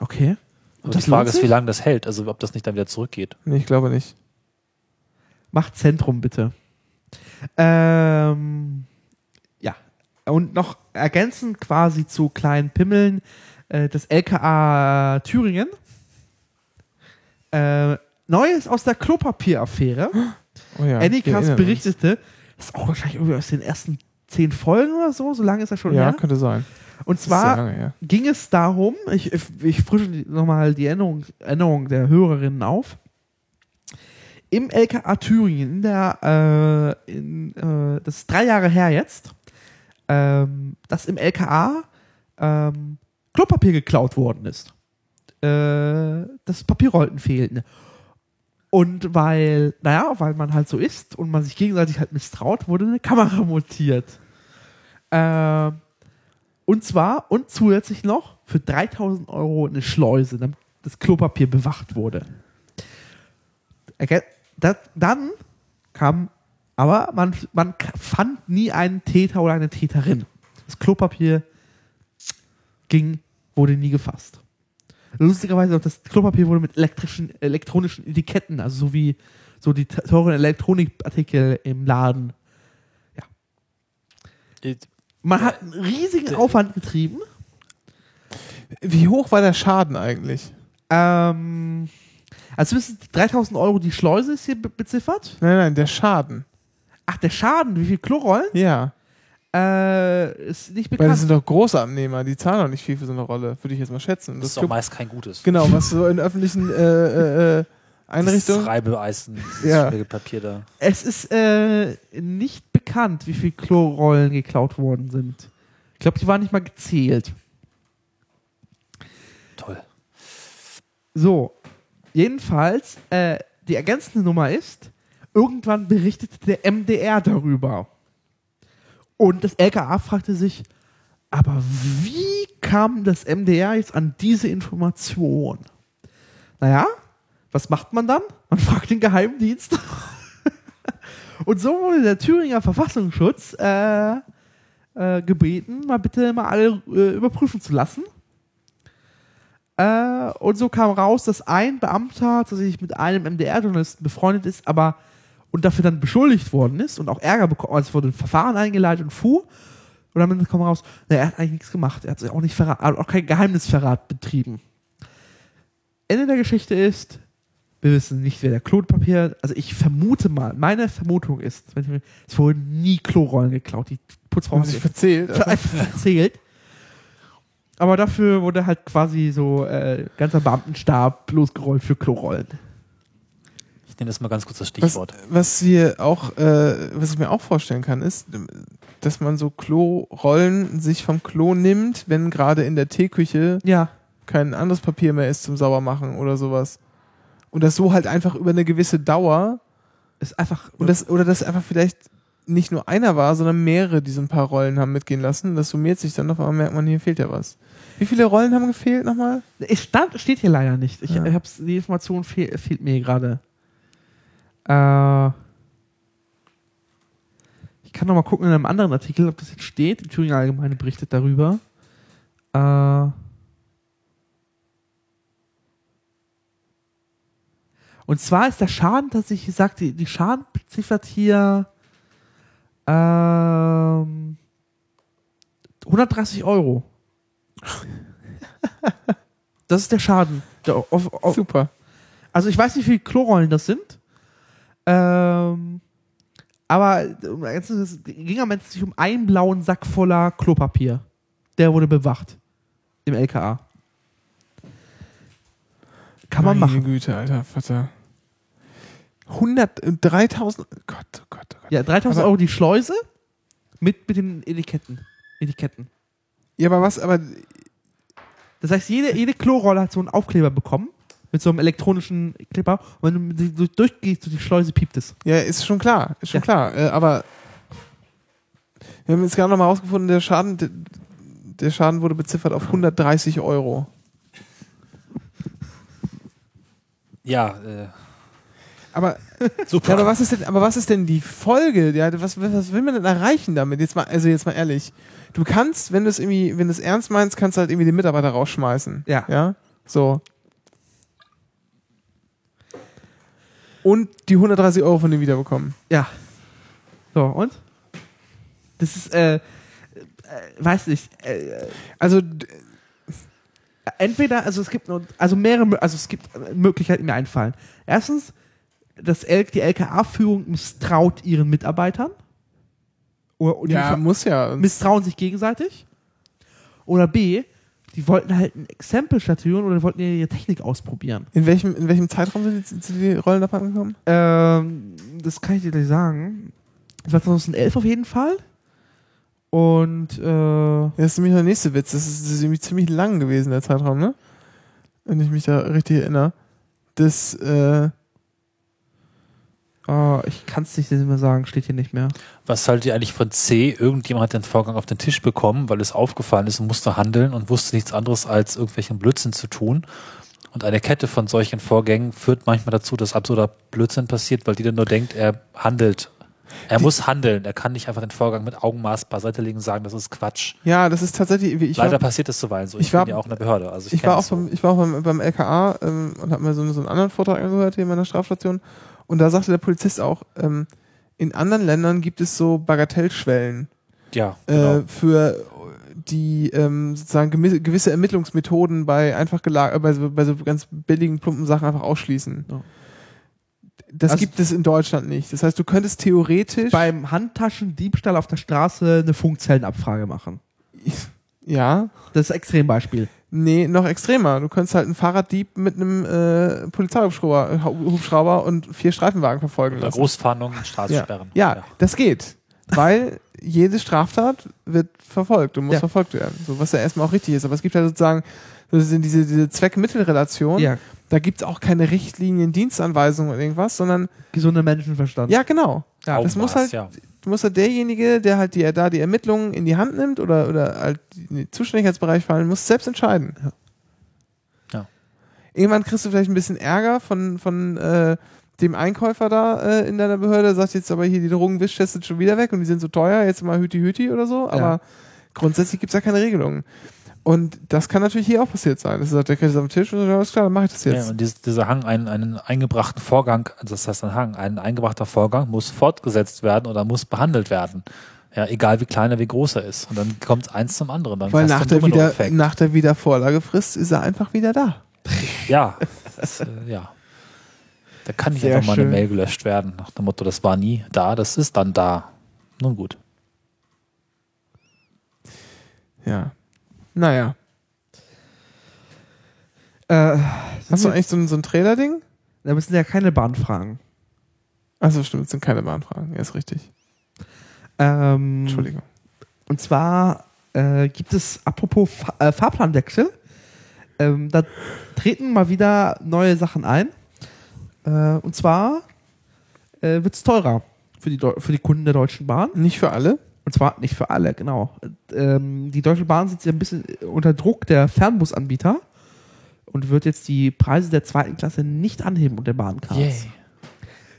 Speaker 3: Okay.
Speaker 4: Aber
Speaker 3: das
Speaker 4: die Frage
Speaker 3: lohnt
Speaker 4: ist, wie
Speaker 3: sich?
Speaker 4: lange das hält, also ob das nicht dann wieder zurückgeht.
Speaker 2: Nee, ich glaube nicht.
Speaker 3: Macht Zentrum bitte. Ähm, ja. Und noch ergänzend quasi zu kleinen Pimmeln äh, das LKA Thüringen. Äh, Neues aus der Klopapieraffäre.
Speaker 2: Oh ja, wir
Speaker 3: Annikas
Speaker 2: erinnern
Speaker 3: berichtete, das ist auch wahrscheinlich irgendwie aus den ersten zehn Folgen oder so, so lange ist er
Speaker 2: uns.
Speaker 3: schon
Speaker 2: Ja,
Speaker 3: her.
Speaker 2: könnte sein.
Speaker 3: Und
Speaker 2: Das ist sehr
Speaker 3: zwar
Speaker 2: lange, her.
Speaker 3: ging es darum, ich, ich frische nochmal die Erinnerung, Erinnerung der Hörerinnen auf. Im LKA Thüringen, in der, äh, in, äh, das ist drei Jahre her jetzt, ähm, dass im LKA ähm, Klopapier geklaut worden ist. Äh, das Papierrollen fehlten. Und weil, naja, weil man halt so ist und man sich gegenseitig halt misstraut, wurde eine Kamera montiert. Ähm, und zwar und zusätzlich noch für 3000 Euro eine Schleuse, damit das Klopapier bewacht wurde. Erge- da- Dann kam, aber man, man k- fand nie einen Täter oder eine Täterin. Das Klopapier ging, wurde nie gefasst. Lustigerweise auch das Klopapier wurde mit elektrischen, elektronischen Etiketten, also so wie so die te- teuren Elektronikartikel im Laden. Man hat einen riesigen Aufwand getrieben.
Speaker 2: Wie hoch war der Schaden eigentlich?
Speaker 3: Ähm, also müssen 3000 Euro die Schleuse ist hier be- beziffert.
Speaker 2: Nein, nein, der Schaden.
Speaker 3: Ach, der Schaden, wie viel Klorollen?
Speaker 2: Ja,
Speaker 3: Äh, ist nicht
Speaker 2: weil das
Speaker 3: bekannt.
Speaker 2: sind doch große Abnehmer, die zahlen doch nicht viel für so eine Rolle, würde ich jetzt mal schätzen. Und
Speaker 4: Das, ist
Speaker 2: das
Speaker 4: auch
Speaker 2: gibt-
Speaker 4: meist kein gutes.
Speaker 2: genau, was so in öffentlichen äh, äh, äh,
Speaker 4: Dieses
Speaker 2: Einrichtungen.
Speaker 4: Reibeeisen, dieses
Speaker 2: Ja.
Speaker 4: schmierige Papier da.
Speaker 3: Es ist äh, nicht bekannt, wie viel Klorollen geklaut worden sind. Ich glaube, die waren nicht mal gezählt.
Speaker 4: Toll.
Speaker 3: So, jedenfalls, äh, die ergänzende Nummer ist, irgendwann berichtete der MDR darüber. Und das LKA fragte sich, aber wie kam das MDR jetzt an diese Information? Naja, was macht man dann? Man fragt den Geheimdienst. Und so wurde der Thüringer Verfassungsschutz äh, äh, gebeten, mal bitte mal alle äh, überprüfen zu lassen. Äh, und so kam raus, dass ein Beamter tatsächlich mit einem MDR-Journalisten befreundet ist, aber und dafür dann beschuldigt worden ist und auch Ärger bekommen, also es wurde ein Verfahren eingeleitet und fuhr. Und dann kam raus, na, er hat eigentlich nichts gemacht. Er hat sich auch nicht verraten, hat auch keinen Geheimnisverrat betrieben. Ende der Geschichte ist, wir wissen nicht, wer der Klopapier, also ich vermute mal, meine Vermutung ist, wenn ich mir- es wurden nie Klorollen geklaut, die Putzfrau
Speaker 2: Haben
Speaker 3: hat
Speaker 2: sich
Speaker 3: sich
Speaker 2: verzählt.
Speaker 3: ver- einfach verzählt. Aber dafür wurde halt quasi so äh, ganzer Beamtenstab losgerollt für Klorollen.
Speaker 4: Ich nehme Martin ist mal ganz kurz das Stichwort.
Speaker 2: Was hier auch, äh, was ich mir auch vorstellen kann, ist, dass man so Klorollen sich vom Klo nimmt, wenn gerade in der Teeküche
Speaker 3: Ja.
Speaker 2: kein anderes Papier mehr ist zum Saubermachen oder sowas. Und das so halt einfach über eine gewisse Dauer
Speaker 3: Ist einfach.
Speaker 2: und das, oder dass einfach vielleicht nicht nur einer war, sondern mehrere, die so ein paar Rollen haben mitgehen lassen. Das summiert sich dann, auf einmal merkt man, hier fehlt ja was. Wie viele Rollen haben gefehlt nochmal?
Speaker 3: äh, es stand, steht hier leider nicht. Ich,
Speaker 2: Ja.
Speaker 3: ich hab's, die Information fehl, fehlt mir hier gerade. Äh, ich kann noch mal gucken in einem anderen Artikel, ob das jetzt steht. Die Thüringer Allgemeine berichtet darüber. Äh, und zwar ist der Schaden, dass ich sagte, die, die Schaden beziffert hier ähm, 130 Euro. Das ist der Schaden. Der, auf, auf,
Speaker 2: Super.
Speaker 3: also ich weiß nicht, wie viele Klorollen das sind. Ähm, aber um ganz- es ging am Ende sich um einen blauen Sack voller Klopapier. Der wurde bewacht. Im LKA. Kann man
Speaker 2: Meine
Speaker 3: machen.
Speaker 2: Güte, alter Vater. 100, äh, 3000, oh Gott, oh Gott, oh Gott.
Speaker 3: Ja, 3000
Speaker 2: Aber-
Speaker 3: Euro die Schleuse mit, mit den Etiketten. Etiketten.
Speaker 2: Ja, aber was, aber
Speaker 3: Das heißt, jede, jede Klorolle hat so einen Aufkleber bekommen. Mit so einem elektronischen Kleber. Und wenn du die durchgehst durch die Schleuse, piept es.
Speaker 2: Ja, ist schon klar, ist schon
Speaker 3: Ja.
Speaker 2: klar. Äh, aber wir haben jetzt gerade nochmal rausgefunden, der Schaden, der, der Schaden wurde beziffert auf 130 Euro.
Speaker 4: Ja, äh,
Speaker 2: Aber,
Speaker 4: super.
Speaker 2: ja, aber was ist denn, aber was ist denn die Folge? Ja, was, was will man denn erreichen damit? Jetzt mal, also jetzt mal ehrlich. Du kannst, wenn du es irgendwie, wenn du es ernst meinst, kannst du halt irgendwie den Mitarbeiter rausschmeißen.
Speaker 3: Ja.
Speaker 2: Ja. So. Und die 130 Euro von dem wiederbekommen.
Speaker 3: Ja. So, und? Das ist, äh, äh weiß nicht. Äh,
Speaker 2: Also, d-
Speaker 3: entweder, also es gibt nur, also mehrere, Mö- also es gibt äh, Möglichkeiten, die mir einfallen. Erstens, das L die LKA-Führung misstraut ihren Mitarbeitern. Oder, und die
Speaker 2: ja,
Speaker 3: ver-
Speaker 2: muss ja.
Speaker 3: misstrauen sich gegenseitig. Oder B, die wollten halt ein Exempel statuieren oder wollten ihre Technik ausprobieren.
Speaker 2: In welchem, in welchem Zeitraum sind die, sind die Rollen davon angekommen?
Speaker 3: Ähm, das kann ich dir gleich sagen. Das war 2011 auf jeden Fall. Und, äh,
Speaker 2: Ja, Das ist nämlich der nächste Witz. Das ist, das ist irgendwie ziemlich lang gewesen, der Zeitraum, ne? Wenn ich mich da richtig erinnere. Das, äh,
Speaker 3: Oh, ich kann es nicht mehr sagen, steht hier nicht mehr.
Speaker 4: Was haltet ihr eigentlich von C? Irgendjemand hat den Vorgang auf den Tisch bekommen, weil es aufgefallen ist und musste handeln und wusste nichts anderes als irgendwelchen Blödsinn zu tun. Und eine Kette von solchen Vorgängen führt manchmal dazu, dass absurder Blödsinn passiert, weil jeder nur denkt, er handelt. Er muss handeln. Er kann nicht einfach den Vorgang mit Augenmaß beiseite legen und sagen, das ist Quatsch.
Speaker 2: ja, das ist tatsächlich. Ich
Speaker 4: Leider
Speaker 2: war,
Speaker 4: passiert das zuweilen so.
Speaker 2: ich
Speaker 4: Ich,
Speaker 2: war-
Speaker 4: bin ja auch in der Behörde. Also ich
Speaker 2: ich
Speaker 4: kenn
Speaker 2: war auch,
Speaker 4: das so.
Speaker 2: beim, ich war auch beim, beim LKA ähm, und habe mir so, so einen anderen Vortrag angehört hier in meiner Strafstation. Und da sagte der Polizist auch, ähm, in anderen Ländern gibt es so Bagatellschwellen
Speaker 4: Ja, genau.
Speaker 2: äh, für die ähm, sozusagen gemi- gewisse Ermittlungsmethoden bei einfach gela- äh, bei, so, bei so ganz billigen, plumpen Sachen einfach ausschließen.
Speaker 3: Ja.
Speaker 2: Das
Speaker 3: Also-
Speaker 2: gibt es in Deutschland nicht. Das heißt, du könntest theoretisch
Speaker 3: Beim Handtaschendiebstahl auf der Straße eine Funkzellenabfrage machen.
Speaker 2: ja,
Speaker 3: Das ist ein Extrembeispiel.
Speaker 2: nee, noch extremer. Du könntest halt einen Fahrraddieb mit einem äh, Polizeihubschrauber äh, Hubschrauber und vier Streifenwagen verfolgen
Speaker 4: Oder
Speaker 2: lassen.
Speaker 4: Großfahndungen, Straßensperren.
Speaker 2: Ja, das geht. Weil jede Straftat wird verfolgt und muss
Speaker 3: Ja.
Speaker 2: verfolgt werden. So, was ja erstmal auch richtig ist. Aber es gibt ja sozusagen so diese, diese diese Zweck-Mittel-Relation. Da gibt's auch keine Richtlinien, Dienstanweisungen oder irgendwas, sondern
Speaker 3: Gesunder Menschenverstand.
Speaker 2: ja, genau.
Speaker 3: Ja,
Speaker 2: das muss
Speaker 4: Augenmaß,
Speaker 2: halt-
Speaker 4: Ja.
Speaker 2: Du musst halt derjenige, der halt die, da die Ermittlungen in die Hand nimmt oder, oder halt in den Zuständigkeitsbereich fallen, muss selbst entscheiden.
Speaker 4: Ja.
Speaker 2: Irgendwann kriegst du vielleicht ein bisschen Ärger von, von äh, dem Einkäufer da äh, in deiner Behörde, sagt jetzt aber hier, die Drogenwischtest sind schon wieder weg und die sind so teuer, jetzt mal Hüti Hüti oder so, aber grundsätzlich gibt's da keine Regelungen. Und das kann natürlich hier auch passiert sein. Das sagt der Chris am Tisch und so, ja, alles klar, dann mache ich das jetzt.
Speaker 4: Ja, und dies, dieser Hang, einen, einen eingebrachten Vorgang, also das heißt ein Hang, ein eingebrachter Vorgang muss fortgesetzt werden oder muss behandelt werden. Ja, egal wie klein er, wie groß er ist. Und dann kommt eins zum anderen. Dann
Speaker 2: Weil
Speaker 4: hast du
Speaker 2: nach
Speaker 4: einen
Speaker 2: der, wieder,
Speaker 4: Dominoeffekt.
Speaker 2: nach der Wiedervorlagefrist ist er einfach wieder da.
Speaker 4: Ja, das, äh, ja. Da kann nicht
Speaker 3: Sehr
Speaker 4: einfach mal eine
Speaker 3: schön.
Speaker 4: Mail gelöscht werden, nach dem Motto, das war nie da, das ist dann da. Nun gut.
Speaker 2: Ja. Naja.
Speaker 3: Äh,
Speaker 2: Hast du eigentlich so ein, so ein Trailer-Ding?
Speaker 3: da müssen ja keine Bahnfragen.
Speaker 2: Also stimmt, es sind keine Bahnfragen. Ja, ist richtig.
Speaker 3: Ähm,
Speaker 2: Entschuldigung.
Speaker 3: Und zwar äh, gibt es, apropos Fa äh, Fahrplanwechsel, ähm, da treten mal wieder neue Sachen ein. Äh, und zwar äh, wird es teurer für die, Deu- für die Kunden der Deutschen Bahn.
Speaker 2: Nicht für alle?
Speaker 3: Und zwar nicht für alle, genau. Ähm, die Deutsche Bahn sitzt ja ein bisschen unter Druck der Fernbusanbieter und wird jetzt die Preise der zweiten Klasse nicht anheben und der Bahncards.
Speaker 4: Also,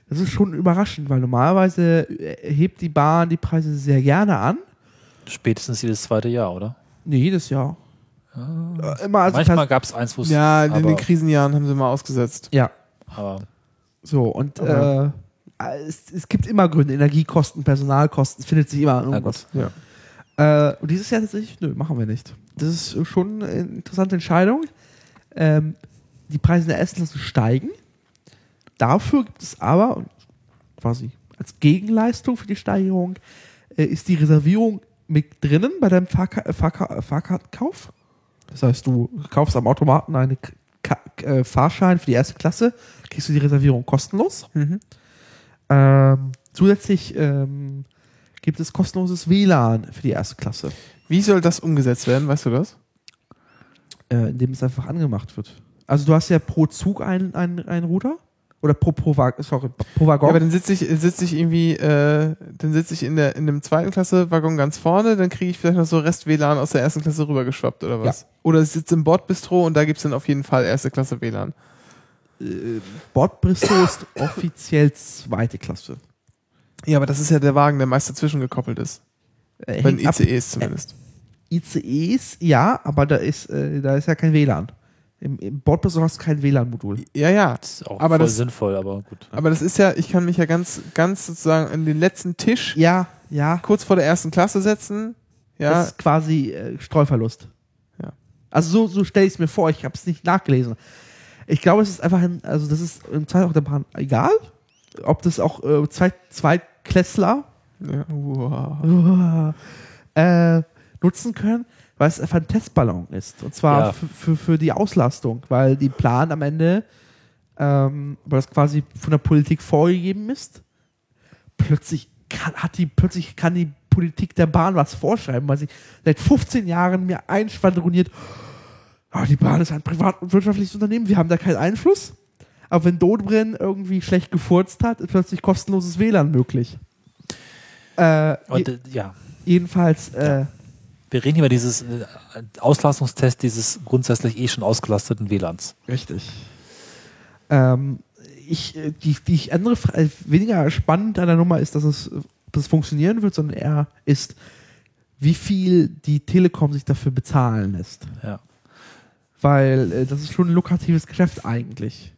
Speaker 3: Das ist schon überraschend, weil normalerweise äh, hebt die Bahn die Preise sehr gerne an.
Speaker 4: Spätestens jedes zweite Jahr, oder?
Speaker 3: Nee, jedes Jahr. Äh, Immer also
Speaker 4: Manchmal gab es eins, wo es.
Speaker 2: Ja, in
Speaker 4: aber,
Speaker 2: den Krisenjahren haben sie mal ausgesetzt.
Speaker 3: Ja,
Speaker 4: aber
Speaker 3: so und äh, es, es gibt immer Gründe. Energiekosten, Personalkosten, es findet sich immer irgendwas.
Speaker 2: gut.
Speaker 3: Ja. Äh, und dieses Jahr tatsächlich, nö, machen wir nicht. Das ist schon eine interessante Entscheidung. Ähm, die Preise der Essenklasse steigen. Dafür gibt es aber und quasi als Gegenleistung für die Steigerung äh, ist die Reservierung mit drinnen bei deinem Fahrka äh, Fahrka äh, Fahrkartenkauf. Das heißt, du kaufst am Automaten einen K- Ka äh, Fahrschein für die erste Klasse, kriegst du die Reservierung kostenlos. Ähm, zusätzlich ähm, gibt es kostenloses WLAN für die erste Klasse,
Speaker 2: Wie soll das umgesetzt werden? Weißt du das?
Speaker 3: äh, indem es einfach angemacht wird. Also du hast ja pro Zug einen, einen, einen Router oder pro, pro, Wag- sorry, pro
Speaker 2: Ja,
Speaker 3: Waggon.
Speaker 2: aber dann sitze ich, sitze ich irgendwie, äh, dann sitze ich in der in dem zweiten Klasse Waggon ganz vorne, dann kriege ich vielleicht noch so Rest WLAN aus der ersten Klasse rübergeschwappt oder was? Oder ich sitze im Bordbistro und da gibt's dann auf jeden Fall erste Klasse WLAN.
Speaker 3: Bordbristol ist offiziell zweite Klasse.
Speaker 2: Ja, aber das ist ja der Wagen, der meist dazwischen gekoppelt ist.
Speaker 3: Äh,
Speaker 2: Bei den
Speaker 3: hängt ab-
Speaker 2: ICEs zumindest.
Speaker 3: ICEs, ja, aber da ist, äh, da ist ja kein WLAN. Im, im Bordbristol hast du kein WLAN-Modul.
Speaker 2: Ja, ja.
Speaker 4: das ist auch
Speaker 2: Aber
Speaker 4: voll
Speaker 2: das-
Speaker 4: sinnvoll, aber gut.
Speaker 2: Aber das ist ja, ich kann mich ja ganz, ganz sozusagen an den letzten Tisch
Speaker 3: Ja, ja.
Speaker 2: kurz vor der ersten Klasse setzen. Ja,
Speaker 3: Das ist quasi äh, Streuverlust.
Speaker 2: Ja.
Speaker 3: Also so, so stelle ich es mir vor, ich habe es nicht nachgelesen. Ich glaube, es ist einfach ein, also das ist im Zweifel auch der Bahn egal, ob das auch äh, Zweit, Zweitklässler
Speaker 2: ja. Wow.
Speaker 3: äh, nutzen können, weil es einfach ein Testballon ist. Und zwar
Speaker 4: Ja.
Speaker 3: für- für, für die Auslastung, weil die Plan am Ende, ähm, weil das quasi von der Politik vorgegeben ist, plötzlich kann, hat die, plötzlich kann die Politik der Bahn was vorschreiben, weil sie seit 15 Jahren mir einschwadroniert, oh, die Bahn ist ein privat- und wirtschaftliches Unternehmen, wir haben da keinen Einfluss. Aber wenn Dobrin irgendwie schlecht gefurzt hat, ist plötzlich kostenloses WLAN möglich. Äh,
Speaker 4: Und äh, ja.
Speaker 3: Jedenfalls, äh,
Speaker 4: Wir reden über dieses äh, Auslastungstest dieses grundsätzlich eh schon ausgelasteten WLANs.
Speaker 3: richtig. Ähm, ich, äh, die, die andere Fra äh, weniger spannend an der Nummer ist, dass es, äh, ob es funktionieren wird, sondern eher ist, wie viel die Telekom sich dafür bezahlen lässt.
Speaker 4: Ja.
Speaker 3: Weil äh, das ist schon ein lukratives Geschäft eigentlich.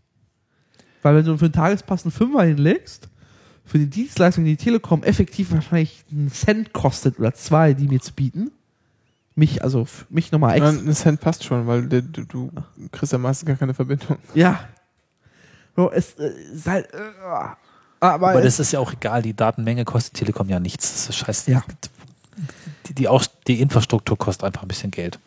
Speaker 3: Weil wenn du für einen Tagespass einen Fünfer hinlegst, für die Dienstleistung, die die Telekom effektiv wahrscheinlich einen Cent kostet oder zwei, die mir zu bieten, mich, also f- mich nochmal extra.
Speaker 2: Nein, ein Cent passt schon, weil du, du, du kriegst ja meistens gar keine Verbindung.
Speaker 3: Ja. So, es äh, ist halt. Äh, aber
Speaker 4: Aber
Speaker 3: es,
Speaker 4: das ist ja auch egal, die Datenmenge kostet Telekom ja nichts. Das ist scheiße.
Speaker 3: Ja.
Speaker 4: Die, die, auch, die Infrastruktur kostet einfach ein bisschen Geld.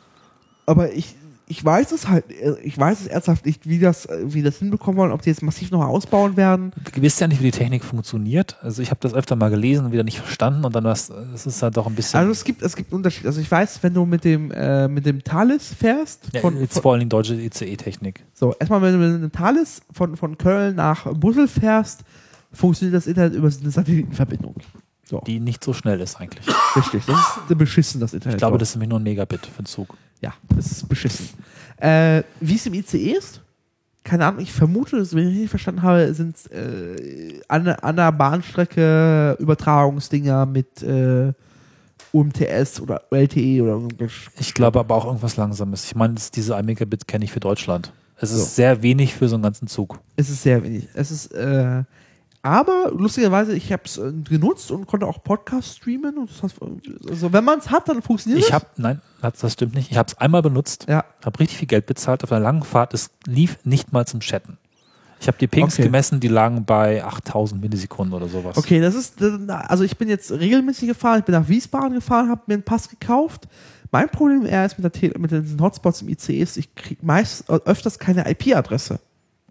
Speaker 3: aber ich, ich weiß es halt, äh, ich weiß es ernsthaft nicht, wie das, äh, wie das hinbekommen wollen, ob die jetzt massiv nochmal ausbauen werden.
Speaker 4: Du wisst ja nicht, wie die Technik funktioniert. Also ich habe das öfter mal gelesen und wieder nicht verstanden und dann war es es ist halt doch ein bisschen.
Speaker 3: Also es gibt, es gibt einen Unterschied. Also ich weiß, wenn du mit dem, äh, mit dem Thales fährst,
Speaker 4: ja,
Speaker 3: von,
Speaker 4: jetzt
Speaker 3: von,
Speaker 4: vor allen Dingen deutsche E ICE-Technik.
Speaker 3: so erstmal wenn du mit dem Thales von, von Köln nach Brüssel fährst, funktioniert das Internet über eine Satellitenverbindung.
Speaker 4: die nicht so schnell ist eigentlich.
Speaker 3: Richtig, das ist beschissen, das Internet.
Speaker 4: Ich glaube,
Speaker 3: dort.
Speaker 4: das ist nämlich nur ein Megabit für den Zug.
Speaker 3: Ja, das ist beschissen. Äh, wie es im ICE ist? Keine Ahnung, ich vermute, dass, wenn ich richtig verstanden habe, sind äh, an, an der Bahnstrecke Übertragungsdinger mit äh, UMTS oder LTE oder irgendwas.
Speaker 4: Ich glaube aber auch irgendwas Langsames. Ich meine, das- diese 1 Megabit kenne ich für Deutschland. Es ist
Speaker 3: So.
Speaker 4: sehr wenig für so einen ganzen Zug.
Speaker 3: Es ist sehr wenig. Es ist, äh, aber lustigerweise, ich habe es äh, genutzt und konnte auch Podcast streamen. Und das hat, also wenn man es hat, dann funktioniert
Speaker 4: Ich habe, nein, das das stimmt nicht. Ich habe es einmal benutzt,
Speaker 3: Ja.
Speaker 4: habe richtig viel Geld bezahlt auf einer langen Fahrt. Es lief nicht mal zum Chatten. Ich habe die Pings
Speaker 3: Okay.
Speaker 4: gemessen, die lagen bei 8000 Millisekunden oder sowas.
Speaker 3: Okay, das ist, also ich bin jetzt regelmäßig gefahren, ich bin nach Wiesbaden gefahren, habe mir einen Pass gekauft. Mein Problem eher ist mit, der Tele mit E äh, den Hotspots im ICE ist, ich kriege meist öfters keine IP-Adresse.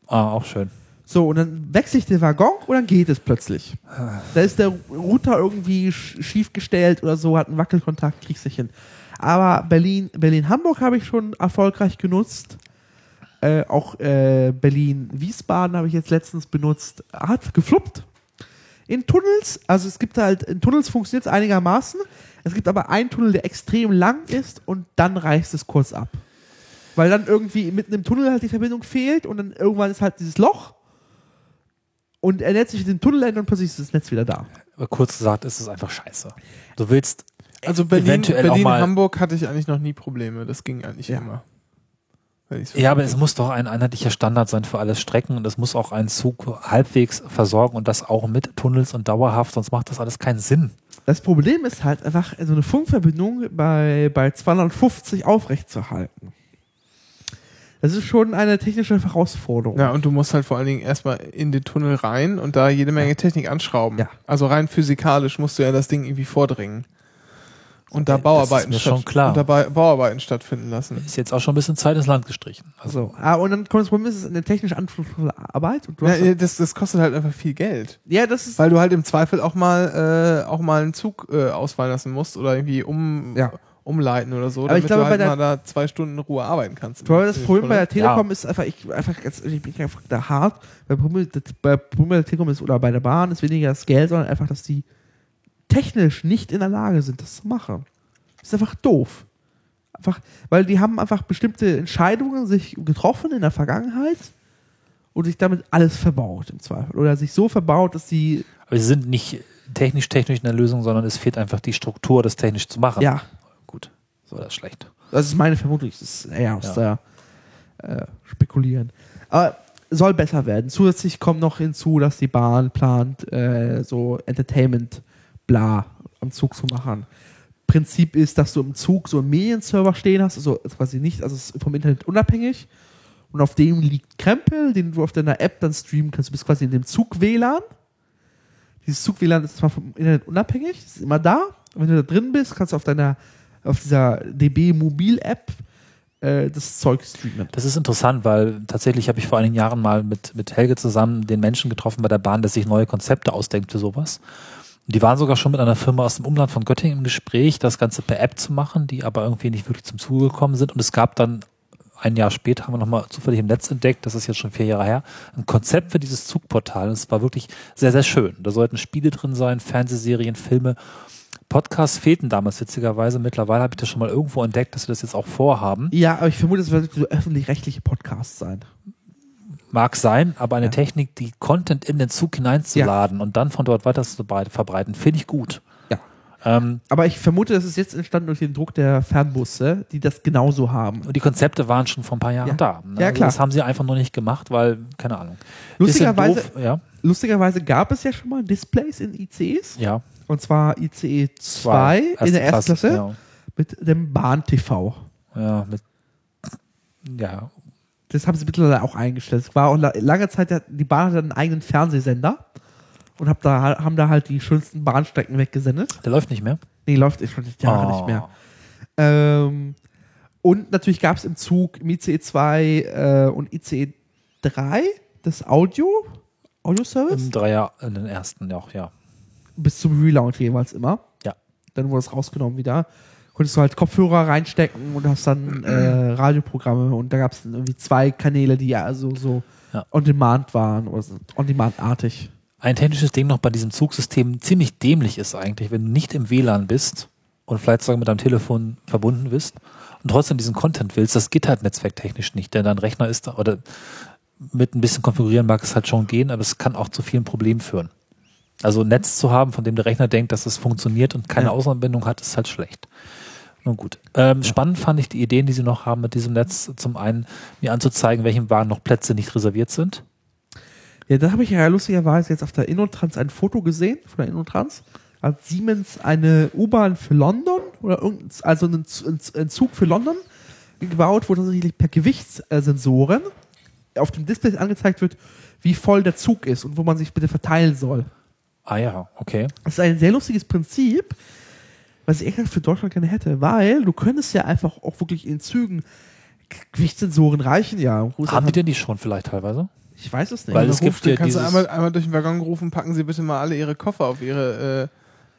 Speaker 4: Ah, auch schön.
Speaker 3: So, und dann wechsle ich den Waggon und dann geht es plötzlich. Da ist der Router irgendwie sch- schiefgestellt oder so, hat einen Wackelkontakt, kriegst dich hin. Aber Berlin, Berlin-Hamburg habe ich schon erfolgreich genutzt. Äh, auch äh, Berlin-Wiesbaden habe ich jetzt letztens benutzt. Hat gefluppt. In Tunnels, also es gibt halt, in Tunnels funktioniert es einigermaßen. Es gibt aber einen Tunnel, der extrem lang ist und dann reißt es kurz ab. Weil dann irgendwie mitten im Tunnel halt die Verbindung fehlt und dann irgendwann ist halt dieses Loch und er lädt sich in den Tunnel ein und plötzlich ist das Netz wieder da.
Speaker 4: Aber kurz gesagt, ist es einfach scheiße. Du willst
Speaker 2: Also Berlin,
Speaker 4: eventuell auch
Speaker 2: Berlin
Speaker 4: mal.
Speaker 2: Hamburg hatte ich eigentlich noch nie Probleme. Das ging eigentlich immer. Wenn ich's
Speaker 4: Ja, aber es
Speaker 2: verstehe.
Speaker 4: muss doch ein einheitlicher Standard sein für alle Strecken und es muss auch einen Zug halbwegs versorgen und das auch mit Tunnels und dauerhaft, sonst macht das alles keinen Sinn.
Speaker 3: Das Problem ist halt einfach, so eine Funkverbindung bei, bei 250 aufrechtzuerhalten. Das ist schon eine technische Herausforderung.
Speaker 2: Ja, und du musst halt vor allen Dingen erstmal in den Tunnel rein und da jede Menge Technik anschrauben.
Speaker 3: Ja.
Speaker 2: Also rein physikalisch musst du ja das Ding irgendwie vordringen. Und da Bauarbeiten,
Speaker 4: mir schon klar.
Speaker 2: Und da Ba- Bauarbeiten stattfinden lassen.
Speaker 4: Ist jetzt auch schon ein bisschen Zeit ins Land gestrichen. Also
Speaker 3: So. Ah, und dann kommt das Problem, es ist eine technisch anspruchsvolle Arbeit. Und du hast
Speaker 2: Ja, das, das kostet halt einfach viel Geld.
Speaker 3: ja, das ist
Speaker 2: Weil du halt im Zweifel auch mal, äh, auch mal einen Zug äh, ausfallen lassen musst oder irgendwie um,
Speaker 3: Ja.
Speaker 2: umleiten oder so,
Speaker 3: Aber ich
Speaker 2: damit
Speaker 3: glaube,
Speaker 2: du halt
Speaker 3: bei der-
Speaker 2: mal da zwei Stunden in Ruhe arbeiten kannst.
Speaker 3: Vor allem das Problem bei der Telekom
Speaker 4: Ja.
Speaker 3: ist einfach, ich, einfach ganz, ich bin einfach da hart, weil Problem, das, bei Problem bei der Telekom ist oder bei der Bahn ist weniger das Geld, sondern einfach, dass die technisch nicht in der Lage sind, das zu machen. Das ist einfach doof. Einfach, weil die haben einfach bestimmte Entscheidungen sich getroffen in der Vergangenheit und sich damit alles verbaut im Zweifel. Oder sich so verbaut, dass sie,
Speaker 4: Aber sie sind nicht technisch technisch in der Lösung, sondern es fehlt einfach die Struktur, das technisch zu machen.
Speaker 3: ja,
Speaker 4: Gut, so das ist schlecht.
Speaker 3: Das ist meine Vermutung. Das ist eher aus
Speaker 4: Ja.
Speaker 3: der äh, Spekulieren. Aber soll besser werden. Zusätzlich kommt noch hinzu, dass die Bahn plant, äh, so Entertainment bla am Zug zu machen. Prinzip ist, dass du im Zug so einen Medienserver stehen hast, also quasi nicht, also es ist vom Internet unabhängig. Und auf dem liegt Krempel, den du auf deiner App dann streamen kannst. Du bist quasi in dem Zug-WLAN. Dieses Zug-WLAN ist zwar vom Internet unabhängig, ist immer da. Und wenn du da drin bist, kannst du auf deiner auf dieser DB Mobil App äh, das Zeug streamen.
Speaker 4: Das ist interessant, weil tatsächlich habe ich vor einigen Jahren mal mit, mit Helge zusammen den Menschen getroffen bei der Bahn, der sich neue Konzepte ausdenkt für sowas. Und die waren sogar schon mit einer Firma aus dem Umland von Göttingen im Gespräch, das Ganze per App zu machen, die aber irgendwie nicht wirklich zum Zuge gekommen sind. Und es gab dann ein Jahr später, haben wir nochmal zufällig im Netz entdeckt, das ist jetzt schon vier Jahre her, ein Konzept für dieses Zugportal. Und es war wirklich sehr, sehr schön. Da sollten Spiele drin sein, Fernsehserien, Filme. Podcasts fehlten damals witzigerweise. Mittlerweile habe ich das schon mal irgendwo entdeckt, dass wir das jetzt auch vorhaben.
Speaker 3: Ja, aber ich vermute, es wird so öffentlich-rechtliche Podcasts sein.
Speaker 4: Mag sein, aber eine
Speaker 3: Ja.
Speaker 4: Technik, die Content in den Zug hineinzuladen und dann von dort weiter zu brei- verbreiten, finde ich gut.
Speaker 3: Ja.
Speaker 4: Ähm,
Speaker 3: Aber ich vermute, das ist jetzt entstanden durch den Druck der Fernbusse, die das genauso haben.
Speaker 4: und die Konzepte waren schon vor ein paar Jahren
Speaker 3: Ja.
Speaker 4: da. ne?
Speaker 3: Ja, klar.
Speaker 4: Das haben sie einfach nur nicht gemacht, weil, keine Ahnung.
Speaker 3: Lustigerweise-
Speaker 4: Bisschen doof, ja,
Speaker 3: Lustigerweise gab es ja schon mal Displays in ICs.
Speaker 4: ja.
Speaker 3: Und zwar ICE 2 in der
Speaker 4: Erste
Speaker 3: Erstklasse mit dem Bahn-TV.
Speaker 4: Ja, ja, mit, ja.
Speaker 3: Das haben sie mittlerweile auch eingestellt. Es war auch la- lange Zeit, der- die Bahn hatte einen eigenen Fernsehsender und hab da, haben da halt die schönsten Bahnstrecken weggesendet.
Speaker 4: Der läuft nicht mehr.
Speaker 3: Nee, läuft schon Jahre
Speaker 4: Oh.
Speaker 3: nicht mehr. Ähm, und natürlich gab es im Zug im ICE 2 äh, und ICE 3 das Audio, Audio-Service,
Speaker 4: Im Dreier, in den ersten auch, ja.
Speaker 3: bis zum Relaunch jeweils immer.
Speaker 4: Ja.
Speaker 3: Dann wurde es rausgenommen wieder. Konntest du halt Kopfhörer reinstecken und hast dann äh, Radioprogramme und da gab es dann irgendwie zwei Kanäle, die ja also so
Speaker 4: Ja.
Speaker 3: on-demand waren oder so on-demand-artig.
Speaker 4: ein technisches Ding noch bei diesem Zugsystem ziemlich dämlich ist eigentlich, wenn du nicht im WLAN bist und vielleicht sogar mit deinem Telefon verbunden bist und trotzdem diesen Content willst, das geht halt netzwerktechnisch nicht, denn dein Rechner ist da, oder mit ein bisschen konfigurieren mag es halt schon gehen, aber es kann auch zu vielen Problemen führen. Also ein Netz zu haben, von dem der Rechner denkt, dass es funktioniert und keine
Speaker 3: Ja.
Speaker 4: Außenanbindung hat, ist halt schlecht. Nun gut. Ähm, spannend fand ich die Ideen, die sie noch haben mit diesem Netz. Zum einen mir anzuzeigen, welchen Wagen noch Plätze nicht reserviert sind.
Speaker 3: Ja, da habe ich ja lustigerweise jetzt auf der Innotrans ein Foto gesehen von der Innotrans. Hat Siemens eine U-Bahn für London oder irgendein, also einen Z- einen Z- einen Zug für London gebaut, wo tatsächlich per Gewichtssensoren auf dem Display angezeigt wird, wie voll der Zug ist und wo man sich bitte verteilen soll.
Speaker 4: Ah ja, okay.
Speaker 3: Das ist ein sehr lustiges Prinzip, was ich eigentlich für Deutschland gerne hätte, weil du könntest ja einfach auch wirklich in Zügen Gewichtssensoren reichen ja.
Speaker 4: Haben die denn die schon vielleicht teilweise?
Speaker 3: Ich Ich weiß es nicht. Genau.
Speaker 4: Weil
Speaker 2: Wenn du
Speaker 4: es gibt
Speaker 2: rufst, dann
Speaker 4: ja
Speaker 2: kannst du
Speaker 4: dieses-
Speaker 2: einmal, einmal durch den Waggon rufen, packen Sie bitte mal alle Ihre Koffer auf Ihre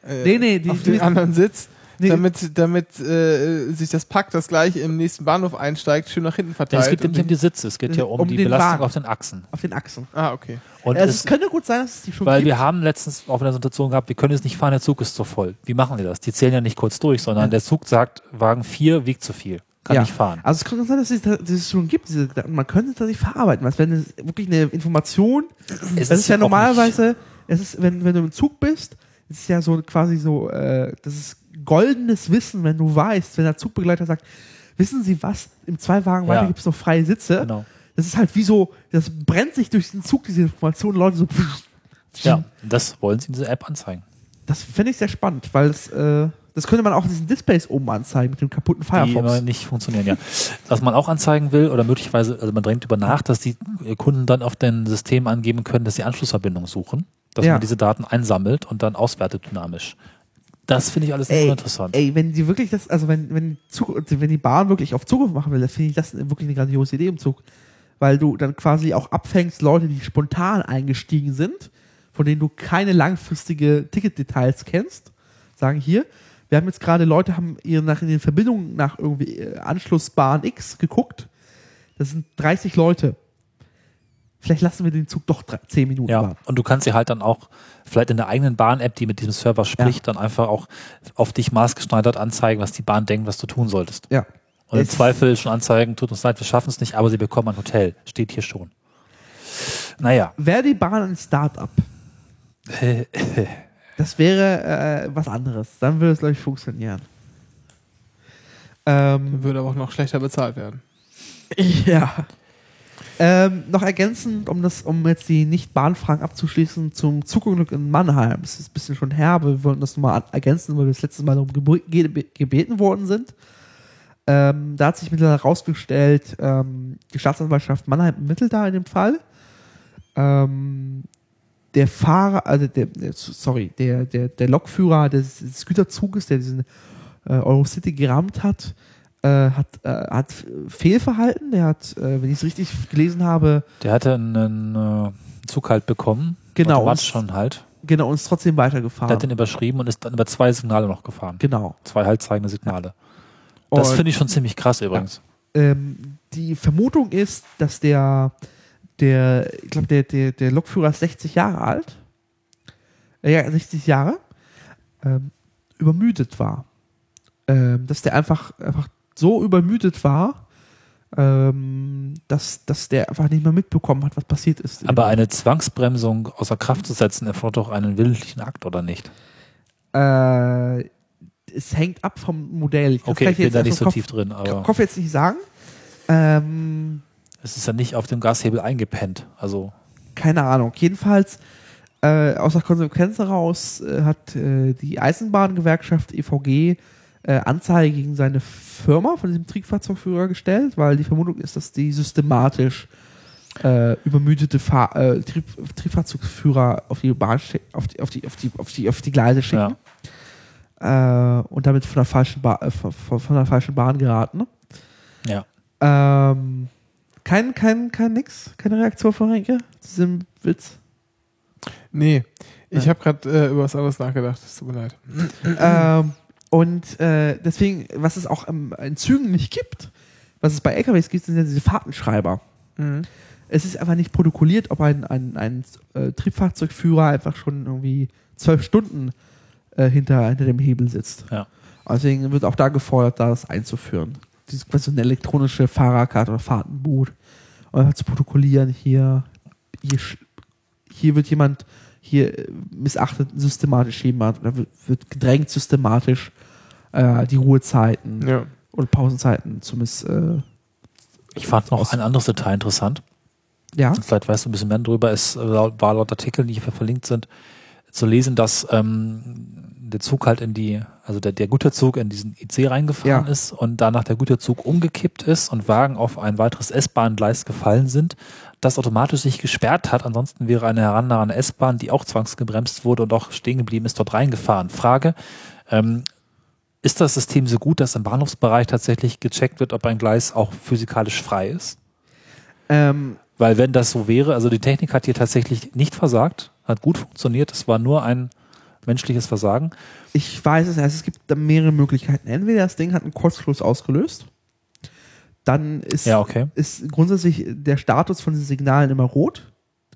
Speaker 2: äh, äh,
Speaker 3: Nee, nee, die-
Speaker 2: auf den
Speaker 3: die-
Speaker 2: anderen Sitz,
Speaker 3: Nee.
Speaker 2: damit, damit äh, sich das Pack, das gleich im nächsten Bahnhof einsteigt, schön nach hinten
Speaker 4: Ja,
Speaker 2: verteilt.
Speaker 4: es geht
Speaker 2: und
Speaker 4: nicht um
Speaker 2: den-
Speaker 4: die Sitze, es geht ja um,
Speaker 3: Um
Speaker 4: die
Speaker 3: den
Speaker 4: Belastung
Speaker 3: Wagen.
Speaker 4: auf den Achsen.
Speaker 3: auf den Achsen.
Speaker 2: ah, okay.
Speaker 4: Und
Speaker 3: Also es
Speaker 4: es,
Speaker 3: könnte gut sein, dass es die schon
Speaker 4: weil
Speaker 3: gibt.
Speaker 4: wir haben letztens auch in der Situation gehabt, wir können jetzt nicht fahren, der Zug ist zu voll. Wie machen wir das? Die zählen ja nicht kurz durch, sondern der Zug sagt, Wagen 4 wiegt zu viel, kann
Speaker 3: Ja.
Speaker 4: nicht fahren.
Speaker 3: Also es kann sein, dass es, dass es schon gibt, diese Gedanken. Man könnte das nicht verarbeiten, weil es wenn es wirklich eine Information,
Speaker 4: Es
Speaker 3: das ist ja
Speaker 4: auch
Speaker 3: normalerweise, es ist, wenn, wenn du im Zug bist, es ist ja so quasi so, äh, das ist goldenes Wissen, wenn du weißt, wenn der Zugbegleiter sagt, wissen Sie was, im Zweiwagen
Speaker 4: Ja.
Speaker 3: weiter gibt es noch freie Sitze.
Speaker 4: Genau.
Speaker 3: Das ist halt wie so, das brennt sich durch den Zug, diese Information, Leute so,
Speaker 4: Nicht, ja, das wollen sie in dieser App anzeigen.
Speaker 3: das fände ich sehr spannend, weil es, äh, das könnte man auch in diesen Displays oben anzeigen mit dem kaputten
Speaker 4: die
Speaker 3: Firefox.
Speaker 4: immer nicht funktionieren, ja. Was man auch anzeigen will, oder möglicherweise, also man drängt über nach, dass die äh, Kunden dann auf den Systemen angeben können, dass sie Anschlussverbindungen suchen, dass
Speaker 3: Ja.
Speaker 4: man diese Daten einsammelt und dann auswertet dynamisch. Das finde ich alles
Speaker 3: Ey,
Speaker 4: interessant.
Speaker 3: Ey, wenn die wirklich das, also wenn, wenn, die Zug, wenn die Bahn wirklich auf Zukunft machen will, dann finde ich das wirklich eine grandiose Idee im Zug. Weil du dann quasi auch abfängst Leute, die spontan eingestiegen sind, von denen du keine langfristige Ticketdetails kennst, sagen hier, wir haben jetzt gerade Leute, haben ihr nach in den Verbindungen nach irgendwie äh, Anschluss Bahn X geguckt. Das sind 30 Leute. Vielleicht lassen wir den Zug doch drei- 10 Minuten
Speaker 4: Ja,
Speaker 3: warten.
Speaker 4: und du kannst sie halt dann auch vielleicht in der eigenen Bahn-App, die mit diesem Server spricht, dann einfach auch auf dich maßgeschneidert anzeigen, was die Bahn denkt, was du tun solltest.
Speaker 3: Ja.
Speaker 4: Und im
Speaker 3: Es-
Speaker 4: Zweifel schon anzeigen, tut uns leid, wir schaffen es nicht, aber sie bekommen ein Hotel. Steht hier schon. Naja,
Speaker 3: Wäre die Bahn ein Start-up? das wäre äh, was anderes. Dann würde es, glaube ich, funktionieren. Ähm,
Speaker 2: Würde aber auch noch schlechter bezahlt werden.
Speaker 3: ja. Ähm, noch ergänzend, um, das, um jetzt die Nicht-Bahnfragen abzuschließen, zum Zugunglück in Mannheim. Das ist ein bisschen schon herbe. Wir wollten das nochmal an- ergänzen, weil wir das letzte Mal darum gebo- ge- gebeten worden sind. Ähm, da hat sich mittlerweile herausgestellt, ähm, die Staatsanwaltschaft Mannheim ermittelt da in dem Fall. Ähm, der Fahrer, also der, der sorry, der, der, der Lokführer des, des Güterzuges, der diesen äh, Eurocity gerammt hat, äh, hat, äh, hat Fehlverhalten. Der hat, äh, wenn ich es richtig gelesen habe,
Speaker 4: der hatte einen äh, Zug halt bekommen.
Speaker 3: Genau. Ah.
Speaker 4: Automatisch schon halt.
Speaker 3: genau uns trotzdem
Speaker 4: Der
Speaker 3: weitergefahren.
Speaker 4: hat den überschrieben und ist dann über zwei Signale noch gefahren.
Speaker 3: genau.
Speaker 4: Zwei halbzeigende Signale.
Speaker 3: Und,
Speaker 4: Das finde ich schon ziemlich krass übrigens.
Speaker 3: ähm, die Vermutung ist, dass der, der ich glaube, der, der, der Lokführer ist 60 Jahre alt. Äh, Ja, 60 Jahre. Ähm, übermüdet war. Ähm, dass der einfach, einfach so übermüdet war, ähm, dass, dass der einfach nicht mehr mitbekommen hat, was passiert ist.
Speaker 4: Aber eine Zwangsbremsung außer Kraft zu setzen, erfordert doch einen willentlichen Akt, oder nicht?
Speaker 3: Äh, es hängt ab vom Modell. Das
Speaker 4: Okay,
Speaker 3: kann
Speaker 4: ich bin
Speaker 3: jetzt
Speaker 4: da
Speaker 3: aus
Speaker 4: nicht
Speaker 3: dem
Speaker 4: so
Speaker 3: Kopf,
Speaker 4: tief drin, aber
Speaker 3: Kopf jetzt nicht sagen. Ähm,
Speaker 4: es ist ja nicht auf dem Gashebel eingepennt. Also
Speaker 3: keine Ahnung. Jedenfalls, äh, aus der Konsequenz heraus äh, hat äh, die Eisenbahngewerkschaft EVG äh, Anzeige gegen seine Firma von diesem Triebfahrzeugführer gestellt, weil die Vermutung ist, dass die systematisch äh, übermüdete Fahr äh, Trieb Triebfahrzeugführer auf die Bahn schick- auf die, auf die, auf die, auf die, auf die Gleise schicken.
Speaker 4: ja.
Speaker 3: äh, und damit von der falschen, ba äh, von, von von der falschen Bahn geraten.
Speaker 4: Ja.
Speaker 3: Ähm, kein, kein, kein nix? Keine Reaktion von Renke zu diesem Witz?
Speaker 2: Nee, ich
Speaker 3: Ja.
Speaker 2: habe gerade äh, über was anderes nachgedacht. Es tut mir leid.
Speaker 3: ähm, und äh, deswegen, was es auch im, in Zügen nicht gibt, was es bei LKWs gibt, sind ja diese Fahrtenschreiber.
Speaker 2: Mhm.
Speaker 3: Es ist einfach nicht protokolliert, ob ein, ein, ein äh, Triebfahrzeugführer einfach schon irgendwie zwölf Stunden äh, hinter, hinter dem Hebel sitzt. Also
Speaker 4: Ja.
Speaker 3: Deswegen wird auch da gefordert, da das einzuführen. Dieses quasi so eine elektronische Fahrerkarte oder Fahrtenbuch. Und einfach zu protokollieren, hier, hier, sch- hier wird jemand hier äh, missachtet systematisch jemand oder wird- wird gedrängt systematisch äh, die Ruhezeiten
Speaker 2: Ja.
Speaker 3: oder Pausenzeiten zumindest äh,
Speaker 4: Ich fand noch ein anderes Detail interessant.
Speaker 3: ja
Speaker 4: Vielleicht weißt du ein bisschen mehr drüber. Es äh, laut- war laut Artikeln, die hier verlinkt sind, zu lesen, dass ähm, der Zug halt in die, also der, der Güterzug in diesen IC reingefahren
Speaker 3: Ja.
Speaker 4: ist und danach der Güterzug umgekippt ist und Wagen auf ein weiteres S-Bahn-Gleis gefallen sind, das automatisch sich gesperrt hat. Ansonsten wäre eine herannahende S-Bahn, die auch zwangsgebremst wurde und auch stehen geblieben ist, dort reingefahren. Frage, ähm, ist das System so gut, dass im Bahnhofsbereich tatsächlich gecheckt wird, ob ein Gleis auch physikalisch frei ist?
Speaker 3: ähm,
Speaker 4: Weil wenn das so wäre, also die Technik hat hier tatsächlich nicht versagt, hat gut funktioniert, es war nur ein menschliches Versagen.
Speaker 3: Ich weiß es erst, es gibt da mehrere Möglichkeiten. Entweder das Ding hat einen Kurzschluss ausgelöst, dann ist,
Speaker 4: Ja, okay.
Speaker 3: ist grundsätzlich der Status von diesen Signalen immer rot.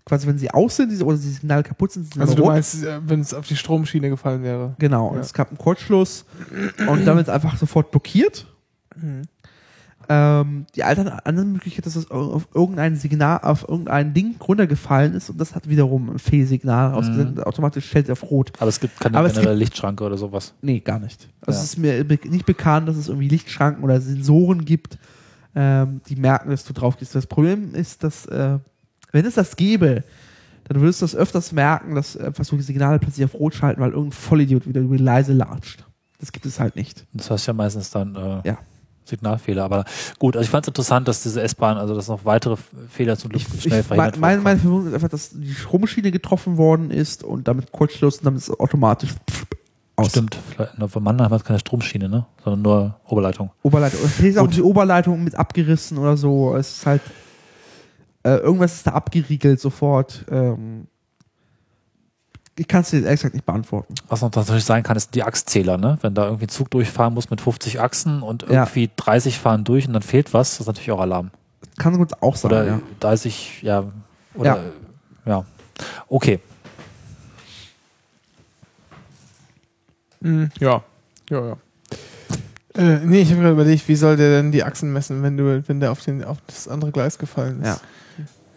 Speaker 3: Quasi, wenn sie aus sind diese, oder die Signale kaputt sind, sind sie
Speaker 2: Also
Speaker 3: immer
Speaker 2: du
Speaker 3: rot.
Speaker 2: meinst, äh, wenn es auf die Stromschiene gefallen wäre.
Speaker 3: Genau, und
Speaker 2: Ja.
Speaker 3: es gab einen Kurzschluss und damit einfach sofort blockiert.
Speaker 2: Mhm.
Speaker 3: Ähm, die altern- andere Möglichkeit ist, dass es au- auf irgendein Signal, auf irgendein Ding runtergefallen ist und das hat wiederum ein Fehlsignal rausgesendet.
Speaker 4: Mhm.
Speaker 3: Automatisch stellt er auf Rot.
Speaker 4: Aber es gibt keine
Speaker 3: Aber es
Speaker 4: generelle Lichtschranke oder sowas.
Speaker 3: Nee, gar nicht. Also
Speaker 4: Ja.
Speaker 3: es ist mir be nicht bekannt, dass es irgendwie Lichtschranken oder Sensoren gibt, ähm, die merken, dass du drauf gehst. Das Problem ist, dass, äh, wenn es das gäbe, dann würdest du das öfters merken, dass äh, versuche Signale plötzlich auf Rot schalten, weil irgendein Vollidiot wieder über die Leise latscht. Das gibt es halt nicht.
Speaker 4: Das heißt ja meistens dann äh,
Speaker 3: Ja.
Speaker 4: Signalfehler. Aber gut, also ich fand es interessant, dass diese S-Bahn, also dass noch weitere F- Fehler zum Glück
Speaker 3: Ich,
Speaker 4: schnell
Speaker 3: ich, mein,
Speaker 4: verhindert
Speaker 3: mein-
Speaker 4: wurden.
Speaker 3: meine Vermutung ist einfach, dass die Stromschiene getroffen worden ist und damit Kurzschluss und damit ist es automatisch aus.
Speaker 4: Stimmt, vielleicht, na, für Mannheim hat keine Stromschiene, ne? sondern nur Oberleitung.
Speaker 3: Oberleitung. Es ist auch die Oberleitung mit abgerissen oder so. Es ist halt. Äh, irgendwas ist da abgeriegelt sofort. Ähm, ich kann es dir jetzt exakt nicht beantworten.
Speaker 4: Was noch natürlich sein kann, ist die Achszähler. Ne? Wenn da irgendwie ein Zug durchfahren muss mit 50 Achsen und
Speaker 3: Ja.
Speaker 4: irgendwie 30 fahren durch und dann fehlt was, das ist natürlich auch Alarm.
Speaker 3: Kann gut auch sein.
Speaker 4: Oder
Speaker 3: ja.
Speaker 4: 30, ja. Oder, ja. Okay,
Speaker 2: Mhm. Ja. Ja, ja. Äh, nee, ich habe gerade überlegt, wie soll der denn die Achsen messen, wenn du, wenn der auf, den, auf das andere Gleis gefallen ist?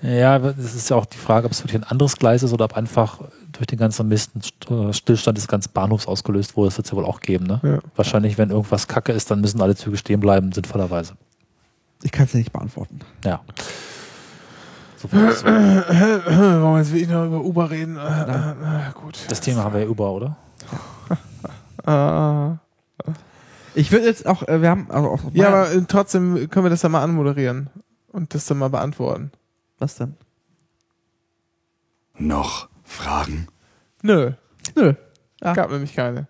Speaker 3: Ja.
Speaker 4: Ja, es ist ja auch die Frage, ob es wirklich ein anderes Gleis ist oder ob einfach durch den ganzen Mist ein St- äh, Stillstand des ganzen Bahnhofs ausgelöst wurde. Das wird es ja wohl auch geben. Ne?
Speaker 2: Ja.
Speaker 4: Wahrscheinlich, wenn irgendwas kacke ist, dann müssen alle Züge stehen bleiben, sinnvollerweise.
Speaker 3: Ich kann es dir nicht beantworten.
Speaker 4: Ja. So viel dazu.
Speaker 2: Wollen wir jetzt wirklich noch über Uber reden? Äh, äh, äh, gut.
Speaker 4: Das Thema haben wir ja über, oder?
Speaker 2: Ah.
Speaker 3: Ich würde jetzt auch, äh, wir haben also auch.
Speaker 2: ja, aber äh, trotzdem können wir das dann mal anmoderieren und das dann mal beantworten.
Speaker 3: was denn?
Speaker 7: Noch Fragen?
Speaker 2: Nö, Ah.
Speaker 3: Nö. Ja.
Speaker 2: gab nämlich keine.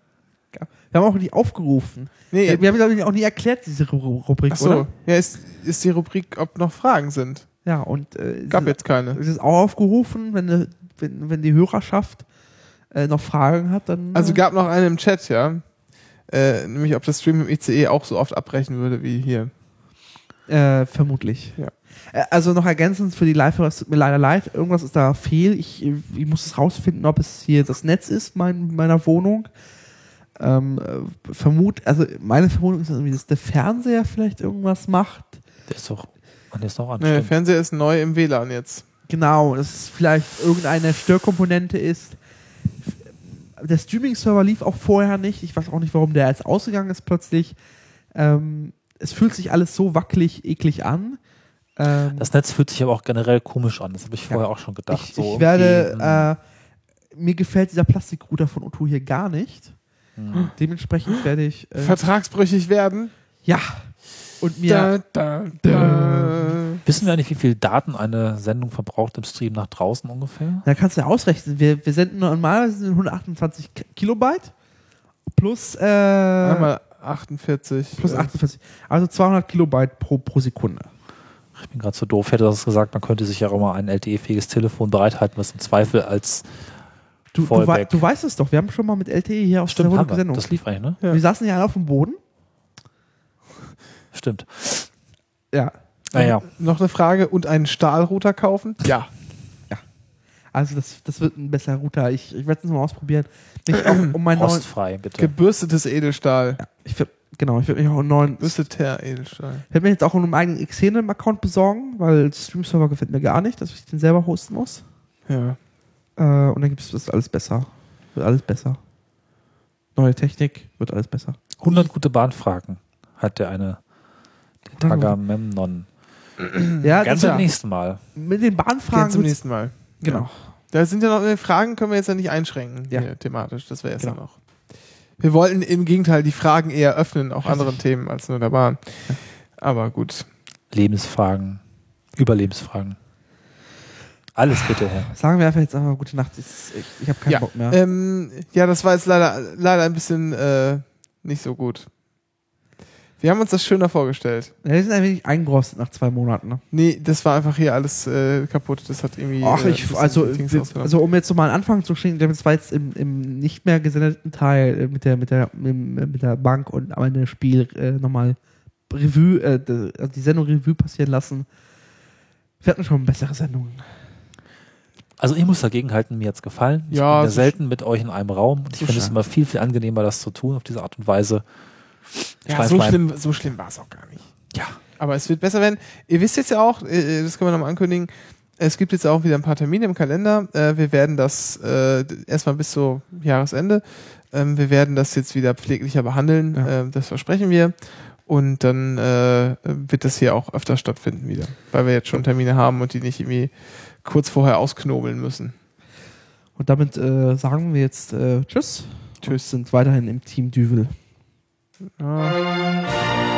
Speaker 3: Wir haben auch nie aufgerufen.
Speaker 2: Nee,
Speaker 3: Wir haben glaube ich auch nie erklärt diese Ru- Rubrik,
Speaker 2: ach so.
Speaker 3: oder?
Speaker 2: Ja, ist, ist die Rubrik, ob noch Fragen sind.
Speaker 3: Ja. Und äh,
Speaker 2: Gab
Speaker 3: es-
Speaker 2: jetzt keine.
Speaker 3: es ist auch aufgerufen, wenn, äh, wenn, wenn die Hörerschaft äh, noch Fragen hat, dann.
Speaker 2: Also gab noch eine im Chat, ja. Äh, nämlich, ob das Stream im ICE auch so oft abbrechen würde wie hier.
Speaker 3: Äh, vermutlich.
Speaker 2: Ja.
Speaker 3: Äh, Also noch ergänzend für die live es tut mir leider leid, irgendwas ist da fehl. Ich, äh, ich muss es rausfinden, ob es hier das Netz ist mein, meiner Wohnung. Ähm, äh, vermut, also meine Vermutung ist irgendwie, dass der Fernseher vielleicht irgendwas macht.
Speaker 4: Der ist doch. Und der ist noch an.
Speaker 2: Nee, der
Speaker 4: stimmt.
Speaker 2: Fernseher ist neu im WLAN jetzt.
Speaker 3: Genau, dass es vielleicht irgendeine Störkomponente ist. Der Streaming-Server lief auch vorher nicht. Ich weiß auch nicht, warum der jetzt ausgegangen ist plötzlich. Ähm, es fühlt sich alles so wackelig, eklig an. Ähm,
Speaker 4: Das Netz fühlt sich aber auch generell komisch an. Das habe ich vorher auch schon gedacht.
Speaker 3: Ich,
Speaker 4: so
Speaker 3: ich
Speaker 4: irgendwie, hm. mh,
Speaker 3: werde, äh, mir gefällt dieser Plastikruder von Otto hier gar nicht.
Speaker 4: mh.
Speaker 3: Dementsprechend werde ich, äh,
Speaker 2: Vertragsbrüchig werden.
Speaker 3: ja, und mir,
Speaker 2: Da, da, da.
Speaker 4: Wissen wir eigentlich, wie viel Daten eine Sendung verbraucht im Stream nach draußen ungefähr?
Speaker 3: da kannst du ja ausrechnen, wir, wir senden normalerweise 128 K- Kilobyte plus, äh,
Speaker 2: Einmal 48.
Speaker 3: plus
Speaker 2: äh,
Speaker 3: 48, also 200 Kilobyte pro, pro Sekunde.
Speaker 4: Ich bin gerade so doof, ich hätte das gesagt, man könnte sich ja auch mal ein LTE-fähiges Telefon bereithalten, was im Zweifel als
Speaker 3: Du, du, wei-
Speaker 4: Fallback.
Speaker 3: du weißt es doch, wir haben schon mal mit LTE hier auf
Speaker 4: Stimmt,
Speaker 3: der
Speaker 4: haben
Speaker 3: Wohnung
Speaker 4: wir.
Speaker 3: Sendung.
Speaker 4: Das lief eigentlich, ne?
Speaker 2: Ja.
Speaker 3: Wir saßen ja alle auf dem Boden.
Speaker 4: Stimmt.
Speaker 3: Ja.
Speaker 4: Naja,
Speaker 2: Noch eine Frage und einen Stahlrouter kaufen? Ähm, Ja.
Speaker 3: Also das, das wird ein besser Router. Ich, ich werde es mal ausprobieren. Mich auch um meinen neuen,
Speaker 4: rostfrei, bitte.
Speaker 2: Gebürstetes Edelstahl.
Speaker 3: ich würd, genau, ich würde mich auch einen neuen
Speaker 2: Gebürsteter Edelstahl.
Speaker 3: Ich werde mir jetzt auch einen eigenen Xenem-Account besorgen, weil Stream-Server gefällt mir gar nicht, dass ich den selber hosten muss.
Speaker 2: Ja.
Speaker 3: Äh, und dann gibt es das alles besser. Wird alles besser. Neue Technik, wird alles besser.
Speaker 4: 100 gute Bahnfragen hat der eine der Tagamemnon.
Speaker 3: Ja,
Speaker 4: Ganz
Speaker 3: das-
Speaker 4: am nächsten Mal.
Speaker 3: mit den
Speaker 2: Gehen
Speaker 3: Bahnfragen.
Speaker 2: zum
Speaker 3: wird's-
Speaker 2: nächsten Mal.
Speaker 3: Genau.
Speaker 2: Da sind ja noch äh, Fragen, können wir jetzt ja nicht einschränken
Speaker 3: Ja.
Speaker 2: hier, thematisch. Das wäre jetzt
Speaker 3: Genau.
Speaker 2: dann auch. Wir wollten im Gegenteil die Fragen eher öffnen, auch anderen Themen als nur der Bahn. Aber gut.
Speaker 4: Lebensfragen, Überlebensfragen. Alles bitte, Herr.
Speaker 3: Sagen wir einfach jetzt einfach gute Nacht. Ich, ich, ich habe keinen
Speaker 2: ja.
Speaker 3: Bock mehr.
Speaker 2: äh, Ähm, ja, das war jetzt leider, leider ein bisschen äh, nicht so gut. Wir haben uns das schöner vorgestellt.
Speaker 3: Ja, die sind ein wenig eingerostet nach zwei Monaten. Ne?
Speaker 2: Nee, das war einfach hier alles äh, kaputt. Das hat irgendwie.
Speaker 3: Ach,
Speaker 2: äh, ein
Speaker 3: ich,
Speaker 2: bisschen
Speaker 3: also,
Speaker 2: die Dings
Speaker 3: wir-
Speaker 2: rausgenommen.
Speaker 3: also um jetzt nochmal einen Anfang zu schicken, das war jetzt im, im nicht mehr gesendeten Teil äh, mit der, mit der, mit, mit der Bank und am Ende Spiel äh, nochmal Revue, äh, de- also die Sendung Revue passieren lassen. Wir hatten schon bessere Sendungen.
Speaker 4: Also ich muss dagegen halten, mir hat's gefallen. Ich
Speaker 2: Ja,
Speaker 4: bin ja
Speaker 2: so
Speaker 4: selten mit euch in einem Raum. Und ich
Speaker 3: so
Speaker 4: finde es
Speaker 3: schade.
Speaker 4: immer viel, viel angenehmer, das zu tun auf diese Art und Weise.
Speaker 2: ja,
Speaker 4: Schwein,
Speaker 2: so
Speaker 4: Schwein.
Speaker 2: schlimm, so schlimm war es auch gar nicht.
Speaker 4: Ja.
Speaker 2: Aber es wird besser werden. Ihr wisst jetzt ja auch, äh, das können wir nochmal ankündigen, es gibt jetzt auch wieder ein paar Termine im Kalender. Äh, Wir werden das äh, erstmal bis zu Jahresende. ähm, Wir werden das jetzt wieder pfleglicher behandeln.
Speaker 3: Ja.
Speaker 2: ähm, Das versprechen wir. Und dann äh, wird das hier auch öfter stattfinden wieder, weil wir jetzt schon Termine haben und die nicht irgendwie kurz vorher ausknobeln müssen.
Speaker 3: Und damit äh, sagen wir jetzt äh, Tschüss. Tschüss. sind weiterhin im Team Düvel.
Speaker 2: Ja.